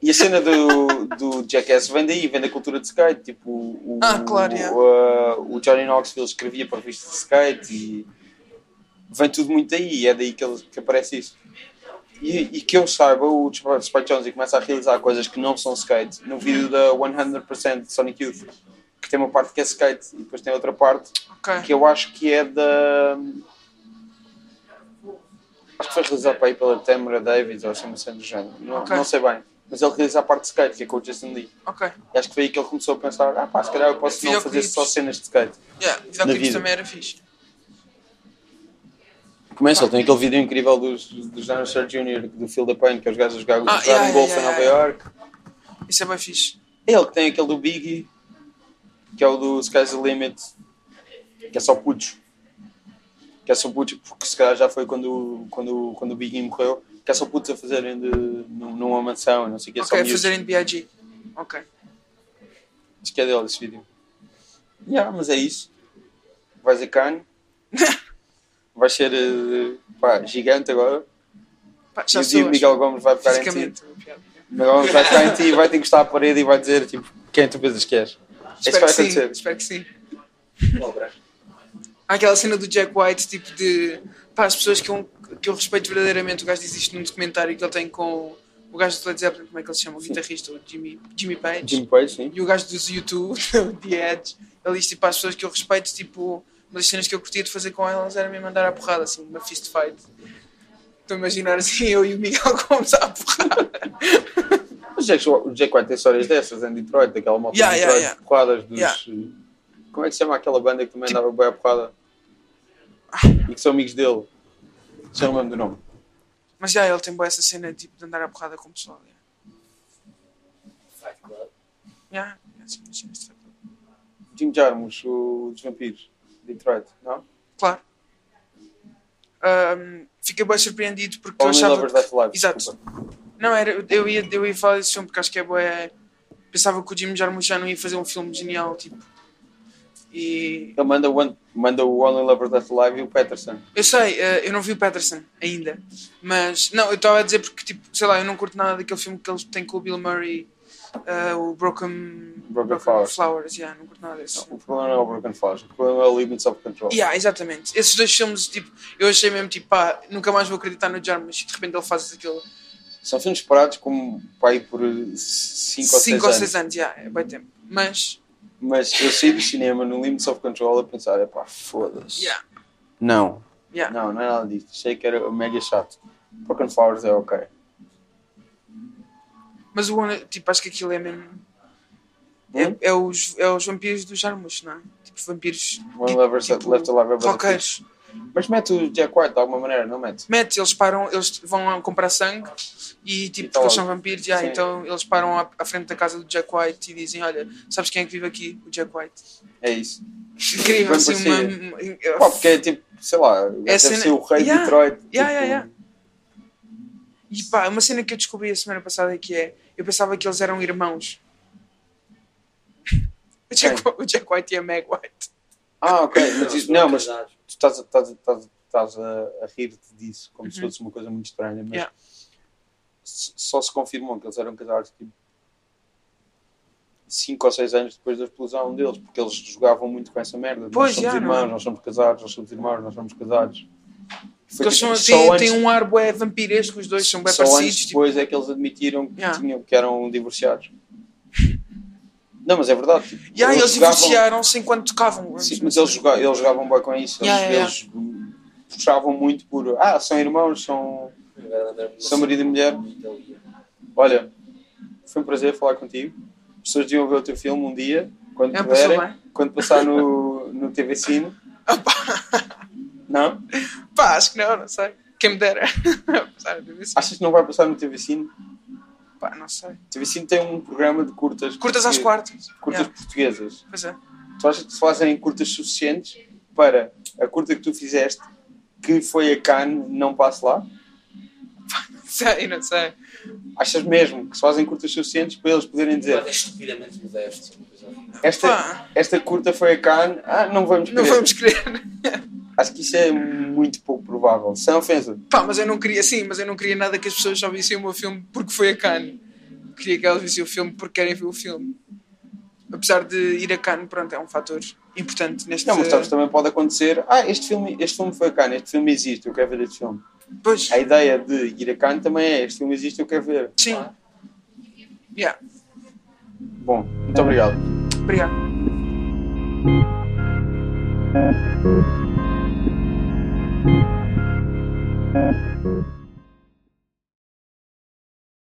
[SPEAKER 2] E a cena do, do Jackass vem daí, vem da cultura de skate. Tipo, o,
[SPEAKER 3] Ah, claro, é.
[SPEAKER 2] o, ah, o Johnny Knoxville escrevia para revistas de skate e vem tudo muito daí. É daí que, ele, que aparece isso. E, e que eu saiba, o Sp- Spike Jonze começa a realizar coisas que não são skate no vídeo da 100% de Sonic Youth, que tem uma parte que é skate e depois tem outra parte
[SPEAKER 3] Ok.
[SPEAKER 2] que eu acho que é da. Acho que foi realizado para aí pela Tamara Davis ou assim, uma cena do género. Não,
[SPEAKER 3] Ok.
[SPEAKER 2] não sei bem. Mas ele realiza a parte de skate, que é com o Justin Lee.
[SPEAKER 3] Ok.
[SPEAKER 2] E acho que foi aí que ele começou a pensar: ah pá, se calhar eu posso não fazer
[SPEAKER 3] Videoclipes.
[SPEAKER 2] só cenas de skate.
[SPEAKER 3] Yeah,
[SPEAKER 2] Na
[SPEAKER 3] videoclipes
[SPEAKER 2] vida.
[SPEAKER 3] também era fixe.
[SPEAKER 2] Começa, ele é, tem aquele vídeo incrível dos, dos Dinosaur Jr. do Phil da Pain, que é os gajos a jogar,
[SPEAKER 3] Ah,
[SPEAKER 2] jogar
[SPEAKER 3] yeah,
[SPEAKER 2] um golfe
[SPEAKER 3] yeah,
[SPEAKER 2] em
[SPEAKER 3] yeah,
[SPEAKER 2] Nova York.
[SPEAKER 3] Isso é bem fixe.
[SPEAKER 2] Ele que tem aquele do Biggie, que é o do Sky's the Limit, que é só putos. Que é só putos, porque se calhar já foi quando, quando, quando o Biggie morreu, que é só putos a fazerem de, num- numa mansão, e não sei o que, é só
[SPEAKER 3] ok,
[SPEAKER 2] miúdos.
[SPEAKER 3] fazerem de B.I.G. Ok.
[SPEAKER 2] Acho que é dele esse vídeo. Yeah, mas é isso. Vais a Cannes. Vais ser eh, pá, gigante agora.
[SPEAKER 3] Pá,
[SPEAKER 2] e
[SPEAKER 3] já
[SPEAKER 2] o dia
[SPEAKER 3] sou
[SPEAKER 2] o Miguel Gomes vai ficar em ti.
[SPEAKER 3] fisicamente.
[SPEAKER 2] Miguel Gomes vai ficar em ti e vai te encostar à parede e vai dizer tipo, quem tu pensas que és. É isso que
[SPEAKER 3] Espero
[SPEAKER 2] vai
[SPEAKER 3] que sim.
[SPEAKER 2] acontecer.
[SPEAKER 3] Espero que sim.
[SPEAKER 4] Obra.
[SPEAKER 3] Há aquela cena do Jack White, tipo de. Pá, as pessoas que eu, que eu respeito verdadeiramente, o gajo diz isto num documentário que ele tem com o gajo do Led Zeppelin, como é que ele se chama? O guitarrista, o Jimmy, Jimmy Page.
[SPEAKER 2] Jimmy Page, sim.
[SPEAKER 3] E o gajo dos YouTube, o The Edge, ele diz tipo às pessoas que eu respeito, tipo, uma das cenas que eu curtia de fazer com elas era me mandar à porrada, assim, uma fist fight. Estou a imaginar assim eu e o Miguel Gomes à porrada.
[SPEAKER 2] O Jack, é o Jack White tem histórias dessas em Detroit, daquela malta
[SPEAKER 3] Yeah,
[SPEAKER 2] de
[SPEAKER 3] yeah,
[SPEAKER 2] Detroit,
[SPEAKER 3] yeah.
[SPEAKER 2] de porradas dos.
[SPEAKER 3] Yeah.
[SPEAKER 2] Como é que se chama aquela banda que também dava boa porrada? E que são amigos dele. Já não me lembro do nome.
[SPEAKER 3] Mas já ele tem boa essa cena tipo, de andar à porrada com o pessoal. Yeah.
[SPEAKER 4] Fight Club.
[SPEAKER 3] Yeah, yeah. sim, sim, sim.
[SPEAKER 2] Jim Jarmusch, o dos vampiros, Detroit, não?
[SPEAKER 3] Claro. Ahm, fiquei bem surpreendido porque eu
[SPEAKER 2] Only
[SPEAKER 3] achava.
[SPEAKER 2] Lovers Left Alive.
[SPEAKER 3] Exato.
[SPEAKER 2] desculpa.
[SPEAKER 3] Não, era, eu, ia, eu ia falar desse filme porque acho que é bué. Pensava que o Jim Jarmusch já não ia fazer um filme genial, tipo. E.
[SPEAKER 2] Ele manda, o One- manda o Only Lovers Left Alive e o Patterson.
[SPEAKER 3] Eu sei, eh, eu não vi o Patterson ainda. Mas. Não, eu estava a dizer porque, tipo, sei lá, eu não curto nada daquele filme que eles têm com o Bill Murray, eh, o Broken.
[SPEAKER 2] Broken Flowers.
[SPEAKER 3] Flowers, yeah, não curto nada desse.
[SPEAKER 2] O problema não é o Broken Flowers, o problema é o Limits of Control.
[SPEAKER 3] Yeah, exatamente. Esses dois filmes, tipo, eu achei mesmo, tipo, pá, nunca mais vou acreditar no Jarmusch e de repente ele faz aquilo.
[SPEAKER 2] São filmes parados como pai por 5 ou 6
[SPEAKER 3] cinco ou
[SPEAKER 2] anos.
[SPEAKER 3] seis anos, yeah, é bem tempo. Mas,
[SPEAKER 2] Mas eu saí do cinema no Limits of Control a pensar, epá, foda-se.
[SPEAKER 3] yeah,
[SPEAKER 2] Não,
[SPEAKER 3] yeah.
[SPEAKER 2] não, não é nada disso. Achei que era mega chato. Broken Flowers é ok.
[SPEAKER 3] Mas o One, tipo, acho que aquilo é mesmo.
[SPEAKER 2] Hum?
[SPEAKER 3] É, é os, é os vampiros do Jarmusch, não é? Tipo, os vampiros.
[SPEAKER 2] One Lovers
[SPEAKER 3] tipo,
[SPEAKER 2] Left Alive é bué da
[SPEAKER 3] Roqueiros.
[SPEAKER 2] fixe. Mas mete o Jack White de alguma maneira, não mete?
[SPEAKER 3] Mete, eles param, eles vão lá comprar sangue e
[SPEAKER 2] E
[SPEAKER 3] tipo,
[SPEAKER 2] tá
[SPEAKER 3] porque eles
[SPEAKER 2] lá.
[SPEAKER 3] são vampiros, yeah,
[SPEAKER 2] Sim.
[SPEAKER 3] então eles param à, à frente da casa do Jack White e dizem: Olha, sabes quem é que vive aqui? O Jack White.
[SPEAKER 2] É isso.
[SPEAKER 3] Incrível,
[SPEAKER 2] Bem
[SPEAKER 3] assim,
[SPEAKER 2] parecia.
[SPEAKER 3] uma.
[SPEAKER 2] Pá, porque é tipo, sei lá, deve
[SPEAKER 3] cena-
[SPEAKER 2] ser o rei
[SPEAKER 3] Yeah,
[SPEAKER 2] de Detroit. tipo,
[SPEAKER 3] yeah, yeah, yeah. E pá, uma cena que eu descobri a semana passada que é: eu pensava que eles eram irmãos. O Jack, o Jack White e a Meg White.
[SPEAKER 2] Ah, ok. Mas,
[SPEAKER 4] Eles
[SPEAKER 2] isso-
[SPEAKER 4] foram
[SPEAKER 2] não, mas tu
[SPEAKER 4] casados.
[SPEAKER 2] estás, a- estás, a- estás, a- estás a, a rir-te disso como se fosse uma coisa muito estranha, mas
[SPEAKER 3] Uhum. Yeah.
[SPEAKER 2] s- só se confirmou que eles eram casados tipo 5 ou 6 anos depois da explosão deles, porque eles jogavam muito com essa merda.
[SPEAKER 3] Pois,
[SPEAKER 2] nós somos
[SPEAKER 3] já, não é?
[SPEAKER 2] irmãos, nós somos casados, nós somos irmãos, nós somos casados. Foi,
[SPEAKER 3] Porque eles
[SPEAKER 2] tipo,
[SPEAKER 3] são,
[SPEAKER 2] só
[SPEAKER 3] têm,
[SPEAKER 2] antes-
[SPEAKER 3] têm um ar bué vampiresco, os dois são bem
[SPEAKER 2] só
[SPEAKER 3] parecidos.
[SPEAKER 2] anos
[SPEAKER 3] tipo,
[SPEAKER 2] depois é que eles admitiram que,
[SPEAKER 3] Yeah.
[SPEAKER 2] tinham, que eram divorciados. Não, mas é verdade. Tipo,
[SPEAKER 3] e aí eles
[SPEAKER 2] jogavam-
[SPEAKER 3] divorciaram-se enquanto tocavam.
[SPEAKER 2] Sim, mas eles jogavam, eles jogavam bem com isso. Eles,
[SPEAKER 3] Yeah, yeah,
[SPEAKER 2] eles puxavam muito por. Ah, são irmãos, são.
[SPEAKER 4] Agora lembro-me-
[SPEAKER 2] São marido e mulher.
[SPEAKER 4] Então, ia.
[SPEAKER 2] Olha, foi um prazer falar contigo. As pessoas deviam ver o teu filme um dia, quando
[SPEAKER 3] É, passou
[SPEAKER 2] puderem,
[SPEAKER 3] bem.
[SPEAKER 2] quando passar no, no TV Cine. Não?
[SPEAKER 3] Pá, acho que não, não sei. Quem me dera. Apesar de isso.
[SPEAKER 2] Achas que não vai passar no TV Cine?
[SPEAKER 3] Pá, não sei.
[SPEAKER 2] TV Cine tem um programa de curtas.
[SPEAKER 3] Curtas às
[SPEAKER 2] portuguesas-
[SPEAKER 3] quartas.
[SPEAKER 2] Curtas
[SPEAKER 3] Yeah,
[SPEAKER 2] portuguesas.
[SPEAKER 3] pois é.
[SPEAKER 2] Tu achas que se fazem curtas suficientes para a curta que tu fizeste, que foi a Cannes, não passe lá?
[SPEAKER 3] Sei, não sei.
[SPEAKER 2] Achas mesmo que se fazem curtas suficientes para eles poderem dizer
[SPEAKER 4] Mas é estupidamente modesto. uma coisa assim.
[SPEAKER 2] esta,
[SPEAKER 3] Pá.
[SPEAKER 2] esta curta foi a Cannes, ah, não vamos
[SPEAKER 3] Não
[SPEAKER 2] querer.
[SPEAKER 3] vamos querer.
[SPEAKER 2] Acho que isso é muito pouco provável, é um sem ofensa.
[SPEAKER 3] Pá, mas eu não queria, sim, mas eu não queria nada que as pessoas só vissem o meu filme porque foi a Cannes. Queria que elas vissem o filme porque querem ver o filme. Apesar de ir a Cannes, pronto, é um fator importante neste
[SPEAKER 2] Não, mas sabes, também pode acontecer, ah, este filme, este filme foi a Cannes, este filme existe, eu quero ver este filme.
[SPEAKER 3] Pois,
[SPEAKER 2] A ideia de ir a Cannes também é, este filme existe, eu quero ver.
[SPEAKER 3] sim. Yeah,
[SPEAKER 2] Bom, muito obrigado.
[SPEAKER 3] obrigado.